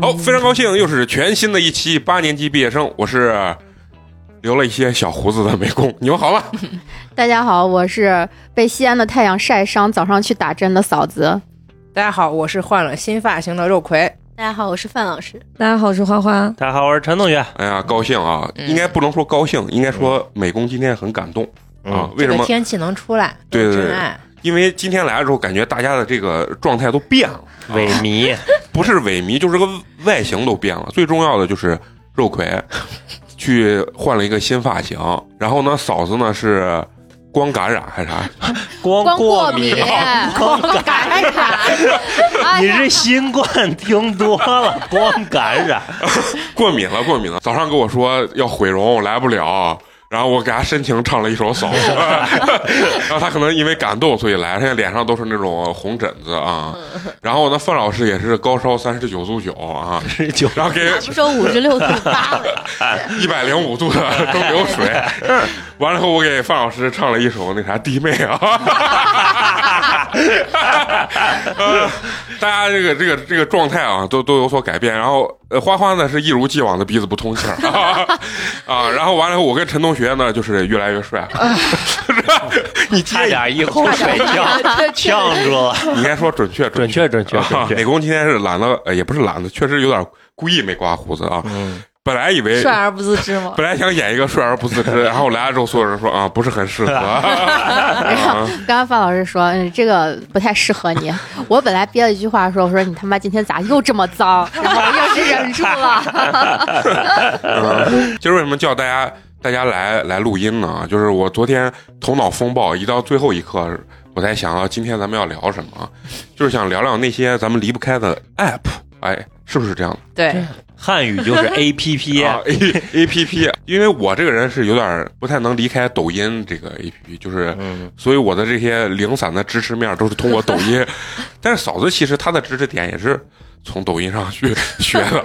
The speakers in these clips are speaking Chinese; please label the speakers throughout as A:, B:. A: 好，非常高兴，又是全新的一期八年级毕业生，我是留了一些小胡子的美工，你们好吗？
B: 大家好，我是被西安的太阳晒伤，早上去打针的嫂子。
C: 大家好，我是换了新发型的肉葵。
D: 大家好，我是范老师。
E: 大家好，我是花花。
F: 大家好，我是陈同学。
A: 哎呀，高兴啊！
C: 嗯
A: 应该不能说高兴，应该说美工今天很感动啊。为
C: 这
A: 什
C: 个
A: 么？
C: 天气能出来，
A: 对
C: 有
A: 对对
C: 真爱。
A: 因为今天来的时候，感觉大家的这个状态都变了，
F: 萎靡，
A: 不是萎靡，就是个外形都变了。最重要的就是肉葵去换了一个新发型，然后呢，嫂子呢是光感染还是啥？
F: 光
B: 光
F: 过
B: 敏，
F: 光
B: 感染，哎
F: 你
B: 呀
F: 是新冠听多了，光感染。
A: 过敏了，过敏了。早上跟我说要毁容，我来不了。然后我给他深情唱了一首《嫂子》，然后他可能因为感动所以来，现在脸上都是那种红疹子啊。然后呢，范老师也是高烧三十九度九啊，
F: 就
A: 然后给
D: 不说五十六度八了，
A: 一百零五度 的蒸馏水。完了后，我给范老师唱了一首那啥弟妹啊。呃大家这个这个这个状态啊，都都有所改变。然后，呃，花花呢是一如既往的鼻子不通气儿啊。然后完了后，我跟陈同学呢就是越来越帅。
F: 你 差点一口水呛呛住了。
A: 你应该说准确
F: 准
A: 确。
F: 确，准确，
A: 啊
F: 准
A: 美
F: 确。
A: 工今天是懒得，呃也不是懒得，确实有点故意没刮胡子啊。
F: 嗯，
A: 本来以为
E: 帅而不自知吗？
A: 本来想演一个帅而不自知，然后来了之后，所有人说啊，不是很适合。啊
B: 刚刚范老师说，嗯，这个不太适合你。 我本来憋了一句话说，我说你他妈今天咋又这么 脏？然后我又是忍住了。
A: 嗯今儿为什么叫大家大家来来录音呢？就是我昨天头脑风暴，一到最后一刻，我才想到今天咱们要聊什么，就是想聊聊那些咱们离不开的 app，哎，是不是这样？
C: 对，
F: 汉语 就是 A P P，
A: 啊，A A P P，因为我这个人是有点不太能离开抖音这个 A P P，就是
F: 嗯，
A: 所以我的这些零散的知识面都是通过抖音。 但是嫂子其实她的知识点也是从抖音上去学 的。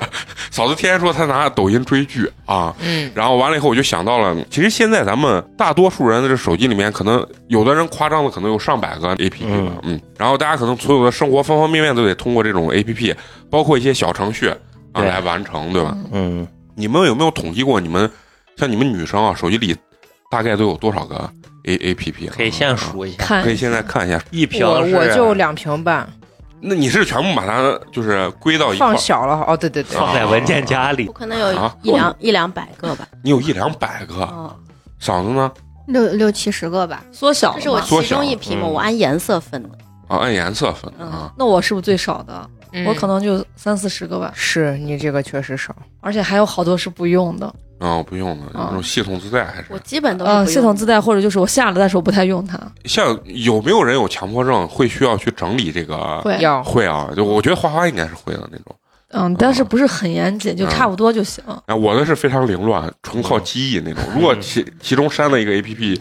A: 嫂子天天说她拿抖音追剧啊，
C: 嗯，
A: 然后完了以后我就想到了，其实现在咱们大多数人的这手机里面，可能有的人夸张的可能有上百个 A P P 吧，嗯然后大家可能所有的生活方方面面都得通过这种 A P P，包括一些小程序啊
F: 对
A: 来完成，对吧？
F: 嗯，
A: 你们有没有统计过你们像你们女生啊，手机里大概都有多少个 A A P P？
F: 嗯可以先，数一下，
E: 看
A: 可以现在看一下。
F: 一瓶
C: 我
F: 是
C: 我就两瓶吧，
A: 那你是全部把它就是归到一块
C: 放
A: 儿？
C: 小了。哦，对对对，
F: 放在文件夹里
D: 我。可能有
A: 啊
D: 一两一两百个吧。
A: 你有一两百
F: 嗯
A: 个，
D: 哦，
A: 嫂子呢？
B: 六六七十个吧，
E: 缩小
D: 这是我
E: 了吗
A: 缩
D: 其
A: 小
D: 中一批嘛，
F: 嗯
D: 我按颜色分的。
A: 啊，按颜色分
D: 嗯
A: 啊。
E: 那我是不是最少的？
C: 嗯
E: 我可能就三四十个吧，
C: 是你这个确实少。
E: 而且还有好多是不用的。
F: 嗯
A: 啊，不用的，那种系统自带还是
D: 我。基本都是
E: 嗯，
D: 不
E: 系
D: 用
E: 统自带或者就是我下了，但是我不太用它。
A: 像有没有人有强迫症，会需要去整理这个？
E: 会，
C: 要
A: 会啊，就我觉得花花应该是会的那种。哦
E: 嗯，但是不是很严谨，
A: 嗯
E: 就差不多就行。
A: 啊，我的是非常凌乱，纯靠记忆那
F: 嗯
A: 种。如果其其中删了一个 A P P，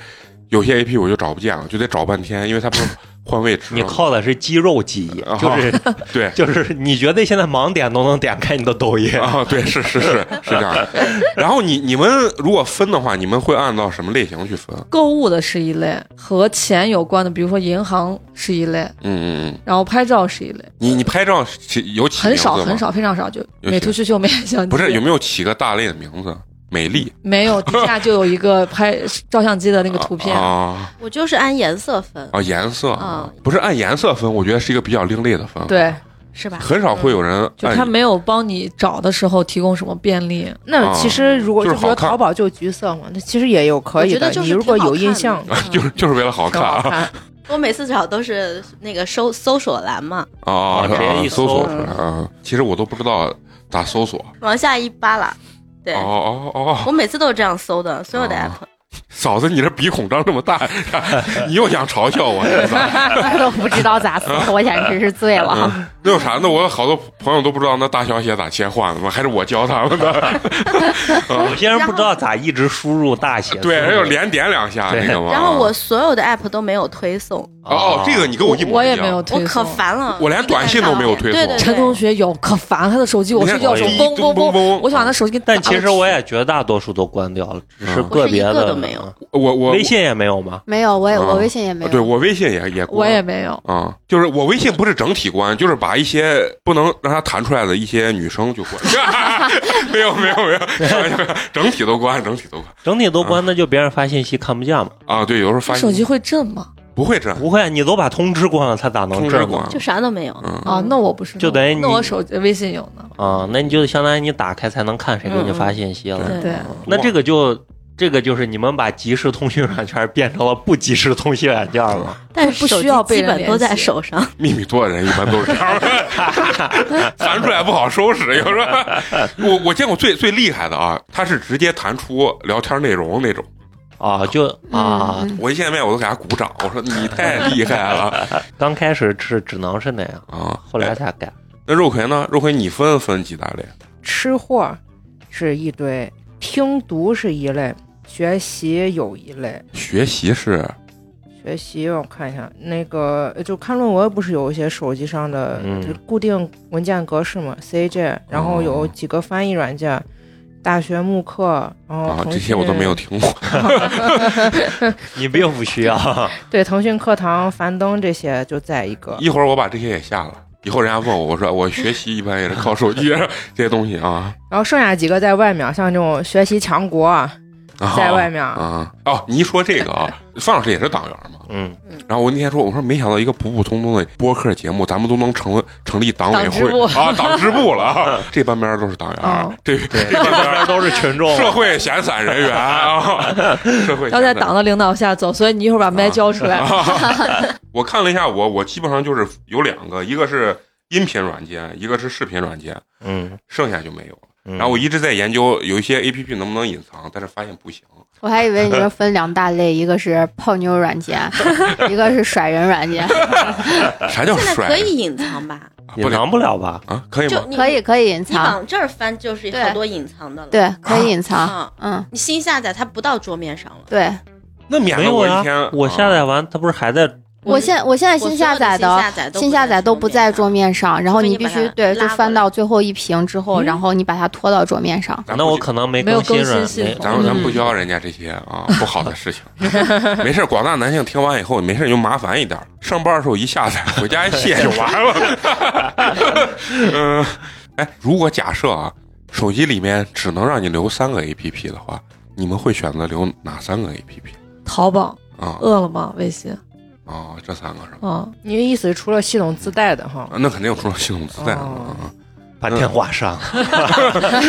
A: 有些 A P P 我就找不见了，就得找半天，因为它不是换位置
F: 你
A: 吗。
F: 靠的是肌肉记忆，就是
A: 对
F: 就是，你觉得现在盲点都能点开你的抖音？
A: 啊，对，是是是是这样的。然后你你们如果分的话，你们会按照什么类型去分？
E: 购物的是一类，和钱有关的，比如说银行是一类，
A: 嗯嗯嗯，
E: 然后拍照是一类，
A: 你你拍照起有起
E: 很少
A: 名字吗
E: 很，少，非常少，就
A: 有
E: 美
A: 钱
E: 图秀秀、美颜相机。
A: 不是有没有起个大类的名字？美丽
E: 没有，底下就有一个拍照相机的那个图片。嗯
A: 啊
D: 我就是按颜色分，
A: 啊，颜色
D: 啊
A: 不是按颜色分，我觉得是一个比较另类的分，，
E: 对，嗯
D: 是吧？
A: 很少会有人
E: 就
A: 按
E: 他没有帮你找的时候提供什么便利。
C: 那
A: 啊
C: 其实如果
A: 就
C: 就是比如
A: 好看
C: 淘宝就橘色嘛，那其实也有可以
D: 我觉
C: 的。
D: 得就是
C: 你如果
D: 挺好
C: 有印
D: 看的
C: 象，
D: 嗯
A: 就是就是为了好看
C: 挺好
A: 啊
C: 看。
D: 我每次找都是那个搜搜索栏嘛，
A: 啊，
F: 啊直接
A: 啊
F: 一
A: 搜
F: 搜
A: 索出来啊，其实我都不知道咋搜索。
D: 往下一扒拉。对，
A: 哦哦哦
D: 我
A: 哦，
D: 每次都是这样搜的，所有的
A: 啊
D: app。
A: 嫂子，你这鼻孔张这么大， 你又想嘲笑我？是吧
B: 我 都不知道咋死，我简直是醉了。
A: 嗯那有啥？那我好多朋友都不知道那大小写咋切换的吗？还是我教他们 的？
F: 有些人不知道咋一直输入大写字母，
A: 对，还有连点两下
F: 对
A: 那个吗？
D: 然后我所有的 app 都没有推送，
A: 哦，这个你跟我一模
E: 我
A: 一样，
E: 也没有推
D: 我
E: 送
D: 可烦了，
A: 我连短信都没有推送
D: 对对对，
E: 陈同学有可烦他的手机，我
A: 你看哦
E: 睡觉的时
A: 我一
E: 候
A: 咚
E: 嘣
A: 嘣
E: 嘣
A: 嘣
E: 嘣，我想把他手机给打
F: 但
E: 了
F: 其实 我也绝大多数都关掉了，只是
A: 啊嗯
F: 个别
D: 我是一
F: 的
D: 个都没有。
A: 我我
F: 微信也没有吗？
B: 没有，我也
A: 啊
B: 我微信也没有。
A: 对我微信也也
E: 我也没有。
A: 啊、就是我微信不是整体关，就是把一些不能让它弹出来的一些女生就关， 没有没有没有，开玩笑整体都关，整体都关
F: 整体都关，那就别人发信息看不见嘛。
A: 啊。对，有时候发
E: 你手机会震吗？
F: 嗯
A: 不会这样，
F: 不会，你都把通知关了，他咋能
A: 通知
F: 这呢
A: 关，
D: 就啥都没有。
A: 嗯，
E: 啊，那我不是，
F: 就等于你
E: 那我手微信有呢。
F: 啊？那你就相当于你打开才能看谁给你发信息了。
A: 嗯
E: 对，
F: 那这个就这个就是你们把即时通讯软件变成了不即时通讯软件了。
D: 但
E: 不
D: 是
E: 需
D: 手机
E: 要被
D: 基
E: 人
D: 本都在
E: 联系
D: 手上，
A: 秘密多的人一般都是这样的， 弹出来不好收拾。有时候我我见过最最厉害的啊，他是直接弹出聊天内容那种。
F: 啊，就啊，
B: 嗯
A: 我一见面我都给他鼓掌，我说你太厉害 了
F: 刚开始是只能是那样，
A: 啊！
F: 后来才改。
A: 那肉葵呢？肉葵你分分几大类？
C: 吃货是一堆，听读是一类，学习有一类。
A: 学习是啊
C: 学习我看一下，那个就看论文，不是有一些手机上的
F: 嗯
C: 就固定文件格式嘛，CJ，然后
A: 哦
C: 有几个翻译软件，大学慕课，然后
A: 啊，
C: 腾
A: 这些我都
C: 讯
A: 没有听过。
F: 你并不需要，
C: 对，腾讯课堂、樊登这些就在一个。
A: 一会儿我把这些也下了。以后人家问我，我说我学习一般也是靠手 机这些东西啊，
C: 然后剩下几个在外面，啊像这种学习强国啊，
A: 啊
C: 在外面
A: 啊。哦，你一说这个啊，范老师也是党员嘛。
F: 嗯，
A: 然后我那天说，我说没想到一个普普通通的播客节目，咱们都能成成立党委会
E: 党支
A: 啊，党支部了啊。 这半边都是党员，
E: 哦
A: 这
F: 对，这边都是群众，
A: 社会闲散人 员啊，社会闲散
E: 要在党的领导下走，所以你一会儿把
F: 啊
E: 麦交 出来。
A: 我看了一下我，我基本上就是有两个，一个是音频软件，一个是视频软件，
F: 嗯，
A: 剩下就没有了。
F: 嗯
A: 然后我一直在研究有一些 A P P 能不能隐藏，但是发现不行。
B: 我还以为你说分两大类，一个是泡妞软件，一个是甩人软件。
A: 啥叫
D: 现在
A: 甩？
D: 可以隐藏吧？
A: 不
F: 隐
A: 了
F: 藏不了吧？
A: 啊，可以
D: 就
A: 吗？
D: 你
B: 可以可以隐
D: 你
B: 藏，
D: 往这儿翻就是好多隐藏的了。
B: 对，可以隐藏，
D: 啊，
B: 嗯，
D: 你新下载它不到桌面上了。
B: 对。
A: 那免
F: 没
A: 得
F: 有
A: 我
F: 呀
A: 一天，啊
F: 我下载完它不是还在
B: 我现我现在
D: 我
B: 新
D: 所
B: 下
D: 有的
B: 载
D: 新
B: 的
D: 下载都
B: 新下载都不在桌
D: 面
B: 面上，然后
D: 所
B: 你
D: 以你
B: 必
D: 把
B: 须
D: 它
B: 对，
D: 拉
B: 就
D: 过
B: 翻
D: 来
B: 到最后一屏之后，然后你把它拖到桌面上。
A: 咱
F: 那
A: 不
F: 我
A: 去
F: 可能没
E: 没有
F: 新
E: 更新
F: 软
E: 系
F: 件
E: 统
A: 咱们咱们
E: 嗯
A: 不教人家这些啊不好的事情， 没事儿。广大男性听完以后，没事儿你就麻烦一点儿。上班的时候一下载，回家一卸就完了。 嗯，哎，如果假设啊，手机里面只能让你留三个 A P P 的话，你们会选择留哪三个 A P P
E: 淘宝、
A: 啊？
E: 饿了么、微信
A: 啊，这三个是吧？
E: 啊，
C: 你的意思是除了系统自带的哈？
A: 啊那肯定除了系统自带的
C: 哦
A: 啊，
F: 把电话删
A: 嗯
F: 了。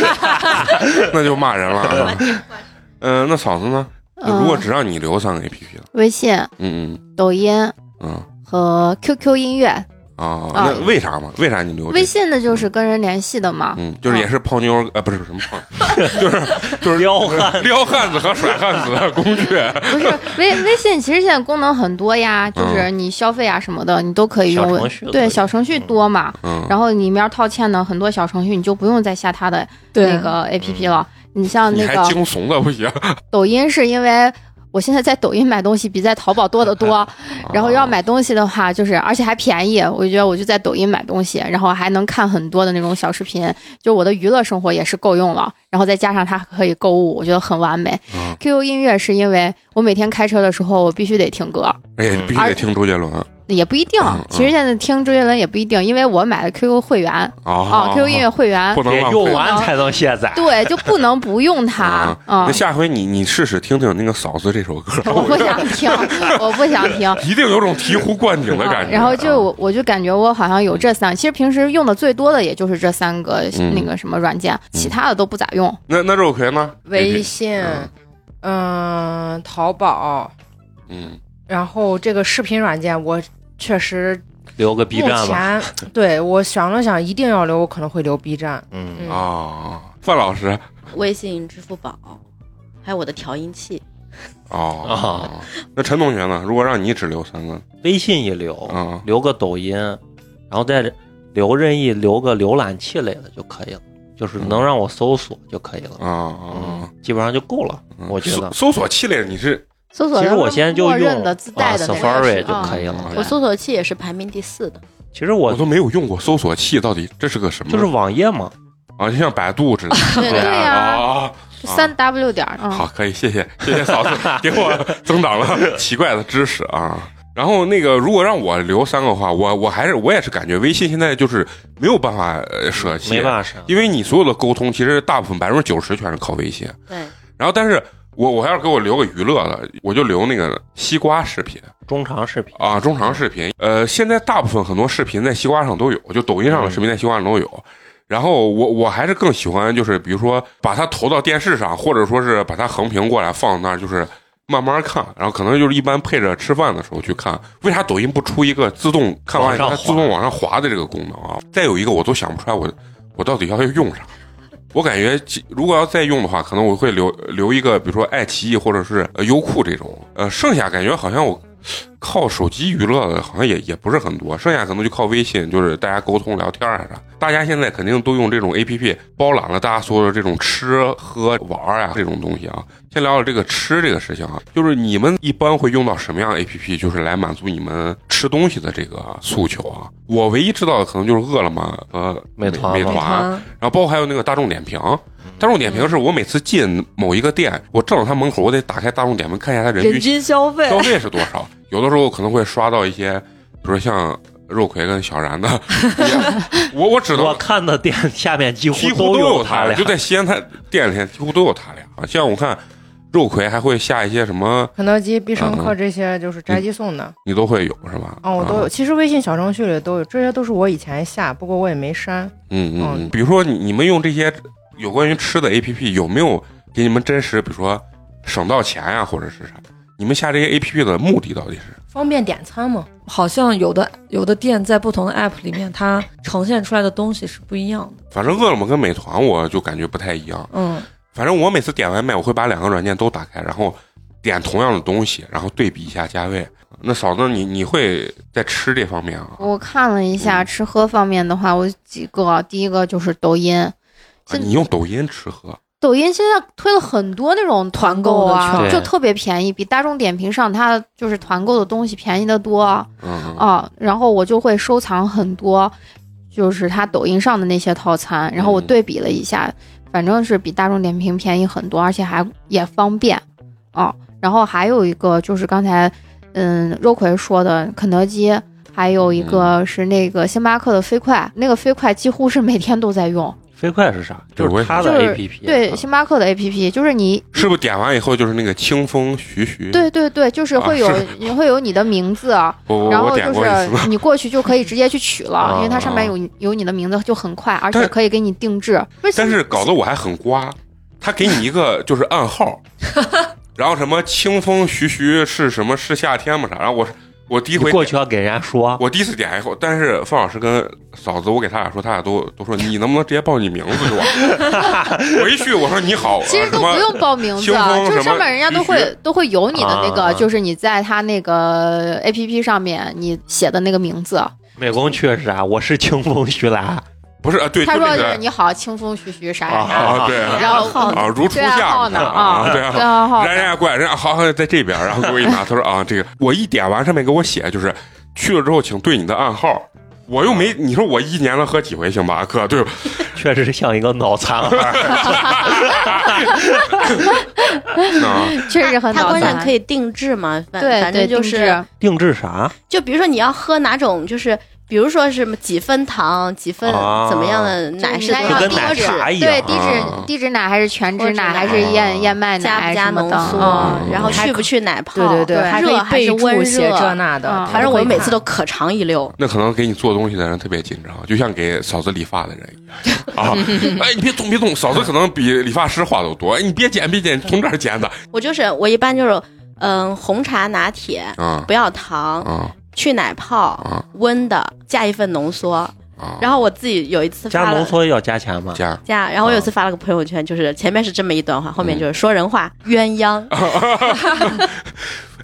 A: 那就骂人了啊。嗯，那嫂子呢？
B: 嗯，
A: 如果只让你留三个 A P P 了，
B: 微信、
A: 嗯嗯
B: 抖音
A: 嗯
B: 和 QQ 音乐，
A: 啊，那为啥嘛？为啥你留这个
B: 微信的就是跟人联系 的嘛。
A: 嗯，就是也是泡妞儿，呃，不是什么泡，就是就是
F: 撩 汉
A: 撩汉子和甩汉子的工具。
B: 不是微微信，其实现在功能很多呀，就是你消费啊什么的，你都可以
F: 小
B: 用
F: 程序。
B: 对，
F: 都
B: 小程序多嘛，
A: 嗯，
B: 然后里面套嵌的很多小程序，你就不用再下它的
E: 对
B: 那个 APP 了。你像
A: 你
B: 那
A: 还
B: 个
A: 惊怂的不行，
B: 抖音，是因为我现在在抖音买东西比在淘宝多得
A: 啊
B: 多， 然后要买东西的话，就是而且还便宜，我就觉得我就在抖音买东西，然后还能看很多的那种小视频，就我的娱乐生活也是够用了，然后再加上它可以购物，我觉得很完美。
A: 嗯
B: QQ 音乐是因为我每天开车的时候，我必须得听歌。
A: 哎呀，必须得听周杰伦啊
B: 也不一定
A: 嗯嗯，
B: 其实现在听周杰伦也不一定，因为我买了 QQ 会员啊，QQ 音乐会员
A: 哦不能
F: 得
A: 浪
F: 用
A: 费。
F: 完才能卸载。
B: 嗯对，就不能不用它
A: 啊。那
B: 嗯，
A: 下回你你试试听听那个嫂子这首歌，
B: 我不想听，我不想听。
A: 一定有种醍醐灌顶的感
B: 啊
A: 觉。
B: 然后就我我就感觉我好像有这三，其实平时用的最多的也就是这三个
A: 嗯
B: 那个什么软件，其他的都不咋用。
A: 那那肉葵呢？
C: 微信，嗯、淘宝，
A: 嗯，
C: 然后这个视频软件我确实
F: 留个 B
C: 目
F: 站吧。
C: 前对我想了想，一定要留，我可能会留 B 站。
F: 嗯，
C: 嗯
A: 啊，范老师
D: 微信、支付宝，还有我的调音器，
F: 啊
A: 哦，那陈同学呢？如果让你只留三个
F: 微信一留，
A: 啊，
F: 留个抖音，然后再留任意留个浏览器类的就可以了，就是
A: 嗯
F: 能让我搜索就可以了。
A: 啊啊，
F: 基本上就够了，
A: 嗯
F: 我觉
A: 搜
F: 得
A: 搜索器类，你是
D: 搜索
F: 其实
D: 上
F: 我现在就
B: 默认
F: 用
B: 的自带的那
F: 啊
B: 个
F: ，Safari
B: 是嗯
F: 就可以
A: 啊
F: 了。
D: 我搜索器也是排名第四的，
F: 其实
A: 我
F: 我
A: 都没有用过搜索器，到底这是个什么？
F: 就是网页嘛，
A: 啊，就像百度似的。
B: 对对呀，
A: 啊，
B: 三 W 点儿嗯
A: 好，可以，谢谢，谢谢 嫂子给我增长了奇怪的知识啊。然后那个，如果让我留三个的话，我我还是我也是感觉微信现在就是没有办法呃舍弃，
F: 没办法删。
A: 因为你所有的沟通其实大部分百分之九十全是靠微信。
D: 对，
A: 然后，但是我我要是给我留个娱乐的，我就留那个西瓜视频
F: 中长视频，
A: 啊，中长视频。呃，现在大部分很多视频在西瓜上都有，就抖音上的视频在西瓜上都有。然后我我还是更喜欢就是比如说把它投到电视上，或者说是把它横屏过来放那儿，就是慢慢看。然后可能就是一般配着吃饭的时候去看。为啥抖音不出一个自动看完以后它
F: 往上滑
A: 自动往上滑的这个功能啊？再有一个我都想不出来我我到底要用啥。我感觉其，如果要再用的话，可能我会留留一个，比如说爱奇艺或者是呃优酷这种。呃，剩下感觉好像我靠手机娱乐的，好像也也不是很多。剩下可能就靠微信，就是大家沟通聊天啊啥。大家现在肯定都用这种 A P P 包揽了大家所有的这种吃喝玩啊这种东西啊。先聊聊这个吃这个事情啊，就是你们一般会用到什么样的 A P P，就是来满足你们吃东西的这个诉求啊？我唯一知道的可能就是饿了么和
F: 美团
A: 美
F: 嘛
A: 团。然后包括还有那个大众点评，大众点评是我每次进某一个店，我站到他门口，我得打开大众点评看一下他人
E: 人
A: 均
E: 均消费
A: 消费是多少。有的时候可能会刷到一些，比如说像肉葵跟小然的，也我我只
F: 我
A: 能
F: 看的店 下面几
A: 几
F: 乎
A: 乎都
F: 有
A: 他
F: 俩
A: 就，在西安他店里几乎都有他俩。啊像我看肉葵还会下一些什么，
C: 肯德基、必胜
A: 嗯
C: 客这些就是宅急送的，
A: 你都会有是吧？
B: 哦
C: 嗯，我都有。
A: 啊。
C: 其实微信小程序里都有，这些都是我以前下，不过我也没删。
A: 嗯嗯嗯，
B: 哦
C: 嗯
A: 比如说你你们用这些有关于吃的 A P P，有没有给你们真实，比如说省到钱呀、或者是啥？你们下这些 A P P 的目的到底是？
C: 方便点餐嘛？
E: 好像有的有的店在不同的 app 里面，它呈现出来的东西是不一样的。
A: 反正饿了么跟美团，我就感觉不太一样。
E: 嗯，
A: 反正我每次点外卖，我会把两个软件都打开，然后点同样的东西，然后对比一下价位。那嫂子，你你会在吃这方面啊？
B: 我看了一下
A: 嗯
B: 吃喝方面的话，我几个，第一个就是抖音。
A: 啊
B: 现
A: 你用抖音吃喝，
B: 抖音现在推了很多那种团购
F: 购
E: 团
B: 啊
F: 的，券
B: 就特别便宜，比大众点评上它就是团购的东西便宜的多
A: 嗯，
B: 啊。然后我就会收藏很多，就是它抖音上的那些套餐，然后我
A: 嗯
B: 对比了一下，反正是比大众点评便宜很多，而且还也方便啊。然后还有一个就是刚才嗯肉葵说的肯德基，还有
A: 嗯
B: 一个是那个星巴克的飞快，那个飞快几乎是每天都在用。
F: 飞快是啥？
A: 对
F: 就
A: 我也嗯
F: 是它的
B: 就是
F: A P 嗯 P。
B: 对，星巴克的 APP 就是你
A: 是不是点完以后就是那个清风徐徐？，
B: 对对对，就是
A: 啊
B: 会有、
A: 是
B: 你会有你的名字，啊
A: 我
B: 然
A: 我我
B: 后
A: 点
B: 就
A: 过一次。
B: 是你过去就可以直接去取了，
F: 啊
B: 因为它上面有有你的名字，就很快，而且
A: 但
B: 可以给你定制。但
A: 但是搞得我还很瓜，他给你一个就是暗 号，然后什么清风徐徐是什么是夏天嘛啥，然后我我第一
F: 你
A: 回
F: 过去要给人家说，
A: 我第一次点以后，但是范老师跟嫂子，我给他俩说，他俩都都说你能不能直接报你名字给我？我一去我说你好，啊
B: 其实
A: 什
B: 都
A: 么
B: 不用报名字
A: 清
B: 啊，
A: 风
B: 就是
A: 什么
B: 上面人家都
A: 必
B: 会都会有你的那个，
F: 啊
B: 就是你在他那个 A P P 上面你写的那个名字。
F: 美工去是啥？我是清风徐来，
A: 不是啊，对，
B: 他
A: 就
B: 说
A: 那
B: 就
A: 个
B: 是你好，清风徐徐啥啥啥，
A: 啊，对啊，
B: 然后
A: 啊如初
B: 对暗
A: 夏
B: 号呢
A: 啊，
B: 啊，
A: 对
B: 对
A: 啊。
B: 暗号
A: 人家怪人家好好在这边，然后给我一拿，他说啊，这个我一点完上面给我写就是去了之后请对你的暗号，我又没你说我一年能喝几回星巴克， 对吧？
F: 确实像一个脑残儿。
A: 啊，
B: 确实很
D: 它
B: 脑
D: 关键
B: 残。
D: 可以定制嘛，反
B: 对
D: 反
B: 对，
D: 正就
B: 定
D: 是
B: 制
F: 定制啥？
D: 就比如说你要喝哪种，就是比如说什么几分糖、几分
F: 啊
D: 怎么样的奶是
B: 就
D: 多
B: 你
D: 少
B: 看
F: 就跟
D: 多
F: 奶
D: 脂，
F: 茶一样。
B: 对低脂
A: 啊
B: 低脂奶还是全
D: 或
B: 脂
D: 者
B: 奶还
D: 奶
B: 是
A: 啊
B: 燕燕麦
D: 加
B: 奶
D: 不加
B: 什么
D: 浓
B: 的
D: 缩，
B: 啊
A: 嗯
D: 然后
C: 还
D: 去
C: 可
D: 不去奶泡，
C: 对对对，
B: 对
C: 还可
D: 哦热
C: 以
D: 还
C: 备
D: 是温
C: 注写
D: 热哦
C: 这那的
B: 嗯，
D: 反正
C: 都
D: 我
C: 可以
D: 每
C: 看
D: 次都可尝一溜。
A: 那可能给你做东西的人特别紧张，就像给嫂子理发的人一样 啊！哎，你别动，别动，嫂子可能比理发师话都多。哎，你别剪，别剪，从这儿剪的
D: 我就是我一般就是嗯红茶拿铁，
A: 啊
D: 不要糖，
F: 嗯
A: 啊
D: 去奶
A: 啊
D: 泡，温的，加一份浓缩。
A: 啊！
D: 然后我自己有一次
F: 嗯啊加
D: 发
F: 浓
D: 了。
F: 缩要嗯加钱吗？
A: 加
D: 加，然后我有一次发了个朋友圈，就是前面是这么一段话，后面
F: 嗯
D: 就是说人话，鸳鸯。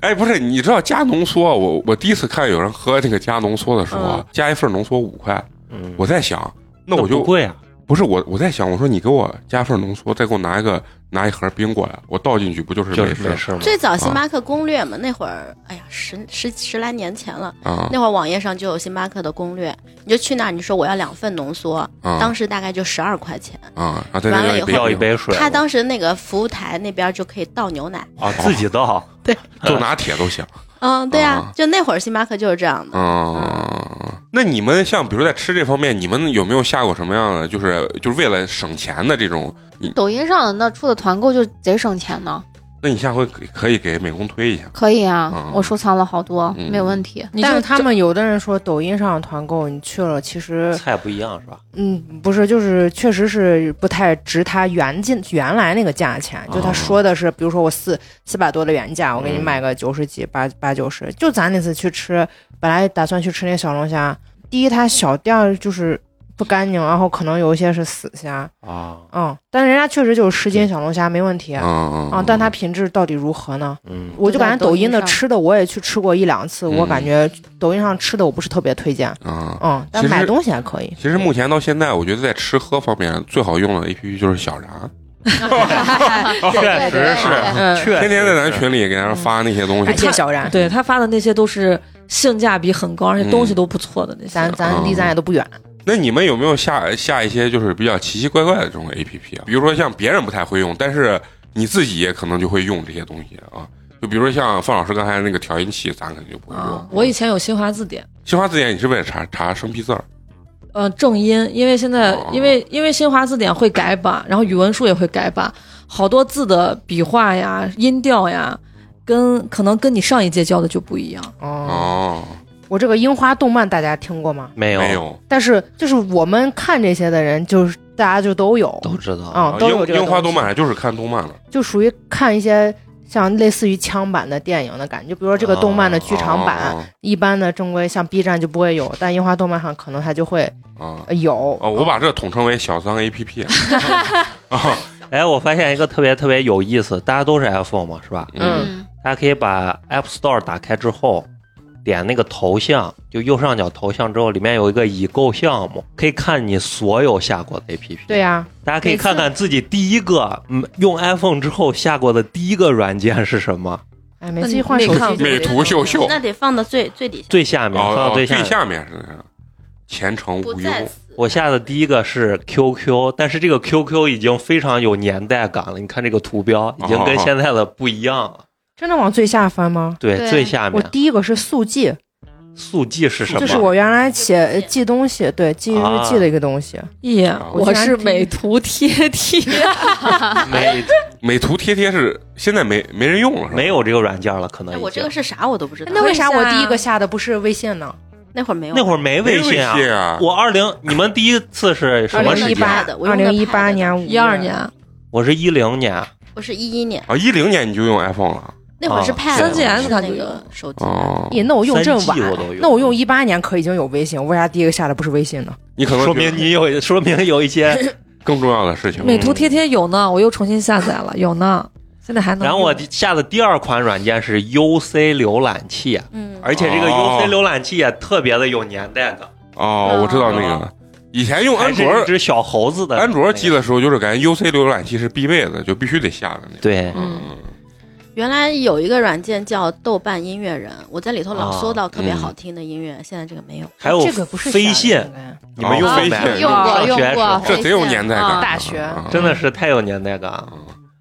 A: 哎，不是，你知道加浓缩？我我第一次看有人喝那个加浓缩的时候啊，
D: 嗯
A: 加一份浓缩五块，
F: 嗯，
A: 我在想，那我
F: 不
A: 就
F: 贵啊。
A: 不是我我在想，我说你给我加份浓缩，再给我拿一个拿一盒冰过来，我倒进去不就是
F: 就是
A: 美
F: 没事嘛。
D: 最早星巴克攻略嘛，那会儿，哎呀，十十十来年前了，
F: 嗯
A: 啊
D: 那会儿网页上就有星巴克的攻略，你就去那儿，你说我要两份浓缩，
F: 嗯
A: 啊
D: 当时大概就十二块钱。
A: 啊！然后在那
D: 完了以后
F: 要一杯水，
D: 他当时那个服务台那边就可以倒牛奶。
F: 啊自己倒，
A: 就哦拿铁都行。
D: 嗯，对啊
A: 啊，
D: 就那会儿星巴克就是这样的。
A: 啊，
D: 嗯
A: 那你们像比如在吃这方面，你们有没有下过什么样的，就是就是为了省钱的这种？
B: 抖音上的那出的团购就贼省钱呢，
A: 那你下回可以可以给美工推一下。
B: 可以啊，
A: 嗯
B: 我收藏了好多，
A: 嗯
B: 没有问题。
E: 你
C: 但
E: 就是
C: 他们有的人说抖音上团购，你去了其实，
F: 菜不一样是吧？
C: 嗯，不是，就是确实是不太值他原进原来那个价钱。就他说的是，比如说我四四百多的原价，我给你
A: 嗯
C: 卖个九十几、八八九十。就咱那次去吃，本来打算去吃那小龙虾，第一它小店儿就是不干净，然后可能有一些是死虾，
F: 啊，
C: 嗯，但人家确实就是十斤小龙虾没问题啊、
A: 啊
C: 嗯但它品质到底如何呢？
F: 嗯，
C: 我就感觉
B: 都在抖
C: 抖
B: 音
C: 音的
B: 上
C: 吃的我也去吃过一两次，我感觉抖音上吃的我不是特别推荐，
A: 啊。
C: 嗯，但
A: 其实
C: 买东西还可以。
A: 其实目前到现在，我觉得在吃喝方面最好用的 A P P 就是小燃，
F: 哎确
B: 对
F: 实是，
C: 嗯，
F: 确实
A: 天天在咱
F: 是
A: 群里给咱发那些东西
C: 感。谢小然，
E: 对他发的那些都是性价比很高，而且东
F: 嗯
E: 西都不错的那些。啊
C: 咱咱离咱也都不远。
A: 那你们有没有下下一些就是比较奇奇怪怪的这种 A P P 啊？比如说像别人不太会用，但是你自己也可能就会用这些东西啊。就比如说像范老师刚才那个调音器，咱肯定就不会用。
E: 啊，我以前有新华字典，
A: 新华字典你是为了查查生僻字儿
E: 呃，正音，因为现在
A: 哦
E: 因为因为新华字典会改版，然后语文书也会改版，好多字的笔画呀、音调呀，跟可能跟你上一届教的就不一样。
C: 哦，
A: 哦，
C: 我这个樱花动漫大家听过吗？
F: 没有
A: 没有，
C: 但是就是我们看这些的人，就是大家就都有，
F: 都知道。
C: 嗯，都有这
A: 樱啊
C: 个
A: 樱花
C: 东
A: 动
C: 西
A: 漫还就是看动漫了，
C: 就属于看一些像类似于枪版的电影的感觉，比如说这个动漫的剧场版，
A: 啊
C: 一般的正规像 B 站就不会有，但樱花动漫上可能它就会
A: 啊啊
C: 呃有。
A: 哦，我把这统称为小三 A P P 啊，
F: 哎，我发现一个特别特别有意思，大家都是 iPhone 嘛，是吧？
A: 嗯
B: 嗯，
F: 大家可以把 App Store 打开之后，点那个头像，就右上角头像之后，里面有一个已购项目，可以看你所有下过的 APP。
C: 对、呀、
F: 大家可以看看自己第一个嗯用 iPhone 之后下过的第一个软件是什么，
C: 哎，每
E: 那
C: 次
E: 你
C: 一换
E: 没
C: 手
E: 看
C: 机
E: 过
C: 就
A: 美
C: 是，
A: 图秀秀，
D: 那得放到最最底下。
F: 最下面放
A: 哦
F: 到
A: 哦，
F: 最
A: 最
F: 下面。
A: 下面是前程
D: 不
A: 无忧
D: 在此。
F: 我下的第一个是 QQ，但是这个 QQ 已经非常有年代感了。你看这个图
A: 哦
F: 标，已经跟现在的不一样了。
C: 真的往最下翻吗？
F: 对，
B: 对
F: 最下
C: 我
F: 面啊
C: 第一个是速记，
F: 速记是什么？
C: 就是我原来写呃记东西，对，记
F: 啊
C: 日记的一个东西。
E: 一眼，
A: 啊
E: 我是美图贴 贴，
F: 没
A: 美图贴贴是现在没没人用了，是吧
F: 没有这个软件了，可能已
D: 哎，
F: 经。
D: 我这个是啥我都不知道。
C: 那为啥
E: 我
C: 我
E: 也下
C: 第一个下的不是微信呢？
D: 那会儿没有，
F: 那会儿没
A: 没
F: 微信啊。
A: 信啊，
F: 我二零，你们第一次是什么时
C: 一
F: 间？
C: 八
D: 2018的我
C: 二
D: 用的
C: 零一八
D: Pad
C: 年五月
E: 一二，年
F: 我是一零年，
D: 我是一一年，
A: 啊一零年你就用 iPhone 了
D: 那会儿是
F: 啊
D: Pad，
E: 3GS
D: 是
E: 它就
D: 那
E: 有
D: 个手机。
A: 哦，
C: 咦，那我用正
F: 3G
C: 晚
F: 我都用，
C: 那我用一八年可已经有微信，我为啥第一个下的不是微信呢？
A: 你可能
F: 说
A: 觉
F: 明
A: 得
F: 你有，说明有 一些。
A: 更重要的事情
E: 美图贴贴有呢，我又重新下载了，有呢，现在还能用。
F: 然后我下的第二款软件是 UC 浏览器，啊
D: 嗯，
F: 而且这个
A: 哦
F: UC 浏览器也特别的有年代感。
A: 哦，我知道那个
F: 啊
A: 以前用安
F: 还是
A: 卓
F: 一只小猴子的
A: 安卓机
F: 的。
A: 的时候，就是感觉 UC 浏览器是必备的，就必须得下的那种。
F: 对，
A: 嗯，
D: 原来有一个软件叫豆瓣音乐人，我在里头老
F: 啊
D: 搜到特
A: 嗯
D: 别好听的音乐，现在这个没有。
F: 还有
C: 这个不是
F: 飞
C: 下的
F: 信，
C: 应该
F: 你们啊用
A: 哦
F: 飞信
A: 飞信
B: 用过
F: 上学
B: 用
F: 时
B: 过
F: 候
A: 这贼有年代感。
D: 啊
C: 大学
A: 嗯
F: 真的是太有年代感了。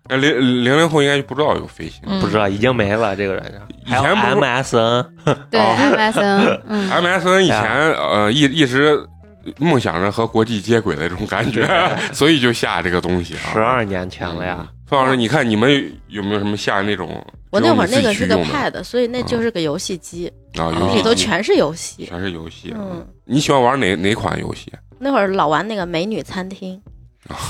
A: 哎零零零后应该就不知道有飞信
E: 嗯
F: 不知道已经没了这个软件，
A: 以
F: 还有
A: 前不是
F: MSN，
B: 对
A: 哦
B: ，MSN，嗯，
A: ，MSN 以前
F: 啊
A: 呃一一直梦想着和国际接轨的这种感觉， 所以就下这个东西啊。
F: 十二年前了呀。
A: 范老师，你看你们有没有什么下那种？
D: 我那会儿
A: 只有
D: 那
A: 你
D: 个
A: 自己
D: 是个
A: 用的
D: Pad，所以那就是个游戏机，
A: 啊，游戏
D: 里头
A: 机
D: 全是游戏。
A: 全是游戏。啊
D: 嗯，
A: 你喜欢玩哪哪款游 戏？
D: 那会儿老玩那个美女餐厅，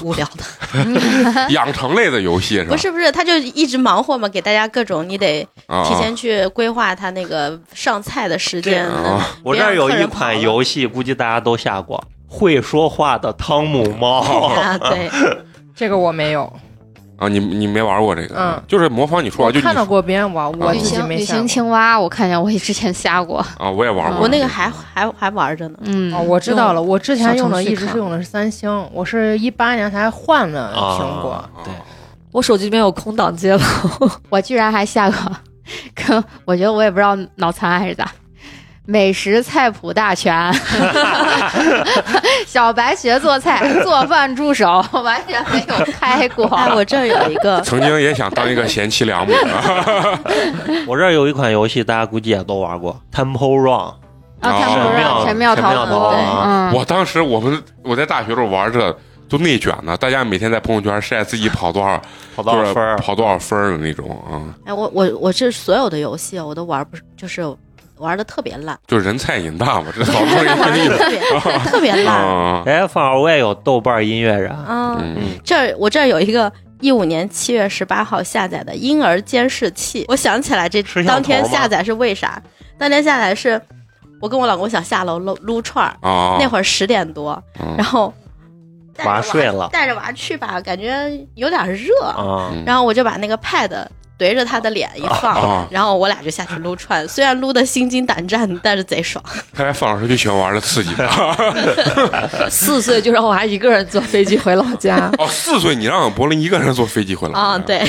D: 无聊的。
A: 养成类的游啊戏是吧？
D: 不是不是，他就一直忙活嘛，给大家各种你得
A: 啊，
D: 提前去规划他那个上菜的时间。
A: 啊
F: 我这儿有一款游戏，估计大家都下过，会说话的汤 姆猫。
D: 啊，对，
C: 这个我没 有，
A: 啊，你你没玩过这个？
C: 嗯
A: 就是模仿你说话，
C: 我
A: 就你
C: 看到过别人玩，我
B: 旅
C: 自己
B: 行
C: 没
B: 旅
C: 下
B: 行
C: 过。
B: 青蛙，我看见我也之前下过，
A: 啊，我也玩过。
D: 我那个还还还玩着呢。
B: 嗯，
C: 哦，我知道了，我之前用
E: 小程
C: 的
E: 序
C: 一直
E: 看
C: 是用的是三星，我是一八年才换了
F: 啊
C: 苹果。
A: 啊，
F: 对，
E: 我手机里面有空档接了，
B: 我居然还下过， 跟我觉得我也不知道脑残还是咋，美食菜谱大全，小白学做菜，做饭助手，完全没有开过。
D: 哎，我这儿有一个
A: 哦曾经也想当一个贤妻良母，啊
F: 我这儿有一款游戏，大家估计也都玩过，Temple Run，
B: 啊，
A: 哦
B: 看不
F: 神庙
B: 着神庙
F: 神
B: 逃
F: 庙逃
B: 亡，对，
F: 亡
B: 嗯，
A: 我当时我们我在大学时候玩这都内卷呢，大家每天在朋友圈晒自己跑多少，
F: 跑多
A: 就
F: 少
A: 是
F: 分儿？
A: 跑多少分儿的那种啊、嗯
D: 哎，我我我这所有的游戏我都玩不，就是玩的特别烂，
A: 就是人菜瘾大嘛，这 好多人
D: 玩的特别特别烂。
A: 啊，
F: 哎，范儿我也有豆瓣音乐人，
D: 嗯，
A: 嗯，
D: 这儿我这儿有一个一五年七月十八号下载的婴儿监视器，我想起来这
F: 摄像头
D: 当天
F: 吗
D: 下载是为啥？当天下载是我跟我老公想下楼撸撸串儿，
A: 啊，
D: 那会儿十点多，
A: 嗯
D: 然后带着
F: 娃睡了
D: 带着娃去吧，感觉有点热，
F: 啊，
A: 嗯
D: 然后我就把那个 pad 怼着他的脸一放，
A: 啊
D: 然后我俩就下去撸串，虽然撸的心惊胆战，但是贼爽。
A: 看来范老师就喜欢玩的刺激。
E: 四岁就让我还一个人坐飞机回老家，
A: 哦，四岁你让柏林一个人坐飞机回来
D: 啊，，对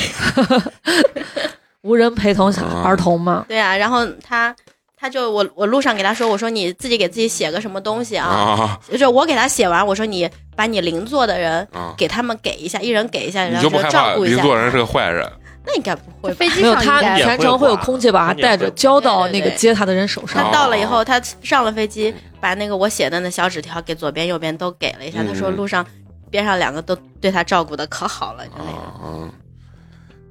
E: 无人陪同小
A: 啊
E: 儿童嘛，
D: 对啊，然后他他就我我路上给他说，我说你自己给自己写个什么东西啊，
A: 啊
D: 就是我给他写完，我说你把你邻座的人
A: 啊，
D: 给他们给一下，一人给一下，
A: 你
D: 然
A: 就不
D: 后
A: 害怕
D: 照顾一
A: 邻
D: 下。
A: 座人是个坏人？
D: 那应该不会吧。
B: 飞机
E: 没有
B: 上应
E: 他
B: 该
F: 也
E: 全程会有
F: 会
E: 空姐把他带着
F: 管
E: 交到
D: 对
E: 那
D: 对
E: 个
D: 对
E: 接他的人手
D: 他
E: 上
A: 哦，
D: 到了以后，他上了飞机，把那个我写的那小纸条给左边右边都给了一下。
A: 嗯
D: 他说路上边上两个都对他照顾的可好了，就那样。
A: 啊，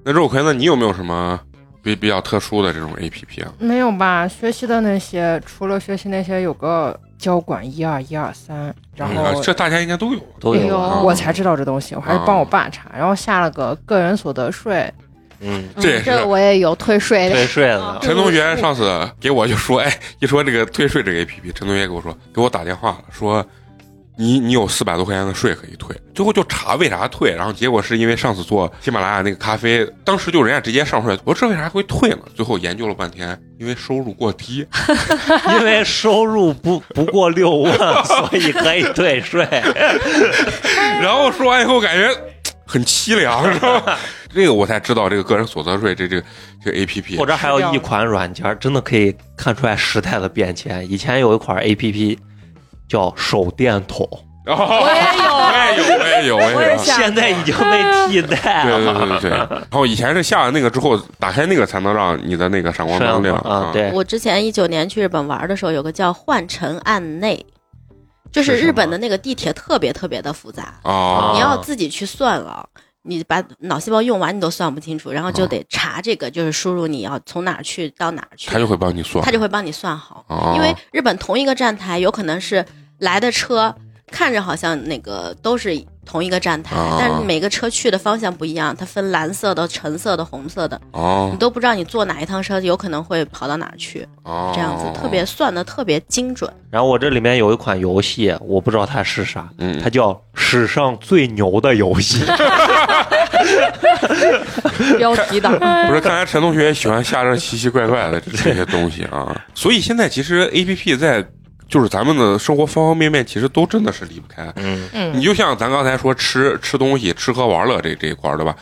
A: 那肉葵呢？你有没有什么比比较特殊的这种 A P P 啊？
C: 没有吧？学习的那些，除了学习那些，有个交管一二一二三，
F: 哎
C: 然
A: 嗯
C: 后
A: 啊这大家应该都有
F: 都
B: 哎
F: 有啊
B: 呦。
C: 我才知道这东西，我还是帮我爸查，然后下了个个人所得税，
F: 嗯，
A: 这也
B: 嗯
A: 是
B: 这我也有退税
F: 退
B: 的，
F: 税 了，
A: 啊陈同学上次给我就说，哎，一说这个退税这个 A P P，陈同学给我说，给我打电话了，说你你有四百多块钱的税可以退，最后就查为啥退，然后结果是因为上次做喜马拉雅那个咖啡，当时就人家直接上税，我说这为啥会退呢？最后研究了半天，因为收入过低，
F: 因为收入不不过六万，所以可以退税。
A: 然后说完以后感觉很凄凉，知道吧？ 这个我才知道这个个人所得税这这个这个 A P
F: 我
A: P
F: 这还有一款软件儿，真的可以看出来时代的变迁。以前有一款 A P P 叫手电筒，
A: 哦我也有，我也有，我也有，我也有。
F: 现在已经被替代
A: 对
F: 了。
A: 对对对，然后以前是下了那个之后，打开那个才能让你的那个闪光
F: 摄
A: 灯
F: 像头
A: 亮
F: 啊，，对，
D: 我之前一九年去日本玩的时候，有个叫换乘案内，就是
F: 是什么
D: 日本的那个地铁特别特别的复杂，
A: 啊
D: 你要自己去算了。你把脑细胞用完，你都算不清楚，然后就
A: 啊
D: 得查这个，就是输入你要从哪儿去到哪儿去，
A: 他就会帮你算
D: 他，就会帮你算好。
A: 啊
D: 因为日本同一个站台，有可能是来的车看着好像那个都是同一个站台，
A: 啊
D: 但是每个车去的方向不一样，它分蓝色的、橙色的、红色的，
A: 哦
D: 你都不知道你坐哪一趟车，有可能会跑到哪儿去，
A: 哦
D: 这样子特别算的特别精准。
F: 然后我这里面有一款游戏，我不知道它是啥，
A: 嗯
F: 它叫《史上最牛的游戏》。
E: 标题党。
A: 不是，看来陈同学喜欢下这奇奇怪怪的这这些东西 啊，所以现在其实 A P P 在就是咱们的生活方方面面，其实都真的是离不开。
F: 嗯，
A: 你
C: 嗯，
A: 就像咱刚才说吃吃东西、吃喝玩乐这这一块儿，对吧？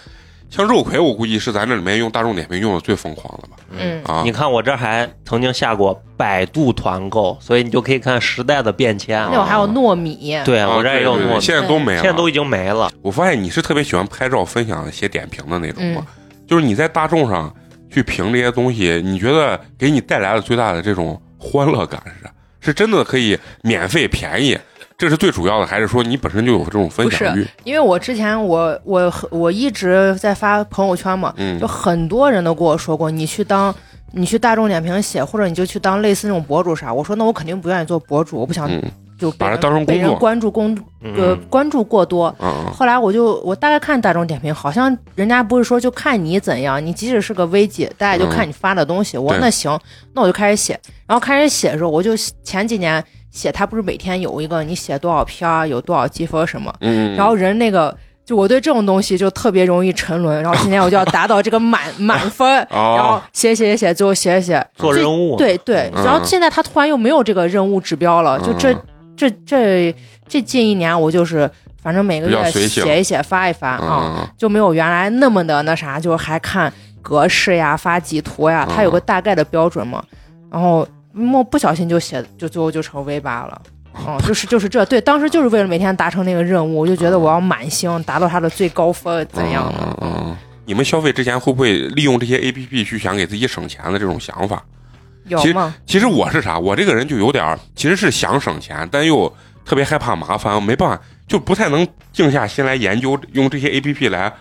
A: 像肉葵，我估计是咱这里面用大众点评用的最疯狂的吧？
C: 嗯
A: 啊
F: 你，看我这还曾经下过百度团购，所以你就可以看时代的变迁。啊
C: 那会儿还有糯米，
F: 对
A: 啊
F: 我这也有
A: 对对对
F: 诺，
A: 现在都没了，
F: 现在都已经没了。
A: 我发现你是特别喜欢拍照、分享、写点评的那种
C: 嗯
A: 吗？就是你在大众上去评这些东西，你觉得给你带来的最大的这种欢乐感是啥？是真的可以免费便宜，这是最主要的，还是说你本身就有这种分享欲？
C: 因为我之前我我我一直在发朋友圈嘛，
A: 嗯
C: 就很多人都跟我说过，你去当你去大众点评写，或者你就去当类似那种博主啥。我说那我肯定不愿意做博主，我不想
A: 嗯
C: 就被
A: 把它
C: 人
A: 当成
C: 被
A: 工
C: 人
A: 作
C: 关注工呃
F: 嗯，
C: 关注过多。
A: 嗯
C: 后来我就我大概看大众点评，好像人家不是说就看你怎样，你即使是个微姐，大家就看你发的东西。我
A: 嗯
C: 说
A: 对
C: 那行，那我就开始写。然后开始写的时候，我就前几年写，他不是每天有一个你写多少篇儿，有多少积分什么。
A: 嗯，
C: 然后人那个就我对这种东西就特别容易沉沦。然后今天我就要达到这个 满满分，然后
A: 哦，
C: 写写写写，最后写写。
F: 做任务。啊
C: 对对，
A: 嗯
C: 然后现在他突然又没有这个任务指标了，就这
A: 嗯
C: 这这这近一年我就是。反正每个
A: 比较
C: 月
A: 随性
C: 写一写发一发啊，
A: 嗯，
C: 就没有原来那么的那啥，就是还看格式呀、发几图呀，它有
A: 嗯
C: 个大概的标准嘛。然后莫不小心就写，就最后就成 V 八了。哦、就是就是这对，当时就是为了每天达成那个任务，我就觉得我要满星，达到它的最高分，怎样啊的？
A: 嗯嗯嗯嗯你们消费之前会不会利用这些 A P P 去想给自己省钱的这种想法？
C: 有
A: 其实
C: 吗？
A: 其实我是啥？我这个人就有点儿，其实是想省钱，但又特别害怕麻烦，没办法，就不太能静下心来研究，用这些 A P P 来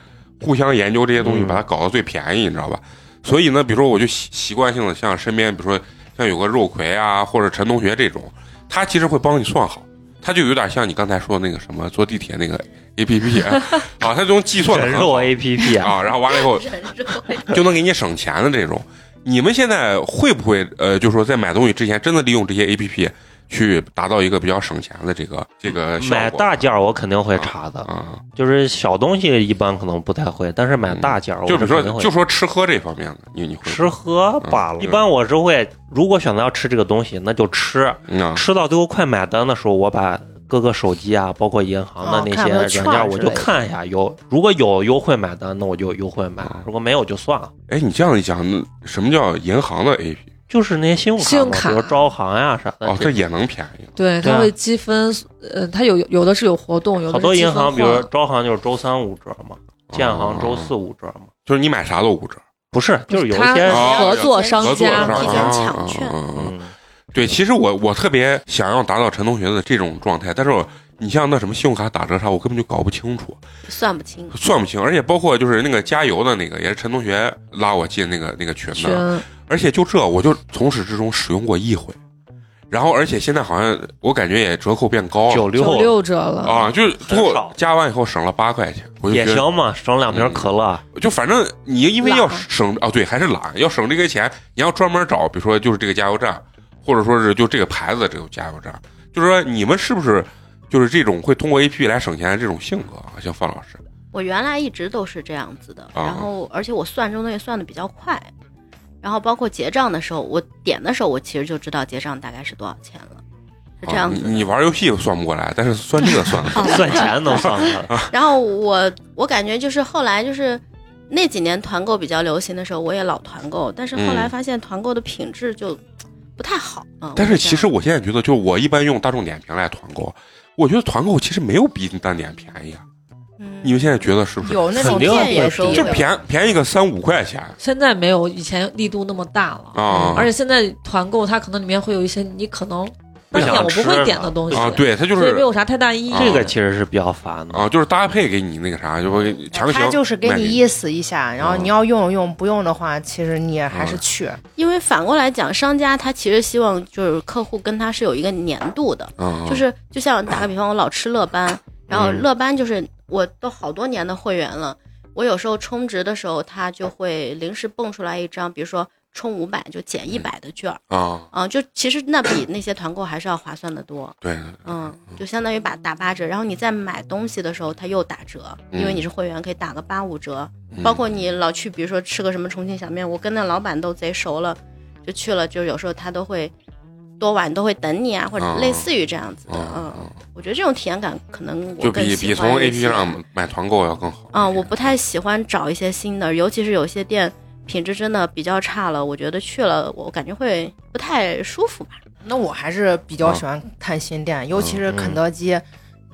A: 互相研究这些东西，
F: 嗯
A: 把它搞到最便宜，你知道吧？所以呢，比如说我就习习惯性的像身边，比如说像有个肉葵啊，或者陈同学这种，他其实会帮你算好。他就有点像你刚才说的那个什么坐地铁那个 A P P 啊，他这种计算的
F: 人肉 A P P 啊，
A: 啊，然后完了以后 就能给你省钱的这种。你们现在会不会呃，就说在买东西之前，真的利用这些 A P P 去达到一个比较省钱的这个这个效果
F: 买大件儿我肯定会查的，
A: 啊、
F: 就是小东西一般可能不太会，但是买大件儿我
A: 就是比如
F: 肯定
A: 说
F: 会
A: 就说吃喝这方面的，你你会
F: 吃喝罢了。
A: 嗯
F: 一般我是会，如果选择要吃这个东西，那就吃，
A: 嗯啊
F: 吃到最后快买单的时候，我把各个手机啊，包括银行的
C: 哦
F: 那
C: 看
F: 些
C: 有没有
F: 软
C: 券
F: 件
C: 儿
F: 儿，我就
C: 之类的
F: 看一下有，如果有优惠买单，那我就优惠买
A: 嗯；
F: 如果没有就算了。
A: 哎，你这样一讲，那什么叫银行的 A P P
F: 就是那些信用卡嘛，
E: 信用卡
F: 比如招行呀、啥的。
A: 哦，这也能便宜
E: 对，
F: 对啊
E: 它会积分，呃，它有有的是有活动，有的
F: 好
E: 是
F: 多
E: 积
F: 银
E: 分换
F: 行，比如招行就是周三五折嘛，建行周，四
A: 哦
F: 五折嘛，
A: 就是你买啥都五折，
F: 不是，就是有一
E: 它
F: 些。
A: 哦
E: 合作商
A: 合作
E: 家
A: 上
D: 提
E: 嘛
D: 前抢券
A: 券。嗯嗯嗯
F: 嗯，
A: 对，其实我我特别想要达到陈同学的这种状态，但是我你像那什么信用卡打折啥，我根本就搞不清楚，
D: 算不清。
A: 算不清。而且包括就是那个加油的那个，也是陈同学拉我进那个那个群
E: 群
A: 的，而且就这，我就从始至终使用过一回。然后，而且现在好像我感觉也折扣变高了
F: 九
E: 九
F: 六
E: 六折了，
A: 啊，就是最
F: 很
A: 后
F: 少
A: 加完以后省了八块钱，我就
F: 也
A: 觉得
F: 行嘛，省两瓶可乐。
A: 就反正你因为要
E: 懒
A: 省哦，对，还是懒，要省这个钱，你要专门找，比如说就是这个加油站，或者说是就这个牌子的这个加油站，就是说你们是不是就是这种会通过 A P P 来省钱的这种性格啊？像范老师，
D: 我原来一直都是这样子的，
A: 哦
D: 然后而且我算这种东西算的比较快，然后包括结账的时候，我点的时候我其实就知道结账大概是多少钱了，是这样
A: 啊
D: 子的。
A: 你你玩游戏算不过来，但是算这个算 得过来
F: 算钱能算出
A: 哦
F: 来，
D: 然后我我感觉就是后来就是那几年团购比较流行的时候，我也老团购，但是后来
A: 嗯
D: 发现团购的品质就不太好。嗯，
A: 但是
D: 我这样
A: 其实我现在觉得，就我一般用大众点评来团购，我觉得团购其实没有比单点便宜啊。
D: 嗯
A: 你们现在觉得是不是？
C: 有那种
F: 肯定
C: 店也
F: 会
C: 是
F: 低
A: 就
C: 有
A: 便便宜个三五块钱
E: 现在没有以前力度那么大了。
A: 啊
E: 而且现在团购，它可能里面会有一些你可能
F: 不
E: 那
F: 想
E: 点我不
F: 吃
E: 会点
F: 了
E: 的东西，
A: 啊！对，它就
E: 所以没
A: 是
E: 有啥太大意义。
A: 啊
F: 这个其实是比较烦的。
A: 啊，就是搭配给你那个啥，就会给你强行
C: 他就是给
A: 卖
C: 你意思一下，然后
A: 嗯
C: 你要用用，不用的话，其实你也还是
A: 嗯
C: 去。
D: 因为反过来讲，商家他其实希望就是客户跟他是有一个粘度的，
A: 啊，
D: 就是就像打个比方，我老吃乐班，然后
F: 嗯
D: 乐班就是我都好多年的会员了，我有时候充值的时候，它就会临时蹦出来一张，比如说充五百就减一百的券儿，
A: 啊，
D: 啊，就其实那比那些团购还是要划算的多，
A: 对，
D: 嗯，就相当于把打八折，然后你在买东西的时候它又打折，
A: 嗯
D: 因为你是会员可以打个八五折，包括你老去，比如说吃个什么重庆小面，我跟那老板都贼熟了，就去了，就有时候他都会多晚都会等你啊，或者
A: 嗯
D: 类似于这样子的，
A: 嗯
D: 嗯，我觉得这种体验感可能
A: 就
D: 我更
A: 比
D: 喜
A: 比
D: 欢
A: 从
D: 一
A: A P
D: 些
A: 上买团购要更好。
D: 啊、我不太喜欢找一些新的，尤其是有些店品质真的比较差了，我觉得去了我感觉会不太舒服吧。
C: 那我还是比
A: 嗯
C: 较喜欢看新店，尤其是肯德基。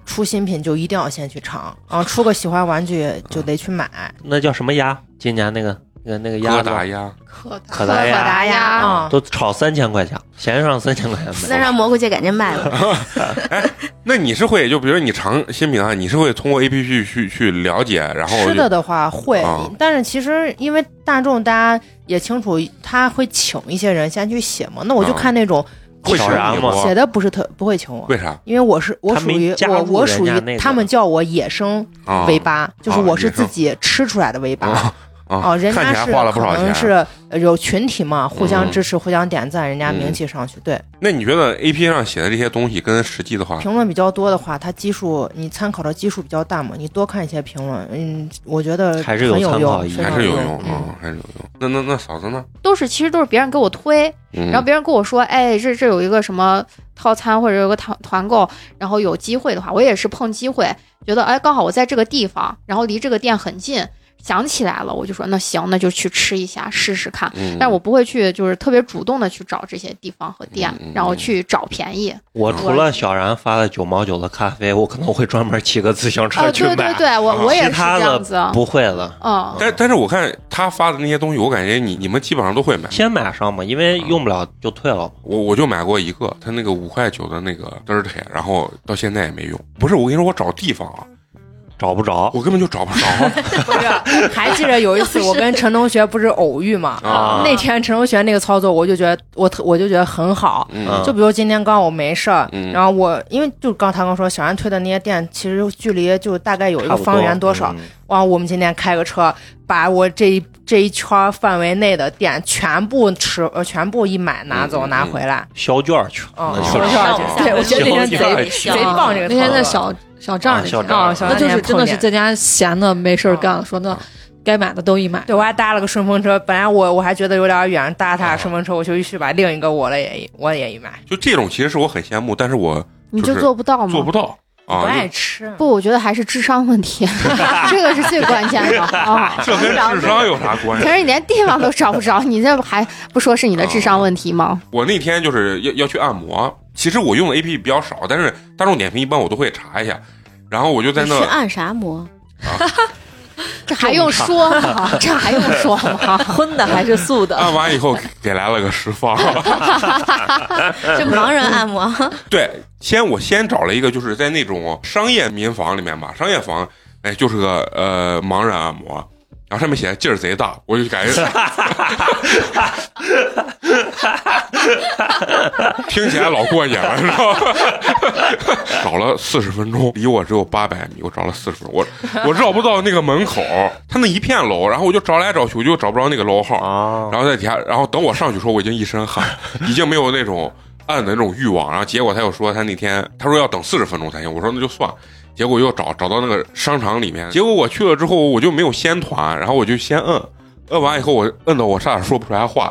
C: 出新品就一定要先去尝，然后出个喜欢玩具就得去买。
F: 那叫什么鸭？今年那个那个那个
A: 柯
F: 鸭
A: 达
F: 子
A: 鸭，
F: 可
C: 可
F: 达鸭
C: 达鸭啊，
F: 都炒三千块钱，闲上三千块钱
D: 那
F: 买。
D: 让蘑菇姐赶紧卖了，
A: 那你是会就比如你尝新品啊，你是会通过 A P P 去去了解，然后
C: 吃的的话会
A: 啊，
C: 但是其实因为大众大家也清楚，他会请一些人先去写嘛。那我就
A: 啊
C: 看那种
A: 会
F: 小
A: 吃
F: 然
A: 你
F: 吗
A: 不
C: 写的不是特不会请我，
A: 为啥
C: 因为我是我
F: 他
C: 属
F: 没
C: 于
F: 加
C: 我
F: 入
C: 我
F: 人
C: 属
F: 家
C: 于
F: 那个
C: 他们叫我野生
A: 啊？
C: V 八，就是
A: 啊
C: 我
A: 野
C: 是自
A: 生
C: 己吃出来的 V 八。
A: 啊啊
C: 哦，人
A: 看
C: 家
A: 起来
C: 是
A: 花了不少
C: 可
A: 钱啊
C: 能。是呃有群体嘛，互相
A: 嗯
C: 支持、互相点赞，人家名
A: 嗯
C: 气上去。对，
A: 那你觉得 A P 上写的这些东西跟实际的话，
C: 评论比较多的话，它基数你参考的基数比较大嘛，你多看一些评论，嗯，我觉得
F: 还是有
C: 很有
F: 参考
C: 用，
F: 意义
C: 非
A: 还
C: 常
A: 是有
C: 用
A: 用，
C: 嗯
A: 嗯，还是有用。那那那嫂子呢？
B: 都是其实都是别人给我推，
A: 嗯
B: 然后别人跟我说，哎，这这有一个什么套餐或者有个团团购，然后有机会的话，我也是碰机会，觉得哎刚好我在这个地方，然后离这个店很近，想起来了，我就说那行，那就去吃一下试试看。
A: 嗯，
B: 但是我不会去，就是特别主动的去找这些地方和店，
A: 嗯嗯嗯
B: 然后去找便宜。
F: 我除了小然发的九毛九的咖啡，我可能会专门骑个自行
B: 啊，
F: 车去
B: 对对
F: 买，
B: 对，我、
A: 啊
B: 我也
F: 其
B: 是这
F: 他
B: 样子。
F: 的不会了。
B: 嗯，
A: 但但是我看他发的那些东西，我感觉你你们基本上都会买。
F: 先买上嘛，因为用不了就退了嘛。
A: 我我就买过一个，他那个五块九的那个嘚儿铁，然后到现在也没用。不是，我跟你说，我找地方啊，
F: 找不着
A: 我根本就找不着。啊
C: 不是，还记得有一次我跟陈同学不是偶遇嘛？
A: 啊
C: 那天陈同学那个操作，我就觉得我特我就觉得很好。
A: 嗯
C: 就比如今天刚好我没事儿，
A: 嗯
C: 然后我因为就刚他刚说小安推的那些店，其实距离就大概有一
F: 差
C: 个
F: 不
C: 方圆多少。
F: 嗯
C: 哇，我们今天开个车，把我这一这一圈儿范围内的店全部吃呃全部一买拿走、
A: 嗯嗯
C: 拿回来。
F: 销券去，
C: 嗯
F: 那，
A: 销
F: 就
C: 说
F: 是
C: 实
D: 券
C: 话
D: 儿
C: 对我觉得那
F: 销
C: 天
F: 券
C: 贼
F: 儿
D: 去
C: 贼棒这个
E: 那天
C: 操
E: 在
C: 作
E: 小小账
F: 啊
E: 那
F: 小
E: 天
F: 账
E: 啊
C: 小
E: 那
C: 账
E: 就
C: 那
E: 是
C: 天
E: 真的
C: 碰
E: 是
C: 见
E: 在家闲的没事儿干了，说那
F: 啊
E: 该买的都一
A: 嗯
E: 买。
C: 对，我还搭了个顺风车，本来我我还觉得有点远，搭他顺风车，我就去把另一个我的也我也一买。
A: 就这种，其实是我很羡慕，但是我
B: 你
A: 就
B: 就是做不到吗？
A: 做不到
C: 哦不
A: 啊。
C: 爱
A: 就
C: 吃，
B: 不，我觉得还是智商问题，这个是最关键的啊。
A: 这跟智商有啥关
B: 可
A: 系？
B: 是你连地方都找不着，你这还不说是你的智商问题吗？
A: 我那天就是要要去按摩，其实我用的 A P P 比较少，但是大众点评一般我都会查一下。然后我就在
D: 你
A: 那
D: 去按啥摩？
B: 这还用说吗？这还用说 吗？
E: 荤的还是素的？
A: 按完以后，给来了个十方。
F: 嗯
D: 是盲人按摩。
A: 对，先我先找了一个，就是在那种商业民房里面吧，商业房，哎，就是个呃盲人按摩，然后上面写劲儿贼大，我就感觉，听起来老过瘾了，你知道吗？找了四十分钟，离我只有八百米，我找了四十分钟，我我绕不到那个门口，他那一片楼，然后我就找来找去，我就找不着那个楼号，
F: 啊，
A: 然后在底下，然后等我上去的时候，我已经一身汗，已经没有那种按的那种欲望。然后结果他又说他那天他说要等四十分钟才行，我说那就算。结果又找找到那个商场里面，结果我去了之后我就没有先团，然后我就先摁，摁完以后我摁到我差点说不出来话。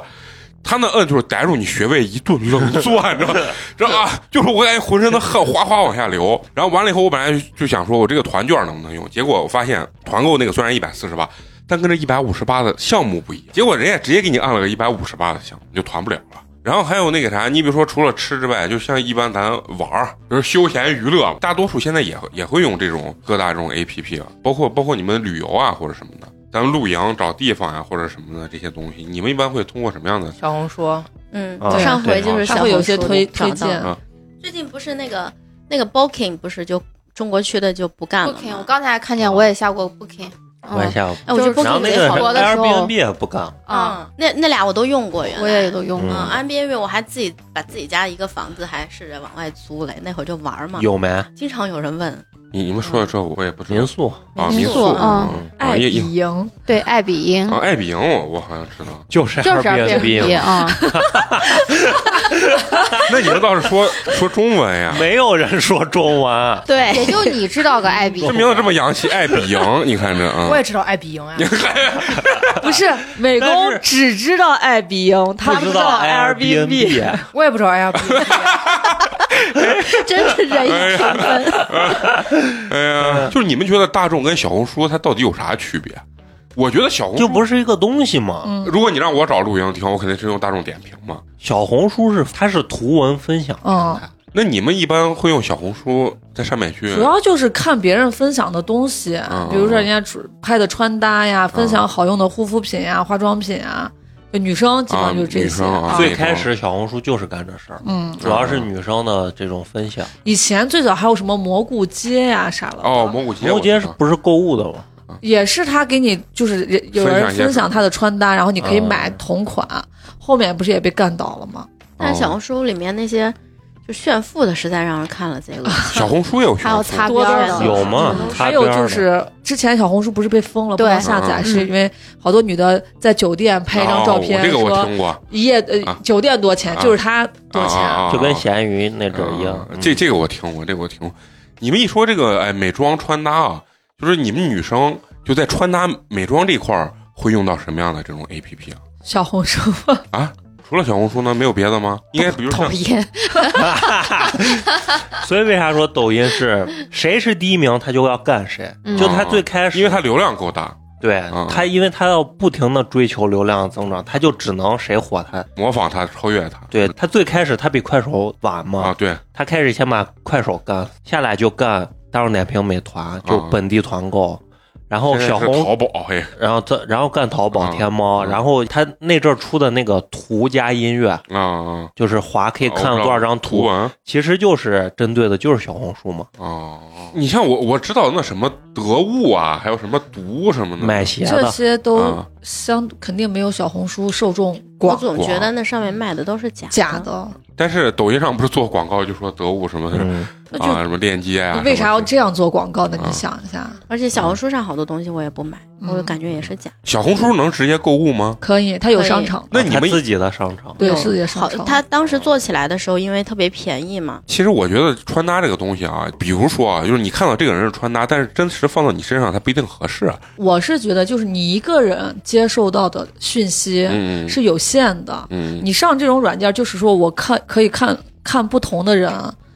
A: 他那摁就是逮住你穴位一顿冷攥，你知道吗？然后啊，就是我感觉浑身的汗哗哗往下流。然后完了以后，我本来就想说我这个团券能不能用，结果我发现团购那个虽然一百四十八，但跟这一百五十八的项目不一样，结果人家直接给你按了个一百五十八的项目，你就团不了了。然后还有那个啥，你比如说除了吃之外，就像一般咱玩儿，比如休闲娱乐，大多数现在也也会用这种各大这种 A P P 啊，包括包括你们旅游啊或者什么的，咱们露营找地方呀、或者什么的这些东西，你们一般会通过什么样的？
C: 小红书
D: 嗯
F: 啊，
D: 上回就是
E: 它
D: 小
E: 会有
D: 红
E: 些
D: 书
E: 推
D: 找
E: 推
D: 到
E: 荐
D: 的。最近不是那个那个 Booking 不是就中国区的就不干了吗
B: Booking，我刚才还看见我也下过 Booking，
F: 我一
B: 嗯
F: 下，
D: 哎，我觉得
B: 就是
F: 然
D: Booking
F: 后那
D: 贼
F: 个
D: 好
B: 火的时候
F: Airbnb 也不干，
B: 啊，
D: 嗯，那那俩我都用过，原来
B: 我也都用过。啊
D: 嗯
F: 嗯
D: ，Airbnb 我还自己把自己家一个房子还试着往外租嘞，那会儿就玩嘛，
F: 有哦没？
D: 经常有人问，
A: 你你们说的这我也不知道
F: 民宿，
A: 啊，
D: 民
A: 民
D: 宿
A: 宿
B: 嗯
A: 嗯啊，也也
E: 营，
B: 对，爱彼迎
A: 啊，爱彼迎我我好像知道
F: 就是
B: 就是 Airbnb
F: 嘛
B: 啊，
A: 那你们倒是说说中文呀。
F: 没有人说中文，
B: 对， 也就你知道个爱彼
A: 这
B: 迎，
A: 名字这么洋气，爱彼迎，你看这啊，
C: 我也知道爱 彼迎啊，
E: 不是美
F: 但
E: 工
F: 是
E: 只知道爱彼迎，他
F: 不知
E: 道 Airbnb。
F: Airbnb，
C: 我也不知道爱彼迎。
D: 真是人
A: 哎呀，哎呀，就是你们觉得大众跟小红书它到底有啥区别？我觉得小红
F: 就
A: 书，
F: 不是一个东西嘛。
E: 嗯
A: 如果你让我找露营地方，我肯定是用大众点评嘛。
F: 小红书是它是图文分享，
E: 嗯，
A: 那你们一般会用小红书在上面去
E: 主？要就是看别人分享的东西，
A: 嗯
E: 比如说人家主拍的穿搭呀，分享好用的护肤品呀、化妆品啊，就女生基本上就是这
A: 啊
E: 些。
A: 女生啊
F: 最开始小红书就是干这事儿，
E: 嗯，
F: 主要是女生的这种分享。
A: 嗯
E: 以前最早还有什么蘑菇街呀、啥了，
A: 哦，蘑菇街，
F: 蘑菇街
A: 我知
F: 是
A: 道
F: 不是购物的嘛？
E: 也是他给你就是人有人
A: 分享一些
E: 分享他的穿搭，然后你可以
F: 嗯
E: 买同款，后面不是也被干倒了吗？
D: 但是小红书里面那些就炫富的实在让人看了这个，
A: 小红书也有
B: 还
A: 炫富
B: 有擦
E: 多
B: 边
E: 多
B: 儿
E: 少
B: 的，
F: 有吗
B: 嗯？
F: 擦
E: 还
F: 边
E: 有
F: 儿
E: 就
F: 的
E: 是之前小红书不是被封了，不
B: 对
E: 能下载，
B: 嗯
E: 是因为好多女的在酒店拍一张照片，
A: 哦我这个我
E: 说
A: 听过，
E: 一夜呃
A: 啊
E: 酒店多钱，
A: 啊
E: 就是她多钱。
A: 啊啊啊
F: 就跟咸鱼那种一样
A: 啊。这这个我听过，这个我听过。你们一说这个，哎，美妆穿搭啊，就是你们女生就在穿搭美妆这块儿会用到什么样的这种 A P P 啊？
E: 小红书
A: 除了小红书呢，没有别的吗？应该比如
B: 讨
A: 像
B: 厌，
F: 所以为啥说抖音是谁是第一名，他就要干谁？
B: 嗯
F: 就他最开始，
A: 因为它流量够大，
F: 对
A: 嗯
F: 他，因为他要不停的追求流量增长，他就只能谁火他。
A: 模仿它，超越它。
F: 对他最开始他比快手晚
A: 啊，
F: 嘛，
A: 对，
F: 他开始先把快手干下来就干大众点评、美团，就
A: 嗯
F: 本地团购。然后
E: 哦
A: 现在
F: 小
A: 是
F: 红，
A: 淘宝，嘿，
F: 然后他，然后干淘宝、
A: 嗯
F: 天猫，
A: 嗯
F: 然后他那阵儿出的那个图加音乐，
A: 啊啊，
F: 就是滑可以
A: 啊
F: 看多少张
A: 图
F: 图，
A: 文
F: 其实就是针对的就是小红书嘛，
A: 哦。你像我，我知道那什么得物啊，还有什么毒什么的，
F: 买鞋
E: 这
F: 的。
E: 些都
A: 啊
E: 相肯定没有小红书受众
D: 我
E: 广。
D: 总觉得那上面卖的都是假
E: 假的，
A: 但是抖音上不是做广告就说得物什么的、
F: 嗯，
E: 那
A: 啊，
E: 就
A: 什么链接啊，
E: 你为啥要
A: 什么
E: 这样做广告呢？
A: 啊
E: 你想一下，
D: 而且小红书上好多东西我也不买，
E: 嗯
D: 我就感觉也是假。
A: 小红书能直接购物吗？
E: 可以，它有
D: 可以
E: 商场的，
A: 那你
F: 他
A: 们
F: 自己的商场，
E: 对
D: 有
E: 是也
D: 好
E: 商，场。
D: 它当时做起来的时候，因为特别便宜嘛，
A: 其实我觉得穿搭这个东西啊，比如说啊，就是你看到这个人是穿搭，但是真实放到你身上，它不一定合适啊。
E: 我是觉得就是你一个人接受到的讯息
A: 嗯嗯
E: 是有限的，
A: 嗯
E: 你上这种软件，就是说我看可以看看不同的人，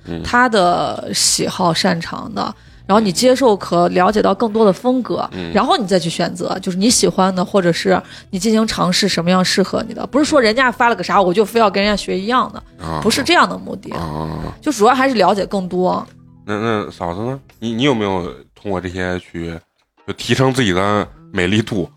A: 嗯
E: 他的喜好、擅长的，然后你接受和了解到更多的风格，
A: 嗯
E: 然后你再去选择，就是你喜欢的，或者是你进行尝试什么样适合你的，不是说人家发了个啥，我就非要跟人家学一样的，
A: 啊，
E: 不是这样的目的，
A: 啊。
E: 就主要还是了解更多。
A: 那那嫂子呢？你你有没有通过这些去就提升自己的美丽度？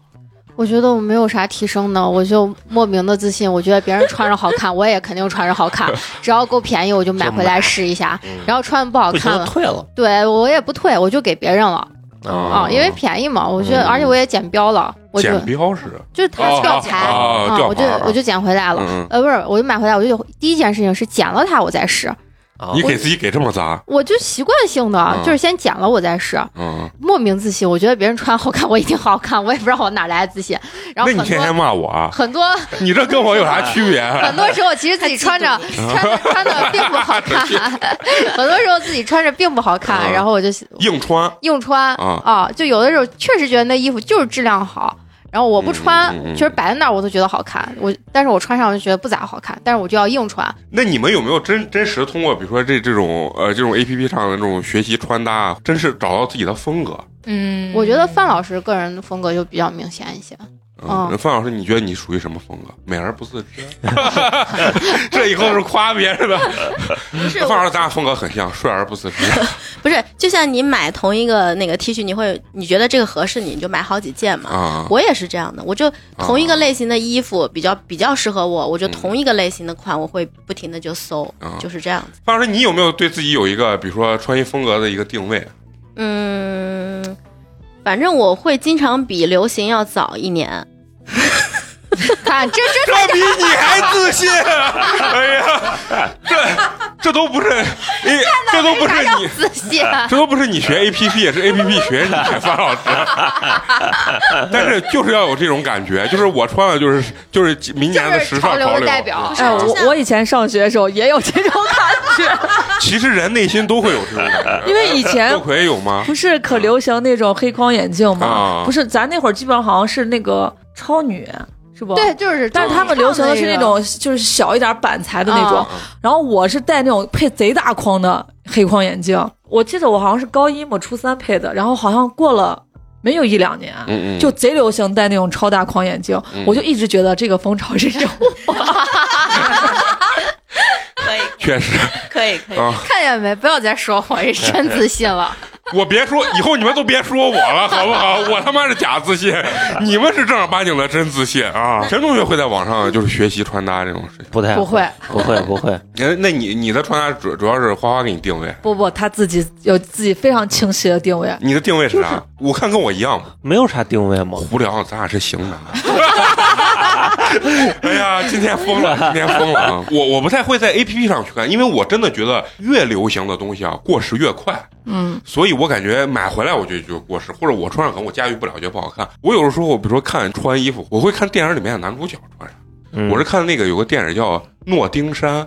B: 我觉得我没有啥提升的，我就莫名的自信。我觉得别人穿着好看，我也肯定穿着 好看，只要够便宜我就买回来试一下。然后穿的不好
F: 不行
B: 看了，
F: 退了
B: 对我也不退，我就给别人了啊，因为便宜嘛。我觉得，
A: 哦嗯
B: 而且我也减标了，我就
A: 剪标识
B: 就是它掉材
A: 哦哦哦
B: 啊，
A: 掉
B: 我就
A: 牌儿啊
B: 我就捡回来了。
A: 嗯，
B: 呃，不是，我就买回来，我就第一件事情是剪了它，我再试。
F: 啊
A: 嗯你给自己给这么砸，
B: 我就习惯性的
A: 嗯
B: 就是先剪了我再试，
A: 嗯，
B: 莫名自信。我觉得别人穿好看，我一定好看，我也不知道我哪来的自信。
A: 那
B: 然后
A: 你
B: 很
A: 天天
B: 多
A: 骂我 啊，
B: 很多
A: 你这跟我有啥区别？ 啊
B: 很多时候其实自己穿着穿着穿的并 不好看， 很多时候自己穿着并不好看，
A: 嗯
B: 然后我就
A: 硬穿
B: 硬穿
A: 啊
B: 啊，就有的时候确实觉得那衣服就是质量好。然后我不穿
A: 嗯嗯嗯，嗯
B: 其实摆在那儿我都觉得好看，我但是我穿上我就觉得不咋好看，但是我就要硬穿。
A: 那你们有没有真真实通过，比如说这这种呃这种 A P P 上的这种学习穿搭啊，真是找到自己的风格？
C: 嗯
B: 我觉得范老师个人的风格就比较明显一些，
A: 嗯，
B: 嗯
A: 范老师，你觉得你属于什么风格？美而不自知， 这以后是夸别人的。
D: 嗯不是
A: 范老师，咱俩风格很像，帅而不自知。
D: 不是，就像你买同一个那个 T 恤，你会你觉得这个合适你，你就买好几件嘛。
A: 啊
D: 我也是这样的，我就同一个类型的衣服比较比较适合我，我就同一个类型的款，我会不停的就搜
A: 啊，
D: 就是这样子。
A: 范老师，你有没有对自己有一个，比如说穿衣风格的一个定位？
D: 嗯，反正我会经常比流行要早一年。
B: 看这这
A: 这比你还自信！哎呀，这这都不是，哎，这都不是你，
B: 自信。
A: 这都不是你学 A P P，也是 A P P 学你，范 老师。但是就是要有这种感觉，就是我穿的就是就是明年的时尚
B: 就是潮流
A: 潮
B: 的代表
D: 哎我
E: 我以前上学的时候也有这种 感觉，
A: 其实人内心都会有这种感觉。
E: 因为以前
A: 窦魁有吗？
E: 不是可流行那种黑框眼镜吗
A: 啊？
E: 不是，咱那会儿基本上好像是那个超女，是不？
B: 对，就是，
E: 但是他们流行的是哦那哦种就是小一点板材的那种，然后我是戴那种配贼大框的黑框眼镜，我记得我好像是高一嘛，初三配的，然后好像过了没有一两年。
A: 嗯嗯，
E: 就贼流行戴那种超大框眼镜，
A: 嗯
E: 我就一直觉得这个风潮是 有，
D: 可以，
A: 确 实
D: 可以，可以
A: 啊，
B: 看见没？不要再说我是真自信了。
A: 我别说，以后你们都别说我了，好不好？我他妈是假自信，你们是正儿八经的真自信啊！陈同学会在网上就是学习穿搭这种事情，
F: 不太
E: 不会，
F: 不会，不会。
A: 哎，那你你的穿搭主主要是花花给你定位，
E: 不不，他自己有自己非常清晰的定位，
A: 你的定位是啥？我看跟我一样吗？
F: 没有啥定位吗？
A: 无聊，咱俩是型男， 哎呀，今天疯了，今天疯了啊！我我不太会在 A P P 上去看，因为我真的觉得越流行的东西啊，过时越快。
E: 嗯，
A: 所以我感觉买回来我就就过时，或者我穿上可能我驾驭不了，觉得不好看。我有的时候，比如说看穿衣服，我会看电影里面的男主角穿啥。
F: 嗯
A: 我是看那个有个电影叫《诺丁山》，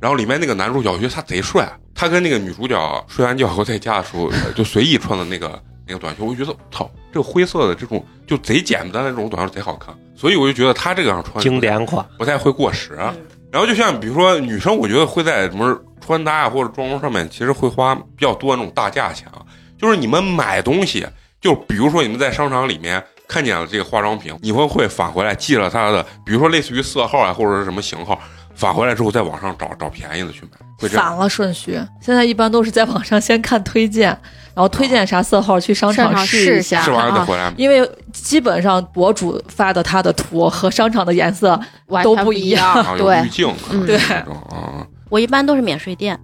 A: 然后里面那个男主角，我觉得他贼帅。他跟那个女主角睡完觉以后在家的时候，呃就随意穿的那个那个短袖，我就觉得操，这个灰色的这种就贼简单的这种短袖贼好看，所以我就觉得他这个样穿
F: 经典款，
A: 不太会过时。啊然后就像比如说女生，我觉得会在什么穿搭啊或者妆容上面，其实会花比较多那种大价钱啊。就是你们买东西，就比如说你们在商场里面看见了这个化妆品，你们会返回来记了它的，比如说类似于色号啊或者是什么型号，返回来之后在网上找找便宜的去买，会 这样。
E: 反了顺序。现在一般都是在网上先看推荐，然后推荐啥色号去商
B: 上场
E: 试
B: 试
E: 一
B: 一
E: 下。
B: 下
A: 试完了再
B: 啊，
A: 回来买。
E: 因为基本上博主发的他的图和商场的颜色，
B: 完
E: 都
B: 全
E: 不
B: 不
E: 一
B: 样。
A: 啊，有
B: 对嗯
A: 滤镜，可能
E: 对
A: 是这种啊，
D: 我一般都是免税店，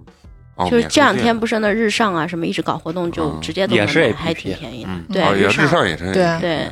A: 啊
D: 就是这两，
A: 免
D: 天不是那日上啊什么一直搞活动，就
A: 嗯
D: 直接都
F: 也
D: 能
F: 是
D: 买，
F: APP
D: 还挺便宜
F: 嗯
D: 的。
A: 嗯
D: 对
A: 啊，也
D: 日
A: 日
D: 上
A: 上也是
C: 对
A: 嗯
D: 对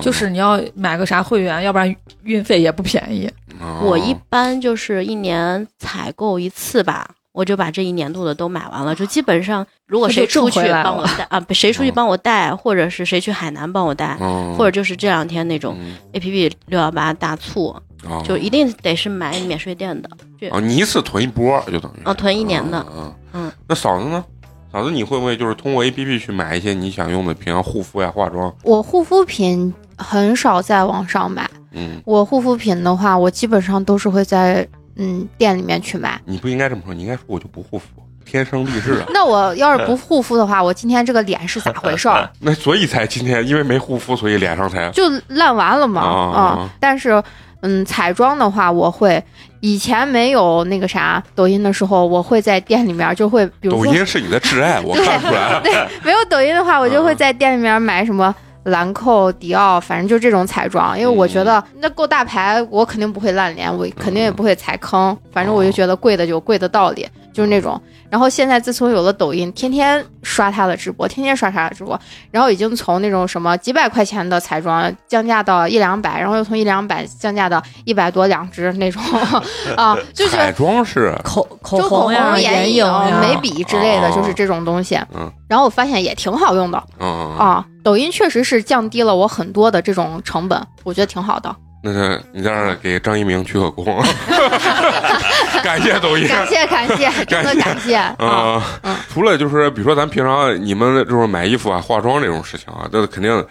E: 就是你要买个啥会员，要不然运费也不便宜。
A: 啊
D: 我一般就是一年采购一次吧。我就把这一年度的都买完了，就基本上，如果
E: 那
D: 谁
E: 就
D: 出
E: 挣
D: 去
E: 回来
D: 帮我带啊，不谁出去
A: 嗯
D: 帮我带，或者是谁去海南帮我带，
A: 嗯
D: 或者就是这两天那种
A: 嗯
D: A P P 六幺八大促，
A: 啊
D: 就一定得是买免税店的
A: 啊，你一次囤一波就等于是
D: 啊，囤一年的。
A: 嗯
D: 嗯，
A: 那嫂子呢？嫂子，你会不会就是通过 A P P 去买一些你想用的，平常护肤呀、化妆？
B: 我护肤品很少在网上买，
A: 嗯，
B: 我护肤品的话，我基本上都是会在嗯店里面去买。。
A: 你不应该这么说，你应该说我就不护肤，天生丽质啊
B: 那我要是不护肤的话，我今天这个脸是咋回事 儿？
A: 那所以才今天因为没护肤，所以脸上才
B: 就烂完了嘛
A: 啊
B: 啊、但是，嗯，彩妆的话，我会以前没有那个啥抖音的时候，我会在店里面就会，比如
A: 抖
B: 说
A: 音是你的挚爱，我
B: 对
A: 看出来了。
B: 对 没有抖音的话，我就
A: 嗯
B: 会在店里面买什么。兰蔻、迪奥，反正就这种彩妆，因为我觉
A: 嗯
B: 得那够大牌，我肯定不会烂脸，我肯定也不会踩
A: 嗯
B: 坑。反正我就觉得贵的有贵的道理，就是那种。然后现在自从有了抖音，天天刷他的直播，天天刷他的直播，然后已经从那种什么几百块钱的彩妆降价到一两百，然后又从一两百降价到一百多两支那种 啊，就是
A: 彩妆是
E: 口口
B: 就口
E: 红呀、
B: 眼
E: 影啊呀、
B: 眉笔之类的，
A: 哦
B: 就是这种东西。
A: 嗯
B: 然后我发现也挺好用的
A: 嗯，
D: 哦
B: 啊，抖音确实是降低了我很多的这种成本，我觉得挺好 的。
A: 那个你在这儿给张一鸣鞠个躬， 感谢抖音。
B: 感谢 感谢，真的感谢啊！
A: 啊、
B: 嗯
A: 除了就是比如说咱平常你们就是买衣服啊、化妆这种事情啊，那肯定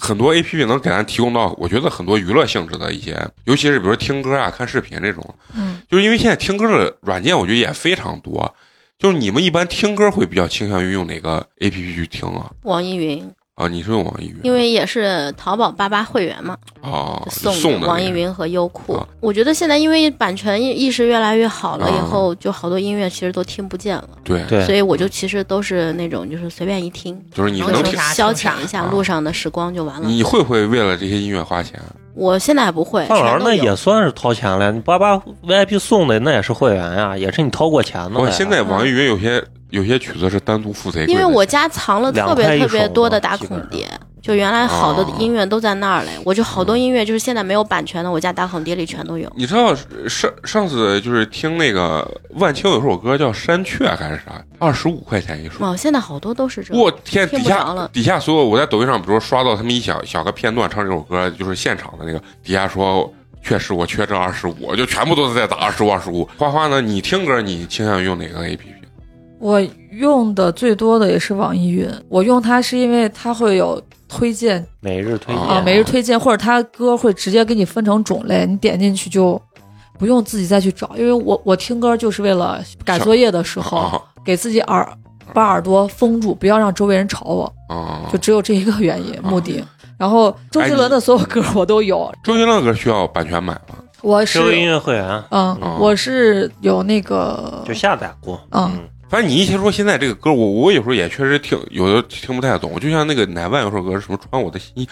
A: 很多 A P P 能给咱提供到，我觉得很多娱乐性质的一些，尤其是比如说听歌啊、看视频这种，
E: 嗯，
A: 就是因为现在听歌的软件我觉得也非常多，就是你们一般听歌会比较倾向于用哪个 A P P 去听啊？
D: 网易云，
A: 啊，你是用网易云？
D: 因为也是淘宝八八会员嘛，
A: 啊
D: 就
A: 送
D: 送
A: 的
D: 网
A: 那
D: 易
A: 个
D: 云和优酷
A: 啊。
D: 我觉得现在因为版权意意识越来越好了，
A: 啊
D: 以后就好多音乐其实都听不见了，
A: 对，
D: 所
F: 对，
D: 以我就其实都是那种就是随便一听，
A: 就是你
D: 然
A: 能
D: 后
A: 听嗯
D: 就
C: 啥。
D: 消遣一下
A: 啊
D: 路上的时光就完了。
A: 你会不会为了这些音乐花钱？
D: 我现在还不会，
F: 范老
D: 全
F: 师
D: 都
F: 那
D: 有
F: 也算是掏钱了，你八八 VIP 送的那也是会员呀，也是你掏过钱的
A: 我
F: 呀。
A: 现在网易云有些有些曲子是单独付费，
D: 因为我家藏了特别特别多的打孔碟，就原来好的音乐都在那儿嘞，我就好多音乐就是现在没有版权的，我家打孔碟里全都有。
A: 你知道呃上上次就是听那个万青有首歌叫《山雀》还是啥，二十五块钱一首。
D: 哇，现在好多都是这样。
A: 我天，
D: 听
A: 底
D: 不着
A: 下
D: 了
A: 底下所有我在抖音上，比如说刷到他们一小小个片段唱这首歌，就是现场的那个，底下说确实我缺这二十五，我就全部都是在打二十五二十五。花花呢，你听歌你倾向于用哪个 A P P？
E: 我用的最多的也是网易云，我用它是因为它会有推荐
F: 每日推
A: 啊
E: 啊，
F: 荐，
E: 每日推荐，或者它歌会直接给你分成种类，你点进去就不用自己再去找，因为我我听歌就是为了改作业的时候
A: 啊
E: 给自己耳把耳朵封住，不要让周围人吵我，
A: 啊
E: 就！只有这一个原因目的。然后周杰伦的所有歌我都有，
A: 周杰伦的歌需要版权买吗？
E: 我
F: 收音
E: 是
F: 乐会员
E: 嗯
A: 哦，
E: 我是有那个
F: 就下载过。
E: 嗯，
A: 反正你一先说现在这个歌，我我有时候也确实听，有的听不太懂。就像那个乃万有首歌，什么“穿我的心衣”，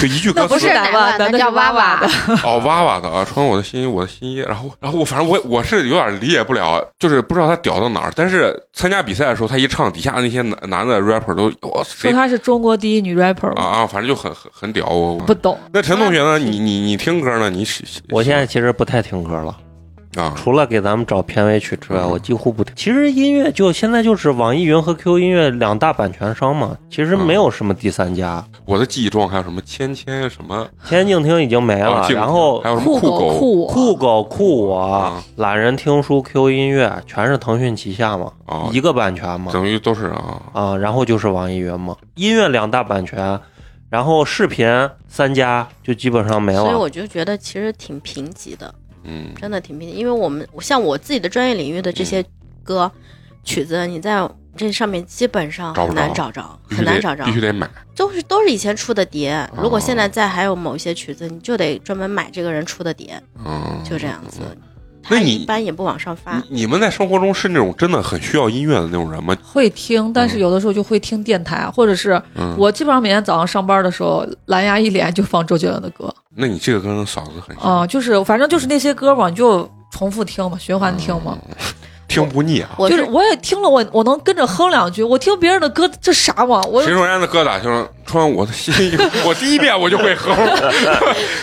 A: 就一句歌词
B: 不是奶
E: 娃
B: 娃，
E: 咱
B: 那
E: 那
B: 叫
E: 是
B: 娃
E: 娃娃的
B: 娃。
A: 哦，哇哇的啊，穿我的新衣，我的新衣。然后，然后我反正我我是有点理解不了，就是不知道他屌到哪儿。但是参加比赛的时候，他一唱，底下那些男男的 rapper 都我
E: 说
A: 谁啊
E: 她是中国第一女 rapper 吗？
A: 啊，反正就很很很屌。我
E: 不懂，
A: 那陈同学呢？你你你听歌呢？你是
F: 我现在其实不太听歌了，
A: 啊，
F: 除了给咱们找片尾曲之外，
A: 嗯
F: 我几乎不听。其实音乐就现在就是网易云和 QQ 音乐两大版权商嘛，其实没有什么第三家。
A: 我的记忆中还有什么芊芊啊什么
F: 天静听已经没
A: 啊
F: 了，，
A: 静
F: 然后
A: 还有什么
E: 酷
A: 酷
E: 狗
A: 狗
E: 酷我
F: 酷狗、酷我
A: 啊、
F: 懒人听书、QQ 音乐全是腾讯旗下嘛，
A: 啊，
F: 一个版权嘛。
A: 等于都是啊
F: 啊，然后就是网易云嘛，音乐两大版权，然后视频三家就基本上没
D: 所以
F: 了。
D: 我就觉得其实挺贫瘠的，
A: 嗯
D: 真的挺贫瘠。因为我们像我自己的专业领域的这些歌、曲子，你在这上面基本上
A: 找不
D: 很难
A: 着
D: 找着，
A: 必
D: 很
A: 须
D: 难找着
A: 得哦必，须得买
D: 都是都是以前出的碟。如果现在再还有某一些曲子，你就得专门买这个人出的碟，
A: 嗯，
D: 就这样子。
A: 那
D: 他
A: 你嗯
D: 一般也不往上发，
A: 你你们在生活中是那种真的很需要音乐的那种人吗？
E: 会听，但是有的时候就会听电台，或者是
A: 嗯，
E: 我基本上每天早上上班的时候，蓝牙一连就放周杰伦的歌，
A: 那你这个跟嫂子很像
D: 哦
E: 啊、就是反正就是那些歌嘛，你就重复听嘛，循环听嘛。
A: 嗯听不腻啊。
D: 我
E: 就是我也听了，我我能跟着哼两句。我听别人的歌，这啥嘛？我
A: 谁说人家的歌打听穿我的新衣，我第一遍我就会哼。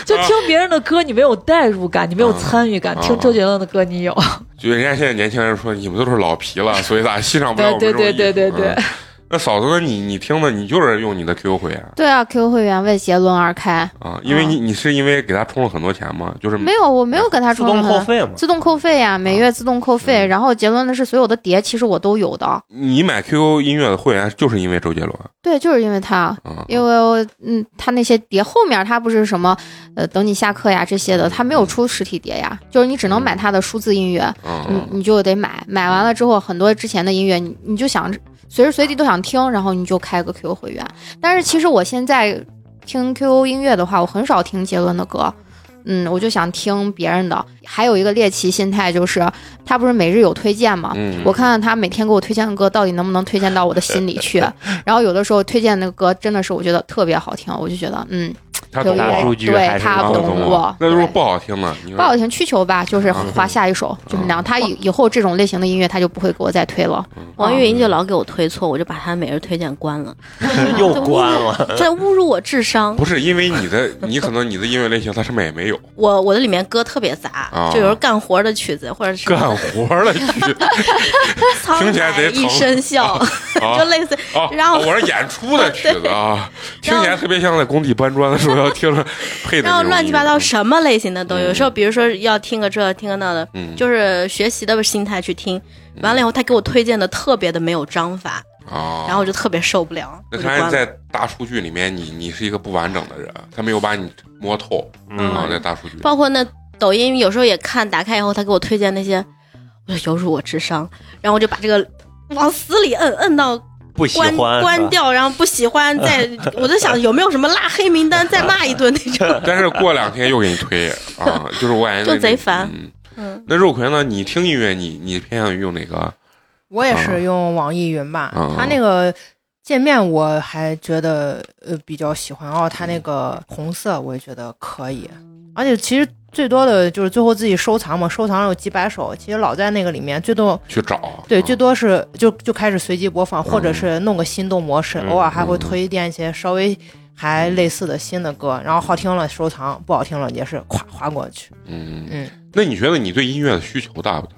E: 就听别人的歌，你没有代入感，你没有参与感。
A: 啊
E: 听周杰伦的歌，你有。
A: 就人家现在年轻人说你们都是老皮了，所以咋欣赏不了我
E: 对
A: 们这
E: 对
A: 种
E: 对对对
A: 艺术嗯。
E: 对
A: 那嫂子呢？你你听的，你就是用你的 QQ 会员
B: 对啊，Q 会员为杰伦而开。
A: 啊，因为你你是因为给他充了很多钱嘛，就是
B: 没有，我没有给他
F: 自
B: 充
F: 动
B: 很多
F: 扣费嘛，
B: 自动扣费啊呀，每月自动扣费。
A: 嗯
B: 然后杰伦的是所有的碟，其实我都有的。
A: 你买 QQ 音乐的会员就是因为周杰伦
B: 对，就是因为他，
A: 啊。
B: 因为我嗯，他那些碟后面他不是什么呃，等你下课呀这些的，他没有出实体碟呀，就是你只能买他的数字音乐，
A: 嗯
B: 你
A: 嗯
B: 你就得买。买完了之后，很多之前的音乐你你就想随时随地都想听，然后你就开个 QQ 会员。但是其实我现在听 QQ 音乐的话，我很少听杰伦的歌。嗯，我就想听别人的。还有一个猎奇心态就是，他不是每日有推荐吗？
A: 嗯
B: 我看看他每天给我推荐的歌到底能不能推荐到我的心 里去。然后有的时候推荐那个歌真的是我觉得特别好听，我就觉得嗯
A: 他懂
B: 有
F: 大
B: 一
A: 我，
B: 点
F: 数据
B: 对
F: 还是
B: 他
A: 啊
F: 能
B: 懂
A: 懂
F: 懂
B: 我
A: 那如果
B: 对
A: 不好听呢？你说
B: 不好听去球吧，就是
A: 啊
B: 划下一首，就是那样。他以以后这种类型的音乐他就不会给我再推了。
D: 王岳云就老给我推错，我就把他每日推荐关 了，
F: 又关 了。
D: 在侮辱我智商。
A: 不是因为你的，你可能你的音乐类型它上面也没有
D: 我我的里面歌特别杂，
A: 啊
D: 就有时候干活的曲子或者是
A: 干活儿了去
D: 沧
A: 听起来
D: 海
A: 贼
D: 一
A: 疼
D: 声笑，
A: 啊
D: 就。类似
A: 哦，
D: 然后
A: 我是演出 的曲子啊，听起来特别像在工地搬砖的时候要听着配的那种音乐，
D: 然后乱七八糟什么类型的都有。
A: 嗯
D: 有时候比如说要听个这听个那的，
A: 嗯，
D: 就是学习的心态去听。完了以后，他给我推荐的特别的没有章法，
A: 啊，
D: 然后我就特别受不了，
A: 那
D: 我就
A: 看
D: 关
A: 来
D: 了。
A: 在大数据里面，你你是一个不完整的人，他没有把你摸透啊，
F: 嗯，
A: 在大数据里。
D: 包括那抖音，有时候也看，打开以后他给我推荐那些，我就有辱我智商，然后我就把这个往死里摁，摁到
F: 不喜
D: 关
F: 欢
D: 关。掉，然后不喜欢， 再我在想有没有什么拉黑名单，再骂一顿那 种。
A: 但是过两天又给你 推啊，就是我感觉那
D: 就贼烦
A: 嗯
D: 嗯，
A: 那肉葵呢？你听音乐，你你偏向于用哪个
C: 我也是用网易云吧，
A: 嗯
C: 它那个界面我还觉得呃比较喜欢哦，它那个红色我也觉得可以，而且其实最多的就是最后自己收藏嘛，收藏了有几百首，其实老在那个里面，最多
A: 去找？
C: 对
A: 啊
C: 最多是就就开始随机播放，或者是弄个心动模式，
F: 嗯
C: 偶尔还会推荐一些稍微还类似的新的歌，然后好听了收藏，不好听了也是咵划过去，
A: 嗯
C: 嗯。
A: 那你觉得你对音乐的需求大不大？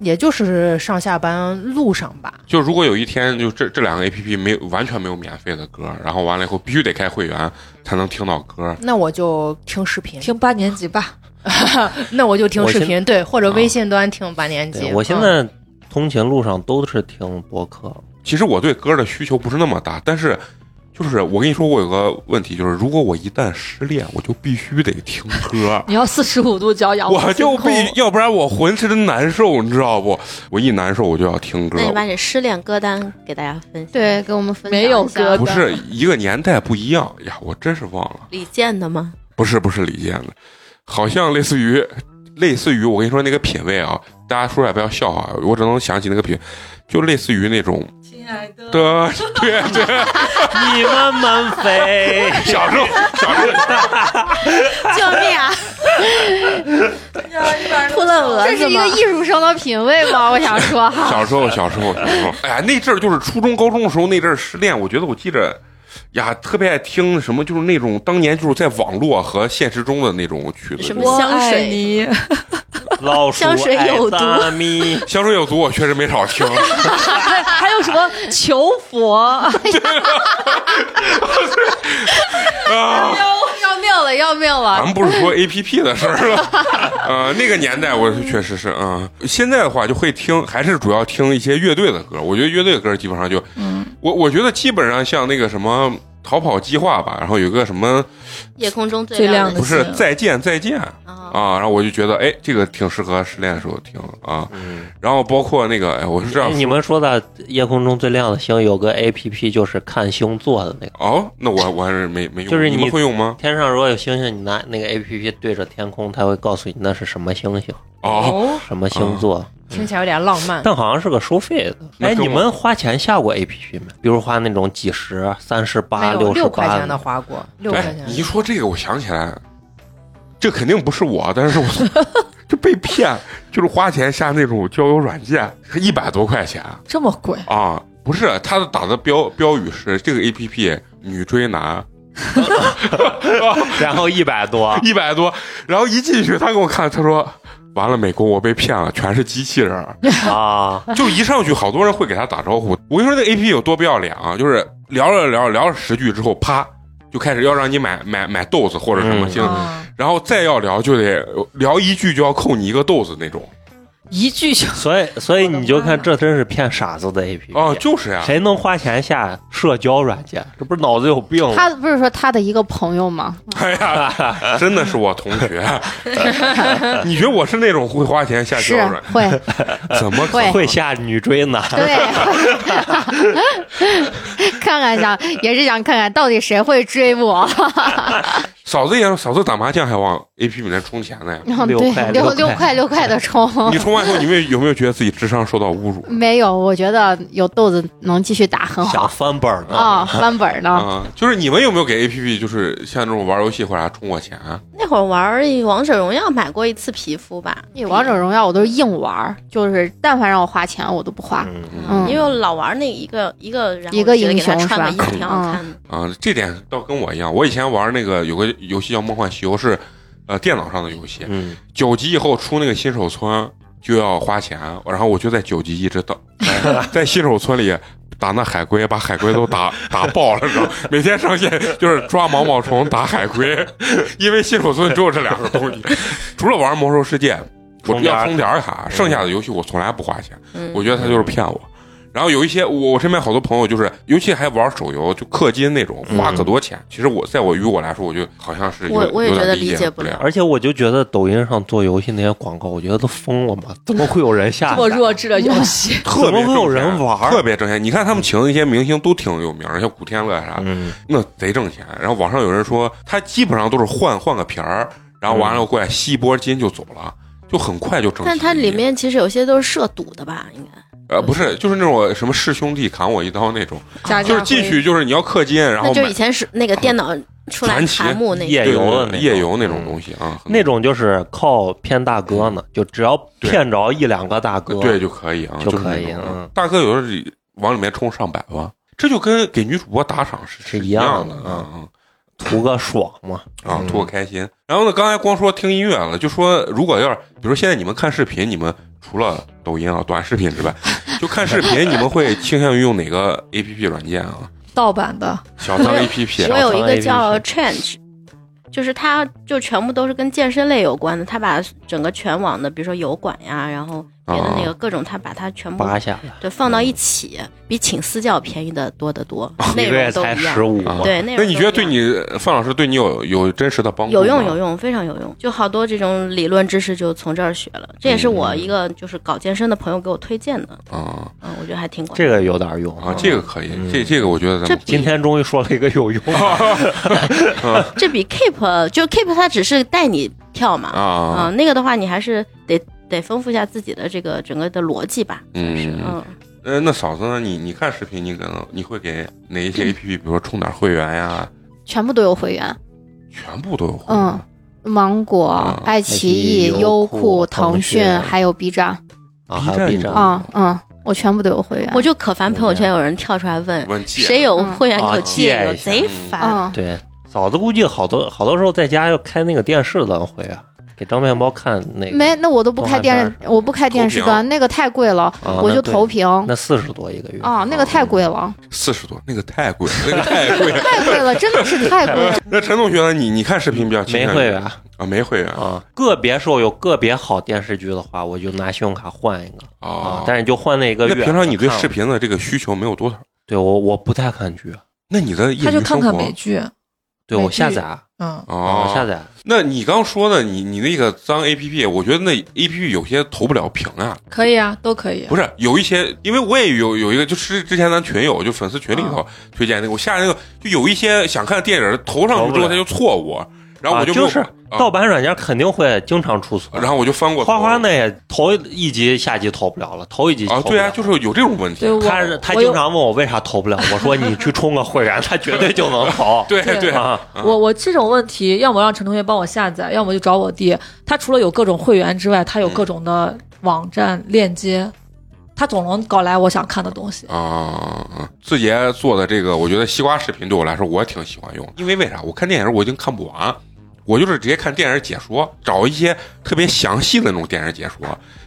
C: 也就是上下班路上吧，
A: 就如果有一天，就这这两个 A P P 没有完全没有免费的歌，然后完了以后必须得开会员才能听到歌，
C: 那我就听视频，
E: 听八年级吧，，
C: 那我就听
F: 我
C: 视
F: 现
C: 频，对，或者
A: 啊
C: 微信端听八年级。
F: 对我现
C: 嗯
F: 在通勤路上都是听播 客，
A: 其实我对歌的需求不是那么大，但是就是我跟你说，我有个问题，就是如果我一旦失恋，我就必须得听歌
E: 你要四十五度角仰望
A: 我就
E: 星空
A: 必，要不然我浑身难受，你知道不？我一难受我就要听歌
D: 那。你把你失恋歌单给大家分享。，
B: 对，给我们分享
E: 没有
B: 一下
E: 歌
A: 不是一个年代不一样哎呀，我真是忘了，
D: 李健的吗？
A: 不是不是李健的，好像类似于类似于我跟你说那个品味啊，大家说出来不要笑话，我只能想起那个品，就类似于那种
E: 亲爱
B: 嗯
E: 的
A: 的，对对，
F: 你慢慢 飞。
A: 小时候小时候
B: 救命啊！
E: 扑棱
B: 这是一个艺术生的品味吗？我想说哈，
A: 小时候小时候小时候，哎呀，那阵儿就是初中高中的时候，那阵儿失恋，我觉得我记着。呀，特别爱听什么，就是那种当年就是在网络和现实中的那种曲子。
B: 什么
E: 我
B: 香
E: 爱
B: 水
E: 你，
F: 老鼠
D: 香水有毒
F: 爱大 米，
A: 香水有毒，我确实没少听。
E: 还还有什么求佛？
B: 要命了，要命
A: 咱
B: 了！
A: 们不是说 A P P 的事儿了， 呃，那个年代我确实是啊、现在的话就会听，还是主要听一些乐队的歌。我觉得乐队的歌基本上就，我我觉得基本上像那个什么逃跑计划吧，然后有个什么
D: 夜空中
E: 最
D: 最
E: 亮
D: 亮
E: 的
A: 不是
E: 行
A: 再见再见
D: 啊，
A: 啊，然后我就觉得哎，这个挺适合失恋的时候听啊。然后包括那个哎，我是这样
F: 哎嗯你们说的夜空中最亮的星有个 A P P，就是看星座的那个。
A: 哦，那我我还是没没用，
F: 就是
A: 你
F: 你
A: 们会用吗？
F: 天上如果有星星，你拿那个 A P P 对着天空，它会告诉你那是什么星星、
A: 哦，
C: 哦，
F: 什么星座。
C: 听起来有点浪漫。
F: 但好像是个收费的。
A: 那
F: 哎，
A: 跟我
F: 你们花钱下过 A P P 没？比如花那种几十、三十
C: 没
F: 八、
C: 有
F: 十
C: 六块
F: 八
C: 钱的花过，六块
A: 哎
C: 钱，的
A: 你一说这个，我想起来，这肯定不是我，但是我 就被骗，就是花钱下那种交友软件，一百多块钱
E: 这么贵？
A: 啊！不是，他打的标标语是这个 A P P 女追男，。
F: 然后一百多
A: 一百多，然后一进去，他给我看，他说。完了，美工，我被骗了，全是机器人儿。
F: 啊，
A: 就一上去，好多人会给他打招呼。我跟你说，那 A P P 有多不要脸啊！就是聊着聊着聊了十句之后，啪，就开始要让你买买买豆子或者什么
F: 嗯
A: 新的
E: 啊
A: 然后再要聊就得聊一句就要扣你一个豆子那种
E: 一句就
F: 所以所以你就看，这真是骗傻子的 A P P
A: 啊，就是呀，
F: 哎谁能花钱下社交软件？这不是脑子有病吗？
B: 他不是说他的一个朋友吗？
A: 哎呀，真的是我同学， 你觉得我是那种会花钱下交
B: 是
D: 啊
A: 友软？
B: 会，
A: 怎么可
B: 会
A: 能？
F: 会下女追男，
B: 对， 看看想也是想看看到底谁会追我。
A: 嫂子也嫂子打麻将还往 A P P 里面充钱呢。
B: 然后
F: 六
B: 对
F: 块
B: 六
F: 六
B: 六
F: 块
B: 块六块的充，
D: 哦
A: 你充完以后，你们有没有觉得自己智商受到侮辱
D: 嗯
B: 没有，我觉得有豆子能继续打
D: 哦
B: 很
F: 想
B: 好
F: 翻本儿呢。
B: 啊，翻本儿呢。
A: 啊？就是你们有没有给 A P P 就是像这种玩游戏或者啥充过钱啊？
D: 那会儿玩王者荣耀买过一次皮肤吧，
B: 王者荣耀我都是硬玩儿，就是但凡让我花钱我都不花。
F: 嗯，
D: 嗯，
B: 嗯
D: 因为老玩那一个一个，然后
B: 一个
D: 觉得给他
B: 英雄
D: 穿个
B: 是
D: 衣
B: 吧嗯
D: 服挺好看的。
A: 啊，这点倒跟我一样。我以前玩那个有个游戏叫《梦幻西游》，是呃电脑上的游戏，
F: 嗯，
A: 九级以后出那个新手村就要花钱，然后我就在九级一直等，在在新手村里打那海龟，把海龟都打打爆了，知道吗？每天上线就是抓毛毛虫、打海龟，因为新手村只有这两个东西，除了玩魔兽世界，我
F: 充点
A: 要
F: 儿
A: 充点儿卡，剩下的游戏我从来不花钱，
D: 嗯，
A: 我觉得他就是骗我。然后有一些我我身边好多朋友就是，尤其还玩手游，就氪金那种，花可多钱。其实我在我于我来说，我就好像是有
D: 我我也
A: 有
D: 觉
A: 点
D: 得
A: 理
D: 理解
A: 不
D: 不了
F: 而且我就觉得抖音上做游戏那些广告，我觉得都疯了嘛，怎么会有人下
E: 这
F: 载？
E: 么弱智的游戏，
A: 特别
F: 怎么会有人玩儿
A: 特别挣钱。你看他们请的那些明星都挺有名儿，像古天乐啥，
F: 嗯，
A: 那贼挣钱。然后网上有人说，他基本上都是换换个皮儿，然后完
F: 嗯
A: 了过来吸一波金就走了。就很快就挣钱，
D: 但它里面其实有些都是涉赌的吧，应该
A: 呃不是，就是那种什么师兄弟砍我一刀那种，
E: 家
A: 就是进去就是你要氪金，然后
D: 那就
A: 买
D: 以前是那个电脑出来
A: 传奇
D: 弹幕那个，
F: 夜
A: 对
F: 游
A: 对
F: 的那
A: 对
F: 种
A: 夜游那种
F: 嗯
A: 东西啊，很
F: 那种就是靠骗大哥呢，就只要骗着一两个大哥，
A: 嗯对就可以啊，
F: 就
A: 就是那
F: 可以
A: 种
F: 嗯
A: 大哥有时候往里面充上百万，这就跟给女主播打赏是
F: 是
A: 一
F: 一样
A: 的
F: 的
A: 啊
F: 嗯
A: 啊。
F: 图个爽嘛。
A: 啊，
F: 嗯
A: 图个开心。然后呢，刚才光说听音乐了，就说如果要是，比如现在你们看视频，你们除了抖音啊、短视频之外，就看视频，你们会倾向于用哪个 A P P 软件啊？
E: 盗版的，
A: 小张 A P P
D: 我
A: 啊，
D: 有一
F: 小
D: 个
F: 仓
D: 叫
F: APP
D: Change，就是它就全部都是跟健身类有关的，它把整个全网的，比如说油管呀，然后别的
A: 哦啊
D: 那个各种，它把它全部
F: 扒嗯下来，
D: 对放到一起，比请私教便宜的多得多， 内
F: 一个月
D: 容都
F: 才
D: 一
F: 十
D: 样。
F: 五
A: 啊
F: 嘛。
D: 对，内
A: 那
D: 容
A: 你
D: 都
A: 觉得嗯
D: 一
A: 对
D: 样
A: 你范老师对你有有真实的帮助？
D: 有用有。用，非常有用，就好多这种理论知识就从这儿学了。这也是我一个就是搞健身的朋友给我推荐的，
A: 啊
D: 嗯，我觉得还挺管用。
F: 这个有点用
A: 啊，这个可以，这这个我觉得咱
D: 嗯这
A: 们
F: 今天终于说了一个有用的，
D: 这比 Keep 就 Keep 它只是带你跳嘛，
A: 啊
D: 嗯，那个的话你还是得得丰富一下自己的这个整个的逻辑吧，算是
A: 嗯
D: 嗯。
A: 呃，那嫂子呢？你你看视频，你可能你会给哪一些 A P P，比如说充点会员呀，
B: 全部都有会员，
A: 全部都有会员。
B: 嗯芒果
A: 啊、
B: 爱奇艺、
F: 爱
B: 优
F: 奇艺优
B: 酷、
F: 酷
B: 腾
F: 腾讯
B: 讯还有 B 站。
F: 啊，还有
A: B 站
F: B 站
A: 有
B: 啊嗯，我全部都有会员。
D: 我就可烦朋友圈有人跳出来 问
A: 问借
D: 谁有
B: 嗯
D: 会员给
F: 啊
D: 我借
F: 借
D: 一
F: 一
D: 个，
F: 下
D: 贼
A: 嗯
D: 烦。
B: 嗯，
F: 对，嫂子估计好多好多时候在家要开那个电视端会啊，给张面包看那个。
B: 没，那我都不
F: 动
B: 开
F: 画
B: 电
F: 片
B: 视，我不开电视
A: 投屏
B: 端，那个太贵了，
F: 啊
B: 我
F: 那
B: 就
F: 对
B: 投屏。
F: 那四十多一个月
B: 啊，那个太贵了，
A: 四十多，那个太贵，了，那个太贵。 了。
B: 太贵了，真的是太贵了。
A: 那陈同学呢？你你看视频比较倾
F: 没
A: 向于
F: 会员
A: 啊？没会员
F: 啊。个别时候有个别好电视剧的话，我就拿信用卡换一个啊
A: 哦，
F: 但是就换那一个
A: 那
F: 月。
A: 平常你对
F: 看
A: 视频的这个需求没有多少？
F: 对我我不太看剧，
A: 那你的业
E: 他就
A: 余
E: 看
A: 生
E: 看美
A: 活
E: 剧，
F: 对
E: 美
F: 我下
E: 剧
F: 载
E: 嗯，
F: 啊，
A: 哦
F: 我，下载
A: 那你刚说的，你你那个脏 A P P，我觉得那 A P P 有些投不了屏啊，
E: 可以啊，都可以。
A: 不是有一些，因为我也有有一个，就是之前咱群友就粉丝群里头
E: 啊
A: 推荐那个，我下那个就有一些想看的电影投上去之后它就错误，然后我
F: 啊
A: 没有
F: 就是
A: 啊
F: 盗版软件肯定会经常出错。
A: 然后我就翻过头
F: 花花那也头一集下集投不了了，头一集
A: 啊，
F: 投不
A: 对
F: 了
A: 啊，就是有这种问题
E: 对，，我
F: 他他
E: 我有
F: 经常问我为啥投不了，我说你去充个会员，他绝对就能投。
A: 对
E: 对
A: 对
F: 啊，
E: 我我这种问题，要么让陈同学帮我下载，要么就找我弟。他除了有各种会员之外，他有各种的网站链接，他总能搞来我想看的东西。
A: 啊，字节做的这个，我觉得西瓜视频对我来说我也挺喜欢用的，因为为啥？我看电影我已经看不完，我就是直接看电影解说，找一些特别详细的那种电影解说，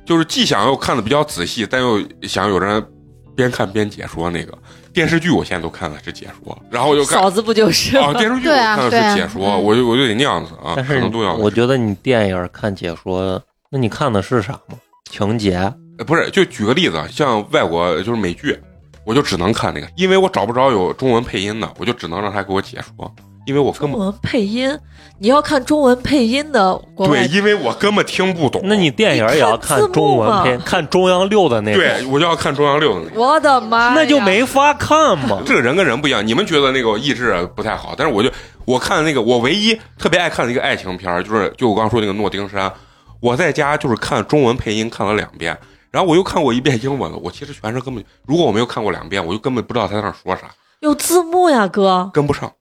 A: 就是既想要看的比较仔细，但又想有人边看边解说那个电视剧，我现在都看的是解说，然后又看
E: 嫂子不就是吗？
A: 啊电视剧
B: 对
A: 我
B: 啊
A: 看的
B: 对啊
A: 是解说，
B: 嗯
A: 我就我就得那样子啊，
F: 但
A: 可
F: 是
A: 能都要
F: 我觉得你电影看解说，那你看的是啥吗？情节
A: 呃不是，就举个例子，像外国就是美剧，我就只能看那个，因为我找不着有中文配音的，我就只能让他给我解说，因为我根
E: 中
A: 本。
E: 文配音，你要看中文配音的国
A: 对，
E: 外
A: 因为我根本听不懂。
F: 那你电影也要
E: 你
F: 看
E: 看字幕啊
F: 中
E: 吧
F: 文片，看中央六的那
A: 对
F: 种，
A: 我就要看中央六的那个。
E: 我的妈呀，
F: 那就没法看 嘛。
A: 这个人跟人不一样，你们觉得那个意志不太好，但是我就我看那个，我唯一特别爱看的一个爱情片儿，就是就我刚说那个《诺丁山》，我在家就是看中文配音看了两遍，然后我又看过一遍英文的。我其实全程根本，如果我没有看过两遍，我就根本不知道他在那儿说啥，
E: 有字幕 呀，哥。
A: 跟不上，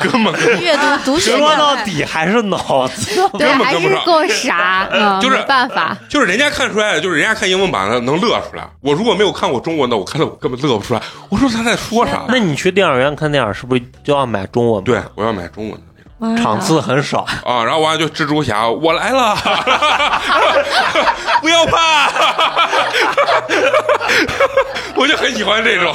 A: 根本跟
B: 阅读 读写
F: 说
B: 障
F: 到
B: 碍
F: 底还是脑子。
B: 对，
A: 根本
B: 还
A: 跟不
B: 是
A: 上
B: 够傻，嗯，
A: 就是
B: 没办法。
A: 就是人家看出来的，就是人家看英文版的能乐出来。我如果没有看过中文的，我看的我根本乐不出来。我说他在说啥？
F: 那你去电影院看电影是不是就要买中文？，
A: 啊对，我要买中文的。
E: 妈呀
F: 场次很少。
A: 啊，然后完了就蜘蛛侠，我来了， 不要怕，我就很喜欢这种，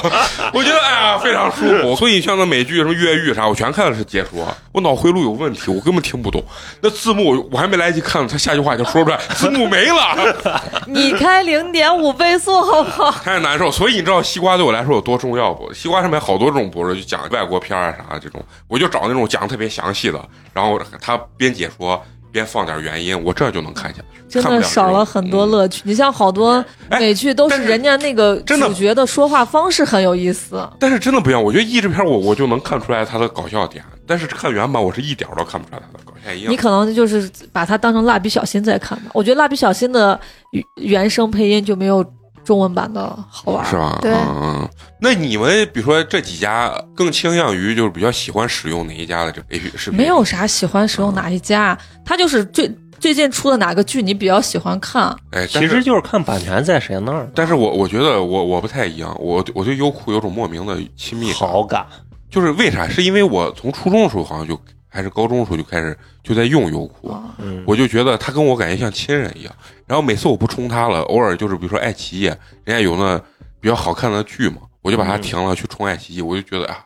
A: 我觉得哎呀非常舒服。所以像那美剧什么越狱啥，我全看的是解说，我脑回路有问题，我根本听不懂。那字幕我还没来得及看，他下句话就说出来，字幕没了，
E: 你开零点五倍速好不好？
A: 太难受。所以你知道西瓜对我来说有多重要不？西瓜上面好多这种博主就讲外国片啊啥这种，我就找那种讲的特别详细的，然后他边解说。边放点原因，我这就能看下去。
E: 真
A: 看不了
E: 的
A: 这
E: 少
A: 种
E: 了很多
A: 嗯
E: 乐趣。你像好多
A: 哎
E: 美剧都是
A: 但是
E: 人家那个
A: 真的
E: 主角的说话方式很有意思，
A: 嗯但是真的不一样，我觉得译制片我我就能看出来它的搞笑点，但是看原版我是一点儿都看不出来它的搞笑
E: 你
A: 点。
E: 可能就是把它当成蜡笔小新在看吧。我觉得蜡笔小新的原原声配音就没有中文版的好玩。
A: 是吧？
B: 对
A: 嗯嗯。那你们比如说这几家更倾向于就是比较喜欢使用哪一家的这个 A P 视频？
E: 没有啥喜欢使用哪一家，他就是最最近出的哪个剧你比较喜欢看，
A: 哎，但
F: 其
A: 是
F: 实就是看版权在谁那儿
A: 但是我我觉得我我不太一样，我我对优酷有种莫名的亲密
F: 的
A: 感
F: 好感。
A: 啊就是为啥？是因为我从初中的时候好像就还是高中的时候就开始就在用优酷，
F: 嗯，
A: 我就觉得他跟我感觉像亲人一样。然后每次我不充他了，偶尔就是比如说爱奇艺，啊人家有那比较好看的剧嘛，我就把它停了，去充爱奇
F: 嗯
A: 艺。我就觉得啊，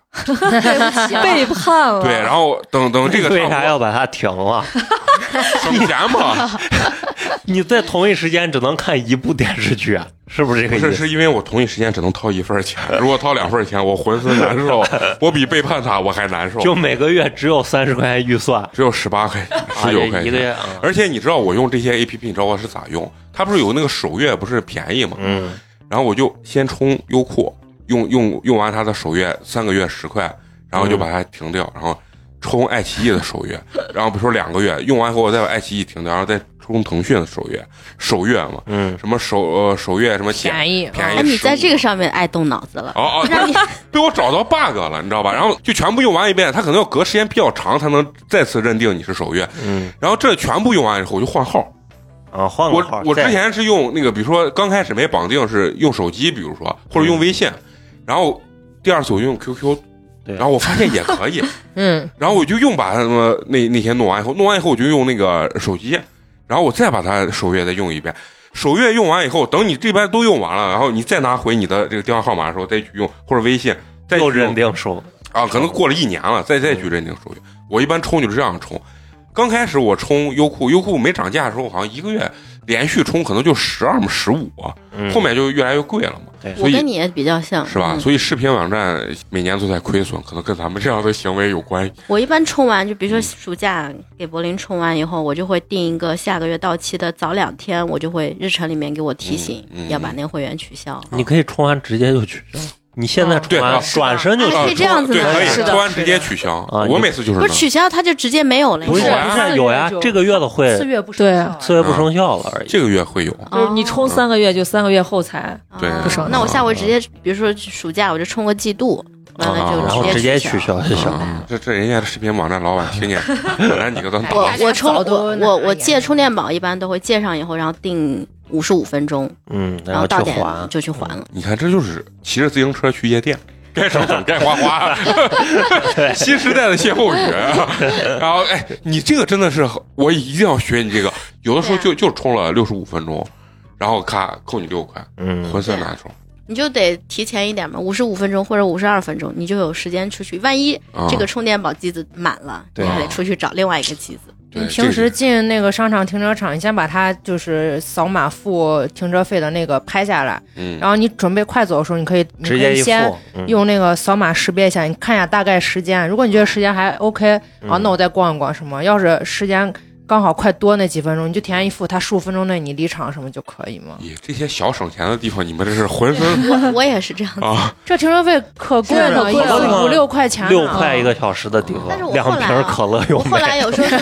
E: 背叛了。
A: 对。然后等 等这个
F: 为啥
A: 差
F: 要把它停了？
A: 不多省钱 嘛？
F: 你在同一时间只能看一部电视剧，啊是不是这
A: 不
F: 个
A: 是，
F: 意思？
A: 是因为我同一时间只能掏一份钱，如果掏两份钱，我浑身难 受，我比背叛他我还难受。
F: 就每个月只有三十块钱预算，
A: 只有十八块钱，
F: 啊
A: 十九块
F: 一个
A: 钱。
F: 月。啊
A: 而且你知道我用这些 A P P，你知道我是咋用？它不是有那个首页不是便宜嘛？
F: 嗯，
A: 然后我就先充优酷，用用用完它的首页三个月十块，然后就把它停
F: 嗯
A: 掉，然后充爱奇艺的首页，然后比如说两个月用完后，我再把爱奇艺停掉，然后再充腾讯的首页，首页嘛，
F: 嗯，
A: 什么首呃首页什么显
C: 便宜，
A: 便宜
G: 哎，你在
A: 15
G: 这个上面爱动脑子了，
A: 哦
G: 让你
A: 哦，被我找到 bug 了，你知道吧？然后就全部用完一遍，它可能要隔时间比较长才能再次认定你是首页。
F: 嗯
A: 然后这全部用完以后，我就换号。
F: 啊，换个号
A: 我我
F: 再
A: 之前是用那个，比如说刚开始没绑定是用手机，比如说
F: 嗯
A: 或者用微信，然后第二次我用 QQ，
F: 对
A: 然后我发现也可 以，
C: 嗯，
A: 然后我就用把它们那那些弄完以后，弄完以后我就用那个手机，然后我再把它首页再用一遍。首页用完以后，等你这边都用完了，然后你再拿回你的这个电话号码的时候，再去用或者微信，再去
F: 又
A: 用
F: 认定手，
A: 啊，可能过了一年了，再再去认定手续。我一般充就是这样充，刚开始我充优酷，优酷没涨价的时候，好像一个月连续充可能就十二嘛十五，啊
F: 嗯
A: 后面就越来越贵了嘛，
F: 对
A: 所
G: 我跟
A: 以。
G: 你也比较像，
A: 是吧？
G: 嗯
A: 所以视频网站每年都在亏损，可能跟咱们这样的行为有关系。
G: 我一般充完，就比如说暑假给柏林充完以后，我就会定一个下个月到期的，早两天我就会日程里面给我提醒、
A: 嗯嗯
G: 要把那个会员取消。
F: 你可以冲完直接就取消，你现在
A: 对
F: 冲完
A: 啊
F: 转身就
G: 哎
F: 取
A: 啊
G: 可以这样子
A: 对，
G: 的
A: 可以
C: 是的
A: 充完
C: 是
A: 直
C: 的
A: 接取消。
F: 啊
A: 我
F: 你
A: 每次就是
G: 不
A: 这
G: 是
A: 么。
G: 取消，它就直接没有了。
F: 不是
A: 有
G: 你
A: 啊
F: 不是有呀
C: 四月，就
F: 这个月的会
C: 四月不
E: 对
C: 生效了
F: 四月不生效了而已。
A: 这个月会有，
E: 就是你
A: 嗯
E: 充三个月，就三个月后才
G: 哦
A: 对
G: 哦
E: 不爽
G: 那我下回直接，比如说暑假我就充个季度，完
A: 啊
F: 然
G: 了
F: 后
G: 就
F: 哦直
G: 接
F: 接取消就行了。
A: 啊这这人家视频网站老板听 见，本来你给他
G: 我
A: 闹
G: 我充
C: 早都
G: 我
C: 那
G: 我
C: 啥
G: 我
C: 呀
G: 借充电宝一般都会借上以后，然后定五十五分钟，
F: 嗯，
G: 然
F: 后去
G: 到点
F: 还，
G: 就去还了。
A: 你看，这就是骑着自行车去夜 店，该省省，该花啊花，新时代的歇后语。啊 然后，哎，你这个真的是，我一定要学你这个。有的时候
C: 啊
A: 就、就充了六十五分钟，然后咔扣你六块，
F: 嗯，
A: 浑身难受。
G: 你就得提前一点嘛，五十五分钟或者五十二分钟，你就有时间出去。万一
A: 啊
G: 这个充电宝机子满了，
F: 对
G: 你还得出去找另外一个机子。
A: 对
C: 你平时
A: 这
C: 进那个商场停车场，你先把它就是扫码付停车费的那个拍下来，
A: 个嗯，
C: 然后你准备快走的时候，你可以你可
F: 直接
C: 以
F: 一
C: 先
F: 付，嗯
C: 用那个扫码识别一下，你看一下大概时间。如果你觉得时间还 OK，啊，
F: 嗯
C: 那我再逛一逛什么。要是时间刚好快多那几分钟，你就提前一付，他十五分钟内你离场什么就可以嘛。
A: 咦，这些小省钱的地方，你们这是浑 身
G: 我我也是这样子，
A: 啊，
C: 这停车费可贵
E: 是
C: 了，
E: 可
C: 一
E: 贵
C: 次
F: 了
C: 五六块钱啊呢，
F: 六块一个小时的地方
G: 但是，我
F: 两
G: 后来
F: 瓶
G: 啊
F: 可乐
G: 我
F: 有
G: 后
F: 没？
G: 来有时候就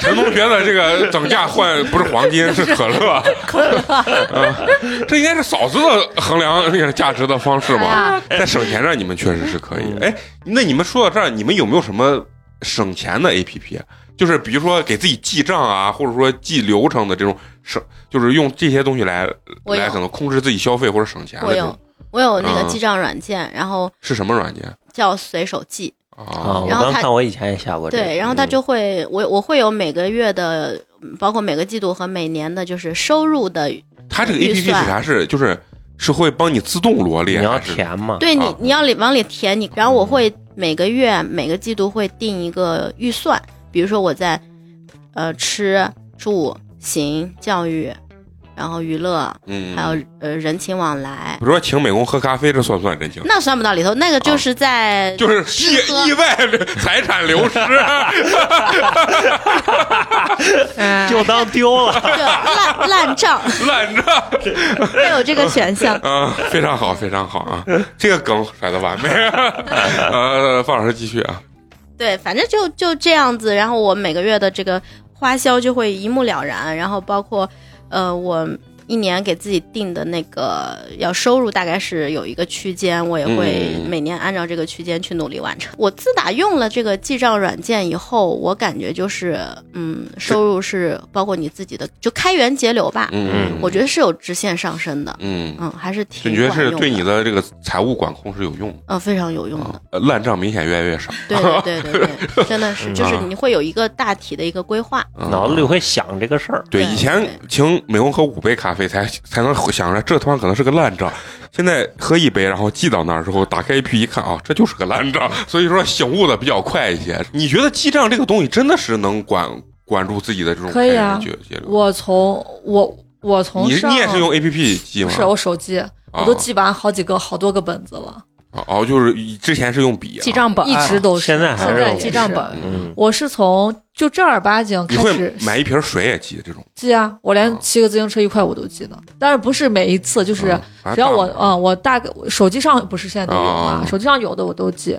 A: 陈同学的这个等价换不是黄金，是可乐。可乐，这应该是嫂子的衡量那个价值的方式吧？
G: 哎
H: 呀，
A: 在省钱上，你们确实是可以。哎，那你们说到这儿，你们有没有什么省钱的 APP？就是比如说给自己记账啊，或者说记流程的这种省，就是用这些东西来
G: 我有
A: 来可能控制自己消费或者省钱的
G: 我
A: 这
G: 有
A: 种，
G: 我有那个
A: 嗯
G: 记账软件，然后
A: 是什么软件
G: 叫随手记，
F: 啊，
A: 啊
F: 我
G: 然后
F: 刚
G: 他
F: 看我以前也下过这个。嗯
G: 对，然后它就会我我会有每个月的，嗯包括每个季度和每年的，就是收入的。
A: 它这个
G: 预
A: APP 是
G: 算
A: 啥？是就是是会帮你自动罗
F: 你
A: 列，
F: 要
A: 还是
F: 填嘛？
G: 对你
A: 啊，
G: 你要里往里填你，然后我会每个月每个季度会定一个预算，比如说我在呃吃住行教育，然后娱乐，
A: 嗯，
G: 还有呃人情往来
A: 比，如说请美工喝咖啡，这算不算人情？
G: 那算不到里头，那个
A: 啊
G: 就是在、
A: 就是
G: 吃喝
A: 意意外财产流失，啊
C: 哎，
F: 就当丢了。
G: 对烂烂账，
A: 烂账。
G: 会有这个选项。
A: 啊，非常好，非常好啊！这个梗甩的完美。啊 呃，范老师继续啊。
G: 对，反正就就这样子。然后我每个月的这个花销就会一目了然，然后包括呃，我一年给自己定的那个要收入大概是有一个区间，我也会
A: 嗯
G: 每年按照这个区间去努力完成。我自打用了这个记账软件以后，我感觉就是嗯，收入是包括你自己的，就开源节流吧。
A: 嗯
G: 我觉得是有直线上升的，
A: 嗯，
G: 嗯，还是
A: 就
G: 挺
A: 你
G: 管
A: 觉得
G: 用的。
A: 是对你的这个财务管控是有用的
G: 嗯，非常有用的
A: 啊。？呃烂账明显越来越少。
G: 对对对对 对，真的是，就是
A: 啊
G: 你会有一个大体的一个规划。
A: 嗯
F: 脑子里会想这个事儿，
A: 对
G: 对
A: 以前请美工喝五杯咖啡才才能想着这他妈可能是个烂账，现在喝一杯然后记到那儿之后打开 A P P 一看啊，这就是个烂账， 所以说醒悟的比较快一些。你觉得记账这个东西真的是能管管住自己的这种
E: 可以啊
A: 开源节节流？
E: 我从我我从
A: 你
E: 上
A: 你也是用 A P P 记
E: 不
A: 吗？
E: 是我手机，我
A: 啊
E: 都记完好几个好多个本子了，
A: 哦哦，就是以之前是用笔、啊、
C: 记账本
E: 一直都是。
F: 哎现在还
E: 现
F: 是
E: 在
F: 有
E: 也
C: 记账
E: 是
C: 本，
F: 嗯，
E: 我是从就正儿八经
A: 你
E: 开
A: 会
E: 始
A: 买一瓶水也记这种？
E: 记啊，我
A: 嗯
E: 连骑个自行车一块五都记得，但是不是每一次，就是啊
A: 嗯反正
E: 只要
A: 大
E: 我
A: 部分
E: 嗯，我大概手机上不是现在都有
A: 啊嗯
E: 嘛，手机上有的我都记。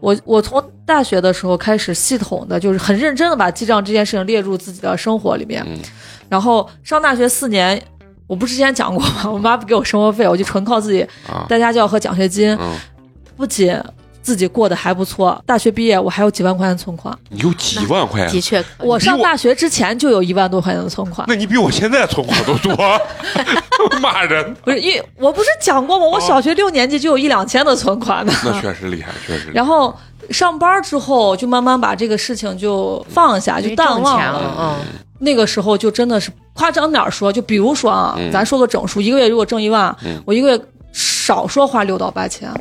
E: 我我从大学的时候开始系统的，就是很认真的把记账这件事情列入自己的生活里面。
A: 嗯
E: 然后上大学四年，我不是之前讲过吗？我 妈不给我生活费，我就纯靠自己
A: 啊，
E: 带家教和奖学金，
A: 嗯，
E: 不仅自己过得还不错，大学毕业我还有几万块钱存款。
A: 你有几万块啊
D: 的？确可以，
E: 我上大学之前就有一万多块钱的存款。
A: 那你比我现在存款都多，骂人！
E: 不是，因为我不是讲过吗？
A: 哦
E: 我小学六年级就有一两千的存款呢。
A: 那确实厉害，确实厉害。
E: 然后上班之后，就慢慢把这个事情就放下，就淡忘
C: 钱
E: 了。
C: 了，嗯，
E: 那个时候就真的是夸张点儿说，就比如说啊，
A: 嗯
E: 咱说个整数，一个月如果挣一万，
A: 嗯
E: 我一个月少说花六到八千，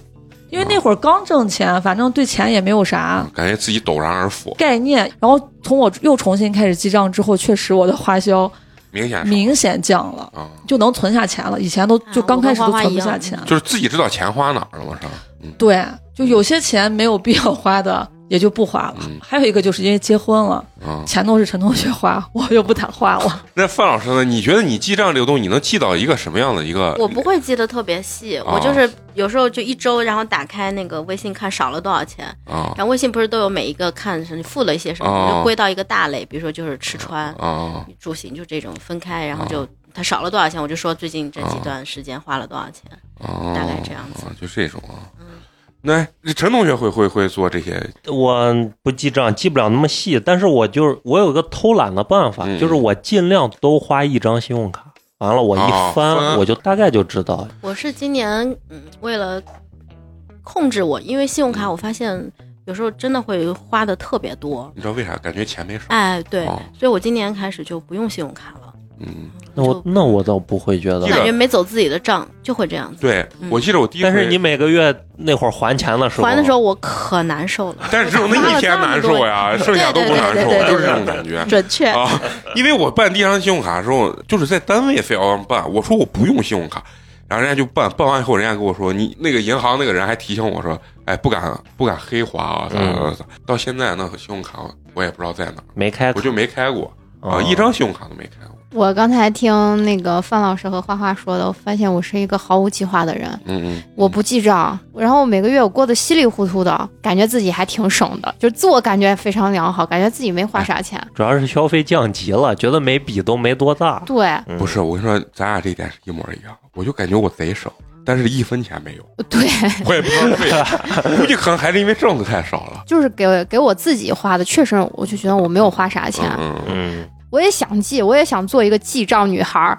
E: 因为那会儿刚挣钱，反正对钱也没有啥。
A: 感觉自己陡然而富，
E: 概念，然后从我又重新开始记账之后，确实我的花销
A: 明显是
E: 明显降了，
A: 啊，
E: 就能存下钱了。以前都就
D: 啊
E: 刚
D: 我
E: 开
D: 跟
E: 始都
D: 花花
E: 存
D: 一
E: 不下
D: 样
E: 钱，
A: 就是自己知道钱花哪儿了嘛，是吧？嗯，
E: 对，就有些钱没有必要花的，也就不花了。
A: 嗯
E: 还有一个就是因为结婚了，
A: 啊，
E: 钱都是陈同学花，我又不咋花了。
A: 那范老师呢？你觉得你记账这个东西，你能记到一个什么样的一个？
D: 我不会记得特别细，
A: 哦
D: 我就是有时候就一周，然后打开那个微信看少了多少钱，
A: 啊
D: 然后微信不是都有每一个看是你付了一些什么，
A: 哦
D: 我就归到一个大类，比如说就是吃穿、
A: 啊
D: 住行就这种分开，然后就它少了多少钱，我就说最近这几
A: 哦
D: 段时间花了多少钱，
A: 啊！
D: 大概这样子
A: 啊，就这种啊。那陈同学会会会做这些
F: 我不记账，记不了那么细，但是我就是我有个偷懒的办法，
A: 嗯
F: 就是我尽量都花一张信用卡。完了，我
A: 啊
F: 一翻、
A: 翻
F: 我就大概就知道。
D: 我是今年嗯，为了控制我，因为信用卡我发现有时候真的会花的特别多，
A: 你知道为啥？感觉钱没少。
D: 哎，对，
A: 哦
D: 所以我今年开始就不用信用卡了，
A: 嗯，
F: 那我那我倒不会觉得
A: 记。得
D: 感觉没走自己的账就会这样子。
A: 对，
D: 嗯
A: 我记得我第一回，
F: 但是你每个月那会儿还钱的时候，
D: 还的时候我可难受了，
A: 但是只有那一天难受呀，剩下都不难受，就是这种感觉。
D: 准 确。
A: 啊，因为我办第一张信用卡的时候，就是在单位非要办，我说我不用信用卡，然后人家就办，办完以后人家跟我说，你那个银行那个人还提醒我说，哎，不敢不敢黑花啊，咋咋咋，到现在那个信用卡我也不知道在哪儿，
F: 没开
A: 我
F: 口
A: 就没开过啊，
F: 啊
A: 一张信用卡都没开过，
B: 我刚才听那个范老师和花花说的，我发现我是一个毫无计划的人，
A: 嗯嗯，
B: 我不记账，然后每个月我过得稀里糊涂的，感觉自己还挺省的，就自我感觉非常良好，感觉自己没
A: 哎
B: 花啥钱。
F: 主要是消费降级了，觉得每笔都没多大。
B: 对
F: 嗯
A: 不是，我跟你说，咱俩这一点是一模一样，我就感觉我贼省，但是一分钱没有，
B: 对，
A: 我也不知道为啥， 估计可能还是因为挣的太少了，
B: 就是给给我自己花的，确实我就觉得我没有花啥钱。
A: 嗯嗯，
F: 嗯，
B: 我也想记，我也想做一个记账女孩儿，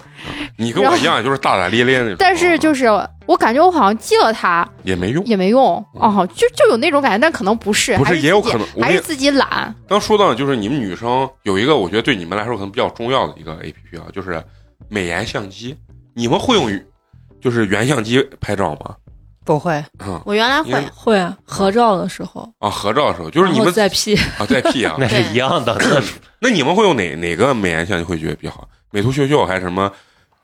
A: 你跟我一样，就是大大咧咧那种，
B: 但是就是是我感觉我好像记了它
A: 也没用。
B: 也没用哦，就就有那种感觉，但可能不是，
A: 嗯不是
B: 还是
A: 也有
B: 自己
A: 可能我
B: 还
A: 也
B: 是自己懒。
A: 刚说到就是你们女生有一个，我觉得对你们来说可能比较重要的一个 A P P 啊，就是美颜相机。你们会用就是原相机拍照吗？
C: 不会，
A: 嗯
D: 我原来
A: 因为
D: 会，
E: 会啊合照的时候，
A: 啊，合照的时候就是你
E: 然后
A: 们
E: 再 P，
A: 啊在 P 啊，
F: 那是一样的。 那是
A: 那你们会用哪哪个美颜相机会觉得比较好？美图秀秀还是什么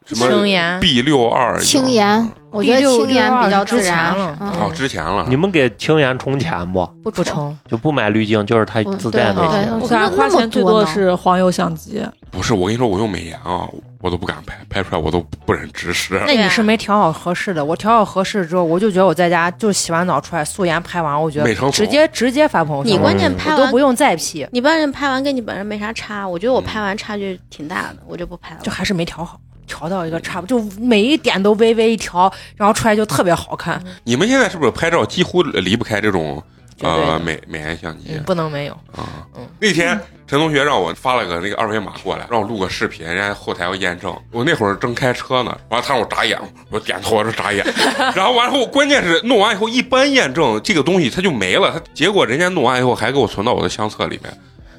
A: 什
C: 青
A: 么
C: 颜
A: B 六二
B: 青颜，我觉得
C: 六
B: 青颜比较
C: 之
B: 自
C: 前
B: 然
C: 了，
B: 嗯
A: 啊哦，之前了
F: 你们给青颜充钱不？
B: 不
C: 不
B: 不。
C: 成，
F: 就不买滤镜，就是它
B: 嗯
F: 自带
B: 对
F: 那
B: 对
F: 些。
E: 我
B: 怎么
E: 感觉啊花
B: 那么
E: 钱最
B: 多
E: 多
B: 呢
E: 是黄油相机，
A: 不是，我跟你说，我用美颜啊，我都不敢拍，拍出来我都不忍直视。
C: 那你是没调好合适的。我调好合适之后，我就觉得我在家就洗完澡出来素颜拍完，我觉
A: 美成
C: 得
A: 怂
C: 直接直接发朋友圈，
D: 你
F: 关
D: 关键拍
C: 都
D: 完
C: 不，用再 P，
D: 你帮人拍完跟你本人没啥差，我觉得我拍完差距挺大的，我就不拍了
C: 就。还是没调好，调到一个差不就每一点都微微一调，然后出来就特别好看，
A: 你们现在是不是拍照几乎离不开这种
C: 绝对
A: 呃
C: 的
A: 美美颜相机？
C: 嗯不能没有。
A: 啊
C: 嗯，
A: 那天陈同学让我发了个那个二维码过来，让我录个视频，人家后台要验证。我那会儿正开车呢，完了他让我眨眼，我点头我说眨眼，然后完后关键是弄完以后，一般验证这个东西它就没了，它结果人家弄完以后还给我存到我的相册里面。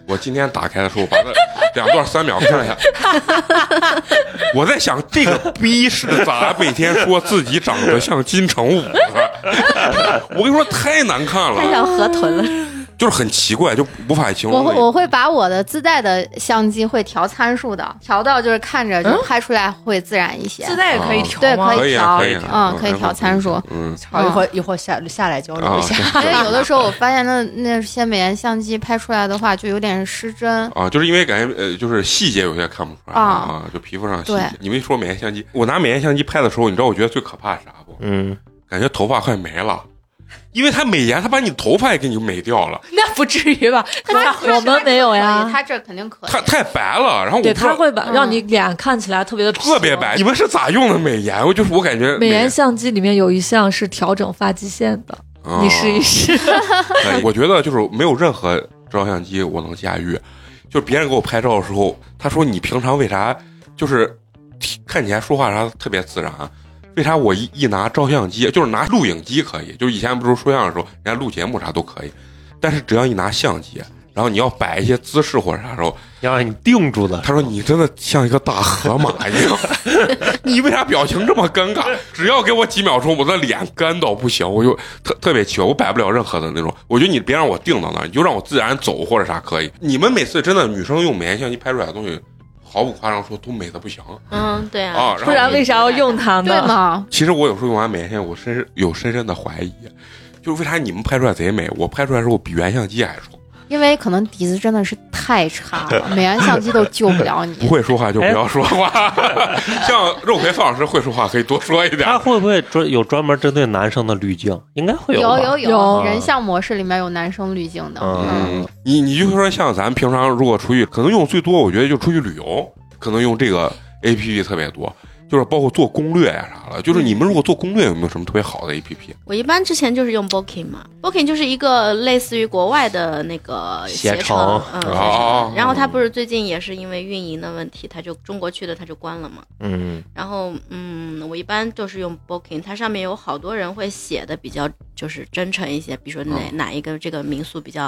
A: 我今天打开的时候，把那两段三秒看了一下，我在想这个逼是咋每天说自己长 得像金城武的？我跟你说太难看了，
D: 太像河豚了，
A: 就是很奇怪，就无法形
B: 我
A: 容
B: 会
A: 的一个。
B: 我会把我的自带的相机会调参数的，调到就是看着就拍出来会嗯自然一些。
E: 自带也可以调
B: 对
E: 吗？
B: 可
A: 可以啊，
B: 调
A: 可以啊，
B: 嗯可以调参数。
A: 嗯，
C: 好，一会儿一会儿下下来交流
A: 啊
C: 一下。
B: 因为哎有的时候我发现那那些美颜相机拍出来的话，就有点失真。
A: 啊，就是因为感觉呃，就是细节有些看不出来
B: 啊
A: 啊，就皮肤上细节
B: 对。
A: 你们一说美颜相机，我拿美颜相机拍的时候，你知道我觉得最可怕是啥不？
F: 嗯，
A: 感觉头发快没了，因为它美颜，它把你头发也给你美掉了，
C: 那不至于吧？
B: 他
E: 我们没有呀
B: 他这肯定可以。
A: 它太白了，然后我
E: 对，
A: 不知
E: 它
A: 道
E: 会把
B: 嗯
E: 让你脸看起来特别的
A: 特别白。。你们是咋用的美颜？我就是我感觉
E: 美颜相机里面有一项是调整发际线的，
A: 啊
E: 你试一试。
A: 可以我觉得就是没有任何照相机我能驾驭，就是别人给我拍照的时候，他说你平常为啥就是提看起来说话啥特别自然，为啥我一一拿照相机，就是拿录影机可以，就是以前不是说相声的时候，人家录节目啥都可以，但是只要一拿相机，然后你要摆一些姿势或者啥时候，
F: 要让你定住的。
A: 他说你真的像一个大河马一样， 你为啥表情这么尴尬？只要给我几秒钟，我的脸干到不行，我就特特别奇怪，我摆不了任何的那种。我觉得你别让我定到那儿，你就让我自然走或者啥可以。你们每次真的女生用美颜相机拍出来的东西，毫不夸张说都美的不行
G: 嗯，对啊，
A: 啊。
E: 不然为啥要用它
B: 对
E: 呢？
B: 吗？
A: 其实我有时候用完美颜相机，我深深有深深的怀疑，就是为啥你们拍出来贼美，我拍出来的时候比原相机还丑。
B: 因为可能底子真的是太差了，美颜相机都救不了
A: 不
B: 你。
A: 会说话就不要说话， 像肉葵范老师会说话可以多说一点。
F: 它会不会专有专门针对男生的滤镜？应该会吧。
B: 有
E: 有
B: 人像模式里面有男生滤镜的，
F: 嗯
A: 嗯，你你就说像咱平常如果出去，可能用最多，我觉得就出去旅游，可能用这个 A P P 特别多，就是包括做攻略呀、啥的。就是你们如果做攻略，有没有什么特别好的 A P P？
G: 我一般之前就是用 Booking 嘛，Booking 就是一个类似于国外的那个
F: 携
G: 程
F: 程，
G: 嗯，携程。
A: 啊，
G: 然后它不是最近也是因为运营的问题，它就中国区的它就关了嘛。
F: 嗯，
G: 然后，嗯，我一般就是用 Booking，它上面有好多人会写的比较就是真诚一些，比如说哪、哪一个这个民宿比较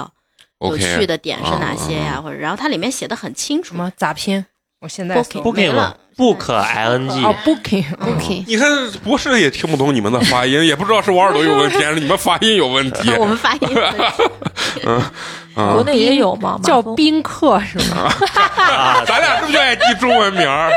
G: 有
A: OK
G: 趣的点是哪些呀、或者然后它里面写的很清
C: 什
G: 楚。
C: 么咋拼？我现在
G: Booking
C: 搜
F: Booking
G: 没了
F: 嘛，book ing
C: 哦，Booking，
B: ，OK，
A: 你看博士也听不懂你们的发音，也不知道是我耳朵有问题还是你们发音有问题
G: 我们发音的
A: 啊
E: 国。内也有嘛，马
C: 叫
E: 蜂
C: 宾客是吗？
F: 啊，
A: 咱俩是不是就爱记中文名儿？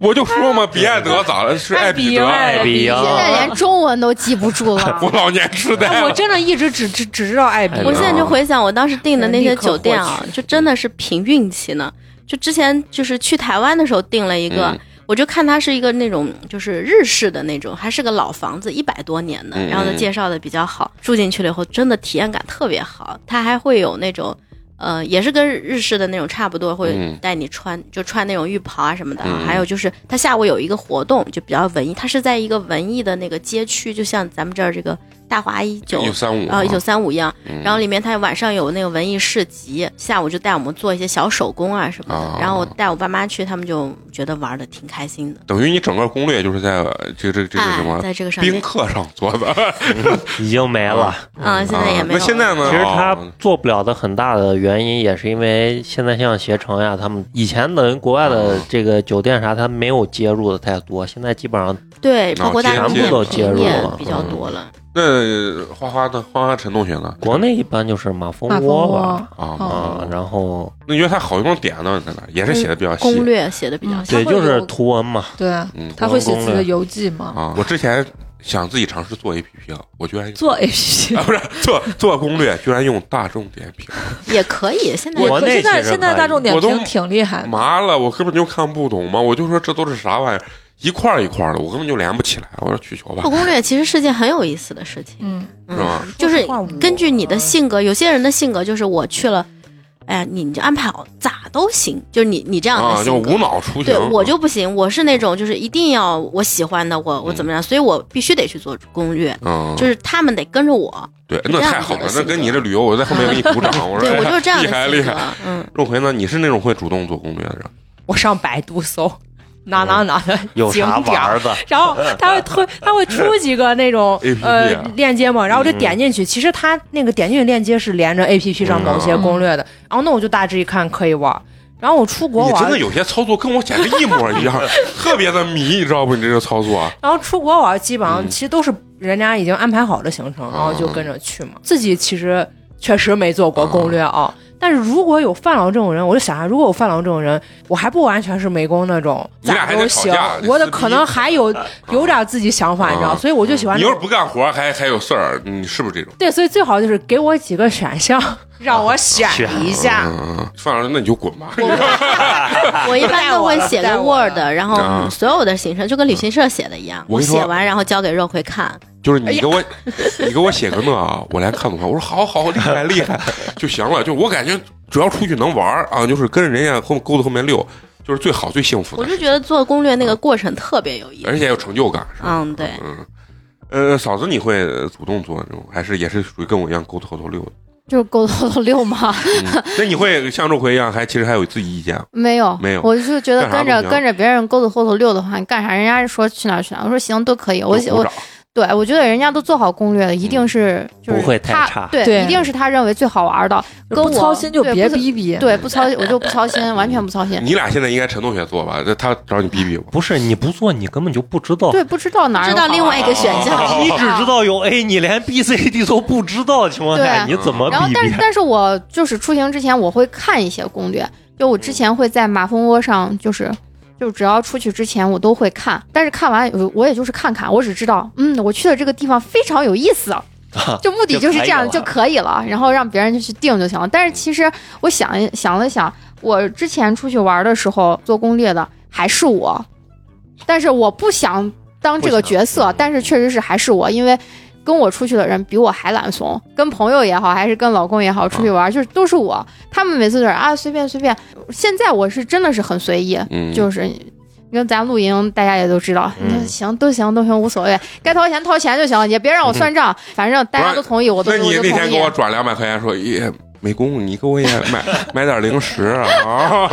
A: 我就说嘛，比爱德咋了？是爱彼得。
F: 艾比
B: 现在
F: 呀，
B: 连中文都记不住 了。
A: 我老年痴呆
C: 哎我
A: 了。
C: 真的一直只只只知道艾比
F: 哎。
G: 我现在
A: 啊
G: 就回想我当时订的那些酒店
C: 立刻
G: 啊
C: 获，取
G: 就真的是凭运气呢。就之前就是去台湾的时候订了一个，
A: 嗯
G: 我就看它是一个那种就是日式的那种，还是个老房子，一百多年的，
A: 嗯
G: 然后呢介绍的比较好，住进去了以后真的体验感特别好。它还会有那种。呃，也是跟日式的那种差不多，会
A: 嗯
G: 带你穿、就穿那种浴袍啊什么的啊、
A: 嗯
G: 还有就是，它下午有一个活动，就比较文艺，它是在一个文艺的那个街区，就像咱们这儿这个大华一九
A: 九三五
G: 啊一九三五一样，
A: 嗯
G: 然后里面它晚上有那个文艺市集，下午就带我们做一些小手工啊什么的。
A: 哦
G: 然后我带我爸妈去，他们就觉得玩的挺开心的。
A: 等于你整个攻略就是在呃这个这个这个什
G: 哎，
A: 么
G: 在这个上
A: 宾
G: 面，
A: 客上做的。
F: 已经没了。
G: 嗯，现在也没
A: 啊那
G: 有。
A: 现在呢？
F: 嗯其实它
A: 哦
F: 做不了的很大的原因，也是因为现在像携程呀，他们以前的国外的这个酒店啥，它没有接入的太多，现在基本上
G: 对，
A: 哦
G: 包括大
A: 接
G: 众
A: 接
G: 点
A: 入
G: 评
F: 了
G: 也
F: 嗯
G: 比较多了。
A: 那花花呢？花花陈同学呢？
F: 国内一般就是马蜂
C: 马蜂
F: 窝
C: 窝
F: 吧，
A: 啊，
F: 啊，
G: 哦
F: 然后
A: 那你觉得它好用的点呢？在哪？也是写的比较
G: 攻
A: 细
G: 略写的比较细
F: 对，
E: 它会
F: 就是
E: 有
F: 图文嘛，
E: 对，
A: 嗯
E: 他会写自己的游记嘛，
A: 啊。我之前想自己尝试做 APP 啊，我居然
E: 做 哎 APP。
A: 啊不是 做做攻略，居然用大众点评，
G: 也可以。现在
F: 我国
E: 可
F: 内
E: 现在
F: 其实
E: 现在大众点
A: 我
E: 评
A: 都
E: 挺厉害的，
A: 麻了，我根本就看不懂嘛。我就说这都是啥玩意儿，一块儿一块儿的，我根本就连不起来。我说取消吧
G: 做，攻略其实是件很有意思的事情，
E: 嗯，
A: 是吧
G: 嗯，？就是根据你的性格，有些人的性格就是我去了，哎呀，你你就安排好，咋都行，就是你你这样
A: 啊，
G: 的
A: 就
G: 性格。
A: 无脑出行。
G: 对我就不行，我是那种就是一定要我喜欢的，我我怎么样，所以我必须得去做攻略，
A: 嗯，
G: 就是他们得跟着我，
A: 对，那太好了，那跟你这旅游，我在后面给你鼓掌。 我说
G: 对我就是这样
A: 厉害
G: 的
A: 厉
G: 性
A: 害。
G: 格， 嗯，
A: 肉葵呢？你是那种会主动做攻略的人？
C: 我上百度搜哪哪哪的
F: 有
C: 景
F: 啥
C: 点
F: 玩
C: 儿，
F: 儿的？
C: 然后他会推，他会出几个那种
A: APP
C: 呃
A: 啊
C: 链接嘛，然后我就点进去。其实他那个点进去链接是连着 A P P 上某些攻略的，然后那我就大致一看可以玩。然后我出国
A: 你真
C: 玩
A: 的，有些操作跟我简直一模一 样，特别的迷，你知道不？你这个操作，啊
C: 然后出国玩基本上
A: 嗯哦
C: 其实都是人家已经安排好的行程，然后就跟着去嘛。自己其实确实没做过攻略
A: 哦
C: 啊。但是如果有范老这种人，我就想啊，如果有范老这种人，我还不完全是美工那种，
A: 你俩
C: 咋
A: 还得
C: 都
A: 吵
C: 行
A: 架，
C: 我
A: 撕
C: 的
A: 逼
C: 可能还有有点自己想法，你知道，
A: 啊
C: 所以我就喜欢
A: 你
C: 那
A: 要
C: 种
A: 是不干活还还有事儿，你是不是这种？
C: 对，所以最好就是给我几个选项，
A: 啊
C: 让我选
F: 选
C: 一
G: 啊
C: 下。
A: 嗯，范老师，那你就滚吧。
D: 我一般都会写
C: 带
D: 个
C: 我了
D: Word，然后
F: 嗯
A: 啊
D: 所有的行程就跟旅行社写的一样，
A: 我跟你说
D: 写完然后交给肉葵看。
A: 就是你给
G: 哎
A: 我，你给我写个那啊，我来看不看？我说好好厉害厉害就行了。就我感觉，只要出去能玩儿啊，就是跟人家后面钩子后面溜，就是最好最幸福
D: 我
A: 的
D: 就，觉得做攻略那个过程特别有意思。
F: 哎
A: 而且有成就感。是吧
D: 嗯，对，
A: 嗯，呃，嫂子，你会主动做那种，还是也是属于跟我一样勾头头溜的？
B: 就是狗头头遛嘛，
A: 嗯那你会像肉葵一样，还其实还有自己意见？啊
B: 没有，
A: 没有
B: 我就觉得
A: 干啥都
B: 跟着
A: 行
B: 跟着别人勾子后头溜的话，你干啥？人家是说去哪儿去哪儿，我说行都可以。我
A: 有鼓
B: 我
A: 掌嗯
B: 对我觉得人家都做好攻略了，一定是就是
F: 不会太
B: 他
F: 差
B: 对，
E: 对
B: 一定是他认为最好玩的。跟我
E: 不操心就
B: 对
E: 别
B: 不
E: 逼逼。
B: 对，不操心，我就不操心，完全不操心。
A: 你俩现在应该陈同学做吧？这他找你逼逼我。
F: 不是你不做，你根本就不知道。
B: 对，不知道哪儿
D: 知
B: 有
D: 道
B: 好
D: 另外一个选项。
F: 你只知道有 A，你连 B、C、D 都不知道的情况下，
B: 对
F: 你怎么
B: 然后
F: 比，啊
B: 但是
F: 比？
B: 但是我就是出行之前，我会看一些攻略。就我之前会在马蜂窝上，就是就只要出去之前，我都会看。但是看完我也就是看看，我只知道，嗯，我去的这个地方非常有意思，就目的就是这样
F: 就
B: 就
F: 可
B: 可以了，然后让别人去定就行了。但是其实我想一想了想，我之前出去玩的时候做攻略的还是我，但是我不想当这个角
F: 不
B: 色
F: 想，
B: 但是确实是还是我，因为。跟我出去的人比我还懒怂，跟朋友也好，还是跟老公也好，出去
A: 啊
B: 玩、就是都是我。他们每次就是啊随便随便，现在我是真的是很随意，
A: 嗯，
B: 就是你看咱露营，大家也都知道，
F: 嗯
B: 你说行都行都行，无所谓，该掏钱掏钱就行，也别让我算
A: 嗯
B: 账，反正大家都同意，我都
A: 那
B: 我
A: 你
B: 就
A: 那
B: 同
A: 天
B: 意
A: 给。我转两百块钱，说，耶，美工，你给我也买买点零食啊！ 啊